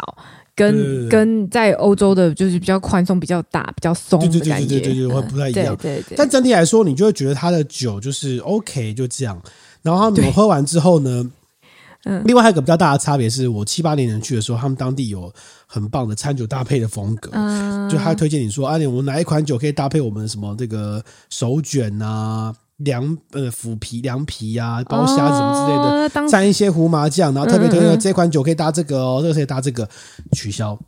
Speaker 1: 对对对
Speaker 2: 跟跟在欧洲的就是比较宽松、比较大、比较松
Speaker 1: 对对
Speaker 2: 的
Speaker 1: 对
Speaker 2: 感
Speaker 1: 对
Speaker 2: 觉，
Speaker 1: 对对对，会
Speaker 2: 嗯
Speaker 1: 不太一样。
Speaker 2: 对对对
Speaker 1: 但，整体来说，你就会觉得它的酒就是 OK，就这样。然后他们
Speaker 2: 对
Speaker 1: 喝完之后呢，
Speaker 2: 嗯
Speaker 1: 另外还有一个比较大的差别是，我七八年前去的时候，他们当地有很棒的餐酒搭配的风格。
Speaker 2: 嗯
Speaker 1: 就他会推荐你说，啊，你我们哪一款酒可以搭配我们什么这个手卷啊、凉呃腐皮、凉皮啊、包虾子什么之类的，
Speaker 2: 哦当
Speaker 1: 蘸一些胡麻酱，然后特别推荐
Speaker 2: 嗯嗯
Speaker 1: 说
Speaker 2: 嗯
Speaker 1: 这款酒可以搭这个哦，这个可以搭这个，取消，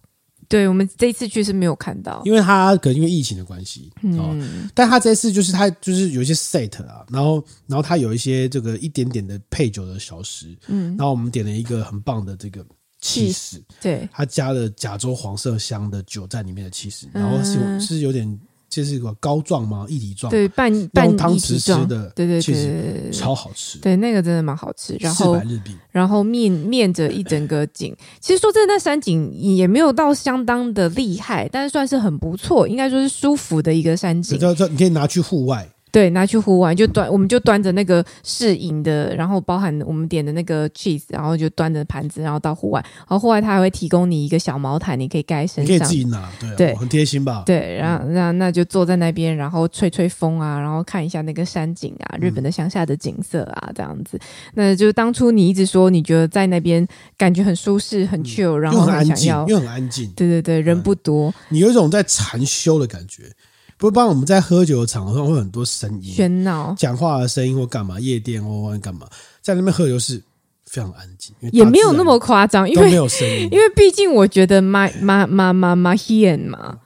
Speaker 2: 对我们这一次去是没有看到，
Speaker 1: 因为他可能因为疫情的关系，哦，
Speaker 2: 嗯
Speaker 1: 但他这次就是他就是有一些 set 啊，然后然后他有一些这个一点点的配酒的小食，
Speaker 2: 嗯
Speaker 1: 然，后我们点了一个很棒的这个气势，
Speaker 2: 对，
Speaker 1: 他加了加州黄色香的酒在里面的气势，然后是有、
Speaker 2: 嗯
Speaker 1: 是有点就是个膏状吗？一体状，
Speaker 2: 对半半
Speaker 1: 哦用汤
Speaker 2: 一体
Speaker 1: 匙
Speaker 2: 状
Speaker 1: 吃的
Speaker 2: 对对
Speaker 1: cheese
Speaker 2: 对对对对，
Speaker 1: 超好吃，
Speaker 2: 对那个真的蛮好吃。然
Speaker 1: 四
Speaker 2: 后
Speaker 1: 百日币，
Speaker 2: 然后面面着一整个景，其实说真的，那山景也没有到相当的厉害，但是算是很不错，应该说是舒服的一个山景。
Speaker 1: 这这你可以拿去户外，
Speaker 2: 对，拿去湖玩就端，我们就端着那个试饮的，然后包含我们点的那个 cheese，然后就端着盘子，然后到户外。然后户外它还会提供你一个小毛毯，你可以盖在身
Speaker 1: 你
Speaker 2: 上，
Speaker 1: 可以自己拿，对啊，
Speaker 2: 对
Speaker 1: 哦很贴心吧？
Speaker 2: 对，然后那那就坐在那边，然后吹吹风啊，然后看一下那个山景啊，日本的乡下的景色啊，这样子。那就当初你一直说你觉得在那边感觉很舒适、很 chill，、然
Speaker 1: 嗯又
Speaker 2: 后
Speaker 1: 很安
Speaker 2: 想
Speaker 1: 静，
Speaker 2: 要，
Speaker 1: 又很啊安静，
Speaker 2: 对对对，人不多，
Speaker 1: 你有一种在禅修的感觉。不然我们在喝酒的场合上会有很多声音，
Speaker 2: 喧闹，
Speaker 1: 讲话的声音或干嘛，夜店或或干嘛，在那边喝酒是非常安静，因为
Speaker 2: 也
Speaker 1: 大自
Speaker 2: 没有
Speaker 1: 然
Speaker 2: 那么夸张，因
Speaker 1: 都没
Speaker 2: 为
Speaker 1: 有声音，
Speaker 2: 因为毕竟我觉得马马马马马 hian 嘛，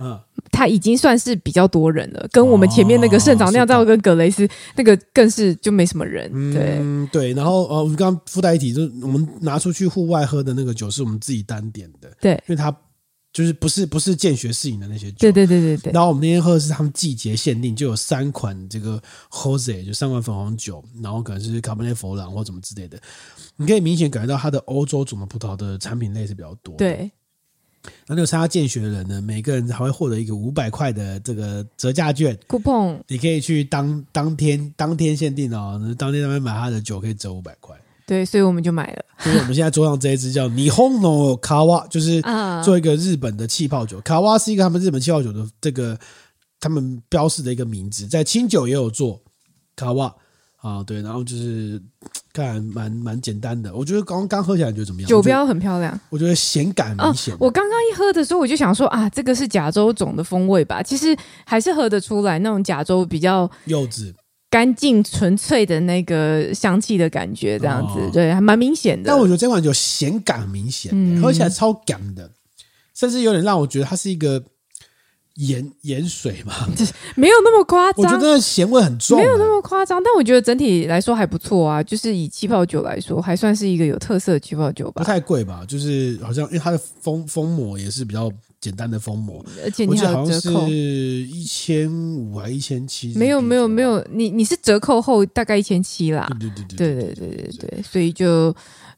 Speaker 1: 嗯，哦
Speaker 2: 他已经算是比较多人了，跟我们前面那个圣长酿造跟葛雷斯那个更是就没什么人，对。
Speaker 1: 嗯对，然后呃，我们刚刚附带一提，就是我们拿出去户外喝的那个酒是我们自己单点的，
Speaker 2: 对
Speaker 1: 因为它就是不是不是见学适饮的那些酒，
Speaker 2: 对对对对对，
Speaker 1: 然后我们那天喝的是他们季节限定，就有三款这个 Jose，就三款粉红酒，然后可能是 Cabernet f o l a n 或什么之类的。你可以明显感觉到它的欧洲种的葡萄的产品类是比较多。，
Speaker 2: 对，
Speaker 1: 那有参加见学的人呢，每个人还会获得一个五百块的这个折价券，
Speaker 2: 酷碰
Speaker 1: 你可以去当当天当天限定哦，当天那边买他的酒可以折五百块。
Speaker 2: 对，所以我们就买了
Speaker 1: 就是我们现在桌上这一支叫 Nihon no Kawa，就是
Speaker 2: 啊
Speaker 1: 做一个日本的气泡酒。卡哇是一个他们日本气泡酒的这个他们标示的一个名字，在清酒也有做卡哇啊，对，然后就是看蛮蛮简单的，我觉得刚刚喝起来你觉得怎么样？
Speaker 2: 酒标很漂亮。
Speaker 1: 我觉得，我觉得咸感明
Speaker 2: 哦
Speaker 1: 显，。
Speaker 2: 我刚刚一喝的时候，我就想说啊，这个是甲州种的风味吧？其实还是喝得出来那种甲州比较
Speaker 1: 柚子，
Speaker 2: 干净纯粹的那个香气的感觉，这样子，
Speaker 1: 哦
Speaker 2: 对，还蛮明显的
Speaker 1: 但。我觉得这款酒咸感很明显、
Speaker 2: 嗯
Speaker 1: 喝起来超干的，甚至有点让我觉得它是一个盐盐水 嘛，
Speaker 2: 没有那么夸
Speaker 1: 我觉
Speaker 2: 张，
Speaker 1: 得咸味很重、啊
Speaker 2: 没有那么夸张，但我觉得整体来说还不错啊。就是以气泡酒来说，还算是一个有特色的气泡酒
Speaker 1: 不
Speaker 2: 吧。
Speaker 1: 太贵吧？就是好像因为它的封封膜也是比较简单的封膜，
Speaker 2: 而且
Speaker 1: 我
Speaker 2: 你
Speaker 1: 记
Speaker 2: 还
Speaker 1: 得好
Speaker 2: 有
Speaker 1: 像
Speaker 2: 折
Speaker 1: 是
Speaker 2: 扣，
Speaker 1: 一千五还一千七，
Speaker 2: 没有没有没，有，你你是折扣后大概一千七啦。
Speaker 1: 对对对
Speaker 2: 对对对对对，所以就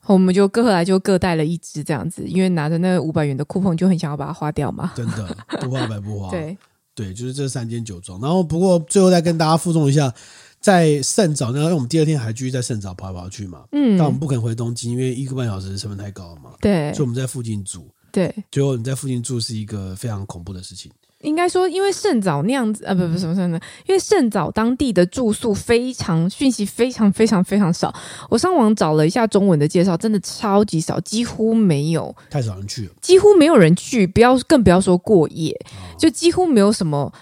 Speaker 2: 我们就各后来就各带了一支这样子，因为拿着那五百元的 coupon 就很想要把它花掉嘛。
Speaker 1: 真的 不花白不花。
Speaker 2: 对，
Speaker 1: 对，就是这三间酒庄。然后不过最后再跟大家附送一下，在圣早，那因为我们第二天还继续在圣早跑来跑去嘛，但我们
Speaker 2: 嗯，
Speaker 1: 不肯回东京，因为一个半小时成本太高了嘛，
Speaker 2: 对
Speaker 1: 所以我们在附近住。
Speaker 2: 对，
Speaker 1: 结果你在附近住是一个非常恐怖的事情。
Speaker 2: 应该说，因为圣早那样子啊，不不什么什么，因为圣早当地的住宿非常讯息非常非常非常少，我上网找了一下中文的介绍，真的超级少，几乎没有。
Speaker 1: 太少人去了，
Speaker 2: 几乎没有人去，不要更不要说过夜，就几乎没有什么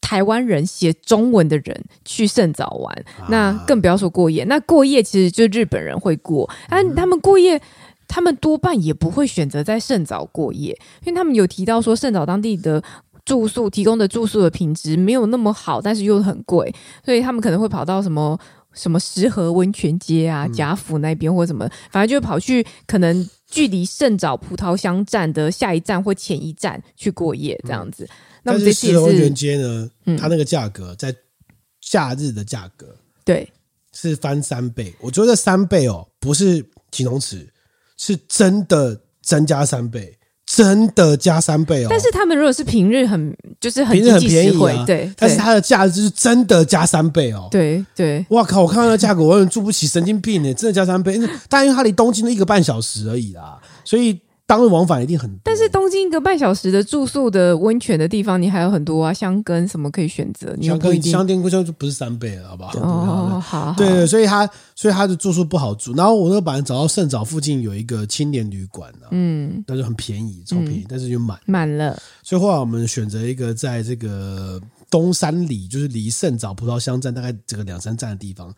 Speaker 2: 台湾人写中文的人去圣早玩，
Speaker 1: 啊
Speaker 2: 那更不要说过夜。那过夜其实就日本人会过，
Speaker 1: 嗯
Speaker 2: 但他们过夜。他们多半也不会选择在圣早过夜，因为他们有提到说圣早当地的住宿提供的住宿的品质没有那么好，但是又很贵，所以他们可能会跑到什么什么石河温泉街啊、
Speaker 1: 嗯
Speaker 2: 贾府那边或什么，反正就跑去可能距离圣沼葡萄乡站的下一站或前一站去过夜这样子。那
Speaker 1: 嗯但
Speaker 2: 我们这
Speaker 1: 是
Speaker 2: 次也
Speaker 1: 石头温
Speaker 2: 是
Speaker 1: 泉街呢，
Speaker 2: 嗯
Speaker 1: 它那个价格在假日的价格
Speaker 2: 对
Speaker 1: 是翻三倍。我觉得这三倍哦，不是形容词，是真的增加三倍，真的加三倍哦。
Speaker 2: 但是他们如果是平日很就是很
Speaker 1: 平日
Speaker 2: 经
Speaker 1: 很
Speaker 2: 济实
Speaker 1: 便宜
Speaker 2: 惠，
Speaker 1: 啊，
Speaker 2: 对，
Speaker 1: 但是
Speaker 2: 对
Speaker 1: 它的价值是真的加三倍哦。
Speaker 2: 对对
Speaker 1: 哇靠！我看到那价格，我有点住不起，神经病呢，真的加三倍。但因为它离东京都一个半小时而已啦，所以当日往返一定很多。
Speaker 2: 但是东京一个半小时的住宿的温泉的地方，你还有很多啊，香根什么可以选择，你又
Speaker 1: 香
Speaker 2: 不一
Speaker 1: 根
Speaker 2: 定。
Speaker 1: 香店就不是三倍了，好不好？啊
Speaker 2: 哦，好好，
Speaker 1: 对对，所以他所以他的住宿不好住，然后我那晚找到圣沼附近有一个青年旅馆呢、
Speaker 2: 嗯，
Speaker 1: 那就很便宜，超便宜，但是就满。
Speaker 2: 满了，
Speaker 1: 所以后来我们选择一个在这个东山里，就是离圣沼葡萄乡站大概这个两三站的地方，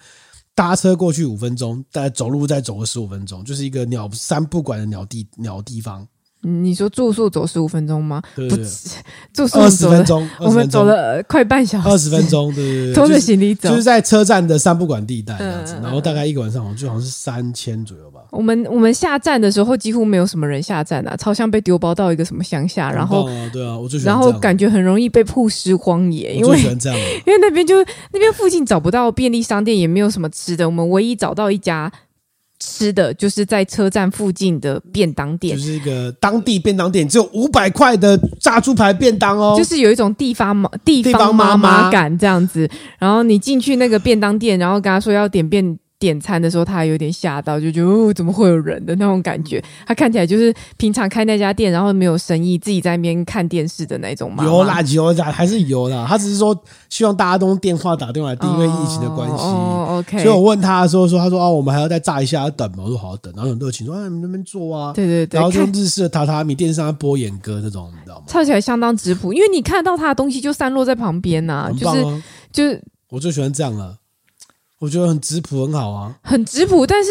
Speaker 1: 搭车过去五分钟，大概走路再走个十五分钟，就是一个鸟三不管的鸟地鸟地方，
Speaker 2: 嗯你说住宿走十五分钟吗？
Speaker 1: 对
Speaker 2: 不
Speaker 1: 对对，
Speaker 2: 止，住宿
Speaker 1: 二十
Speaker 2: 走
Speaker 1: 分
Speaker 2: 了，
Speaker 1: 钟，
Speaker 2: 我们
Speaker 1: 20分钟
Speaker 2: 走了呃快半小时，
Speaker 1: 二十分，钟，对 对对，
Speaker 2: 拖
Speaker 1: 就
Speaker 2: 着
Speaker 1: 是
Speaker 2: 行李走
Speaker 1: 就。是在车站的三不管地带这样子，
Speaker 2: 嗯嗯
Speaker 1: 然后大概一个晚上，我就好像是三千左右吧。
Speaker 2: 我们我们下站的时候几乎没有什么人下站啊，超像被丢包到一个什么乡下，然后
Speaker 1: 很棒啊对啊，我最喜欢
Speaker 2: 然
Speaker 1: 这
Speaker 2: 后
Speaker 1: 样
Speaker 2: 感觉很容易被曝尸荒野，因
Speaker 1: 我
Speaker 2: 为
Speaker 1: 最喜欢 这样了。
Speaker 2: 因为那边就那边附近找不到便利商店，也没有什么吃的。我们唯一找到一家吃的，就是在车站附近的便当
Speaker 1: 就
Speaker 2: 店，
Speaker 1: 是一个当地便当店，只有五百块的炸猪排便当哦，
Speaker 2: 就是有一种地方妈地方妈妈感这样子。然后你进去那个便当店，然后跟他说要点便。点餐的时候，他还有点吓到，就觉得哦，怎么会有人的那种感觉？他看起来就是平常开那家店，然后没有生意，自己在那边看电视的那种妈妈。
Speaker 1: 有啦有啦，还是有啦。他只是说希望大家都用电话打电话来订，因为疫情的关系。
Speaker 2: 哦哦，OK。
Speaker 1: 所以我问他的时候说，他说哦，我们还要再炸一下，要等嘛。我说好等，然后很热情说，哎，你们那边坐啊。
Speaker 2: 对对对，
Speaker 1: 然后就
Speaker 2: 看
Speaker 1: 用日式的榻榻米垫上播演歌这种，你知道吗？
Speaker 2: 唱起来相当质朴，因为你看到他的东西就散落在旁边呐、
Speaker 1: 很
Speaker 2: 就
Speaker 1: 棒
Speaker 2: 是
Speaker 1: 啊！
Speaker 2: 就是
Speaker 1: 我最喜欢这样了，啊我觉得很质朴，很好啊。
Speaker 2: 很质朴，但是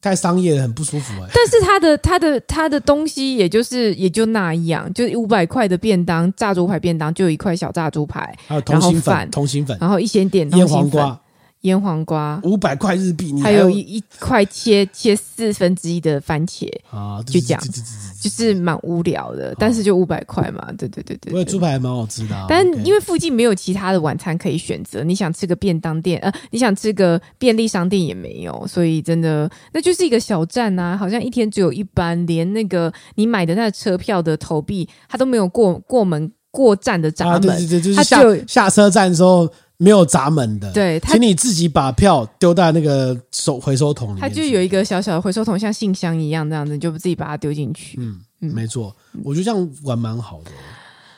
Speaker 1: 太商业了很不舒服哎。
Speaker 2: 但是他的 他的他的东西也就是也就那样，就是五百块的便当炸猪排便当，就有一块小炸猪排，
Speaker 1: 还有通心
Speaker 2: 然后饭嗯
Speaker 1: 粉，通心粉，
Speaker 2: 然后一些点
Speaker 1: 腌黄、瓜，
Speaker 2: 腌黄瓜，
Speaker 1: 五百块日币，你
Speaker 2: 还有
Speaker 1: 有
Speaker 2: 一一块切切四分之一的番茄，
Speaker 1: 啊，
Speaker 2: 就这样
Speaker 1: 对对对对对
Speaker 2: 就是蛮无聊的，但是就五百块嘛，对对对对
Speaker 1: 我觉
Speaker 2: 对
Speaker 1: 得猪排还蛮好吃的、啊，
Speaker 2: 但
Speaker 1: OK
Speaker 2: 因为附近没有其他的晚餐可以选择，你想吃个便当店，呃，你想吃个便利商店也没有，所以真的那就是一个小站啊，好像一天只有一班，连那个你买的那个车票的投币，它都没有过过门过站的闸
Speaker 1: 啊，
Speaker 2: 门，
Speaker 1: 对对对，就是
Speaker 2: 它
Speaker 1: 下
Speaker 2: 就
Speaker 1: 下车站的时候没有闸门的，，
Speaker 2: 对它
Speaker 1: 请你自己把票丢在那个收回收桶里面去，
Speaker 2: 它就有一个小小的回收桶，像信箱一样这样子，你就自己把它丢进去，
Speaker 1: 嗯，
Speaker 2: 嗯
Speaker 1: 没错，我觉得这样玩蛮好的，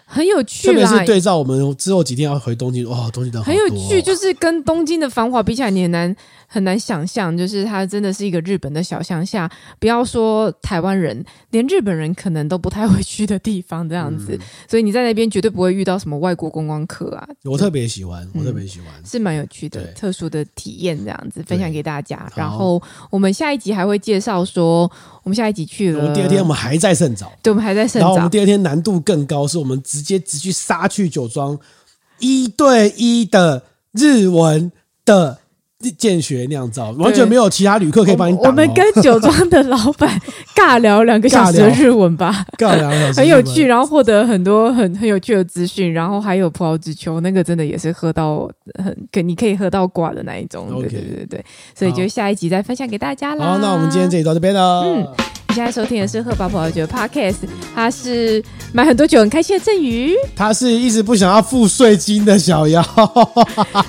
Speaker 2: 很有
Speaker 1: 特
Speaker 2: 趣
Speaker 1: 别
Speaker 2: 啦
Speaker 1: 是。对照我们之后几天要回东京，哇，东京人好
Speaker 2: 很
Speaker 1: 多
Speaker 2: 有
Speaker 1: 哦
Speaker 2: 趣，就是跟东京的繁华比起来，你很难很难想象，就是它真的是一个日本的小乡下，不要说台湾人，连日本人可能都不太会去的地方，这样
Speaker 1: 嗯
Speaker 2: 子。所以你在那边绝对不会遇到什么外国观光客啊，
Speaker 1: 我特别喜欢，
Speaker 2: 嗯
Speaker 1: 我特别喜欢，
Speaker 2: 是蛮有趣的
Speaker 1: 对
Speaker 2: 特殊的体验，这样子分享给大家。
Speaker 1: 好
Speaker 2: 然后我们下一集还会介绍说，我们下一集去
Speaker 1: 我
Speaker 2: 了，
Speaker 1: 们第二天我们还在圣沼，
Speaker 2: 对，我们还在圣
Speaker 1: 然后我们
Speaker 2: 嗯早，
Speaker 1: 第二天难度更高，是我们直接直去杀去酒庄一对一的日文的见学酿造，完全没有其他旅客可以帮你挡、哦
Speaker 2: 我们跟酒庄的老板尬聊两个小时的日文吧。
Speaker 1: 尬聊两个小时
Speaker 2: 很有趣，，然后获得很多很很有趣的资讯，然后还有葡萄之丘，那个真的也是喝到很可你可以喝到挂的那一种，对
Speaker 1: OK
Speaker 2: 对对对，所以
Speaker 1: 好
Speaker 2: 就下一集再分享给大家啦。
Speaker 1: 好，那我们今天这里到这边了。
Speaker 2: 啊嗯你现在收听的是喝饱葡萄酒的 Podcast，他是买很多酒很开心的郑 宇。
Speaker 1: 他是一直不想要付税金的小妖，
Speaker 2: 啊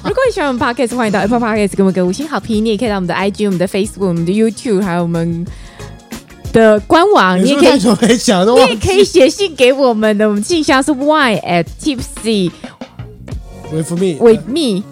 Speaker 2: 如果你喜欢我们 Podcast，欢迎到 Apple Podcast 给我们个五星好评，你也可以到我们的 IG、我们的 Facebook、我们的 YouTube，还有我们的官网，你
Speaker 1: 你
Speaker 2: 也
Speaker 1: 是不
Speaker 2: 可
Speaker 1: 是太久
Speaker 2: 以
Speaker 1: 没讲了？
Speaker 2: 你
Speaker 1: 哇
Speaker 2: 也可以写信给我们的，我们信箱是 y at tipsy
Speaker 1: ，with me，
Speaker 2: with me。
Speaker 1: 你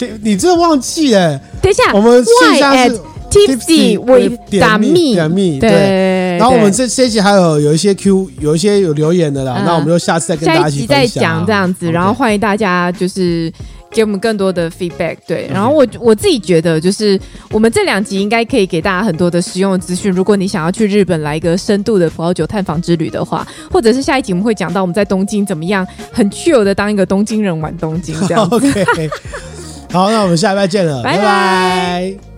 Speaker 1: 呃你这忘记哎，
Speaker 2: 等一下，
Speaker 1: 我们信
Speaker 2: 啊 y
Speaker 1: 箱
Speaker 2: at
Speaker 1: 是
Speaker 2: tipsy with 打
Speaker 1: 点
Speaker 2: 密
Speaker 1: 点密
Speaker 2: 对，
Speaker 1: 对。
Speaker 2: 然
Speaker 1: 然后我们这这一集还有有一些 Q，有一些有留言的啦，
Speaker 2: 嗯
Speaker 1: 那我们就下次再跟大
Speaker 2: 下
Speaker 1: 家
Speaker 2: 一
Speaker 1: 一起
Speaker 2: 集
Speaker 1: 分享啊
Speaker 2: 再讲这样子，然后
Speaker 1: OK
Speaker 2: 欢迎大家就是给我们更多的 feedback。对，然后我我自己觉得，就是我们这两集应该可以给大家很多的实用的资讯。如果你想要去日本来一个深度的葡萄酒探访之旅的话，或者是下一集我们会讲到我们在东京怎么样很 chill 的当一 个东京人玩东京这样。
Speaker 1: OK，好，那我们下礼拜见了，
Speaker 2: 拜拜
Speaker 1: 拜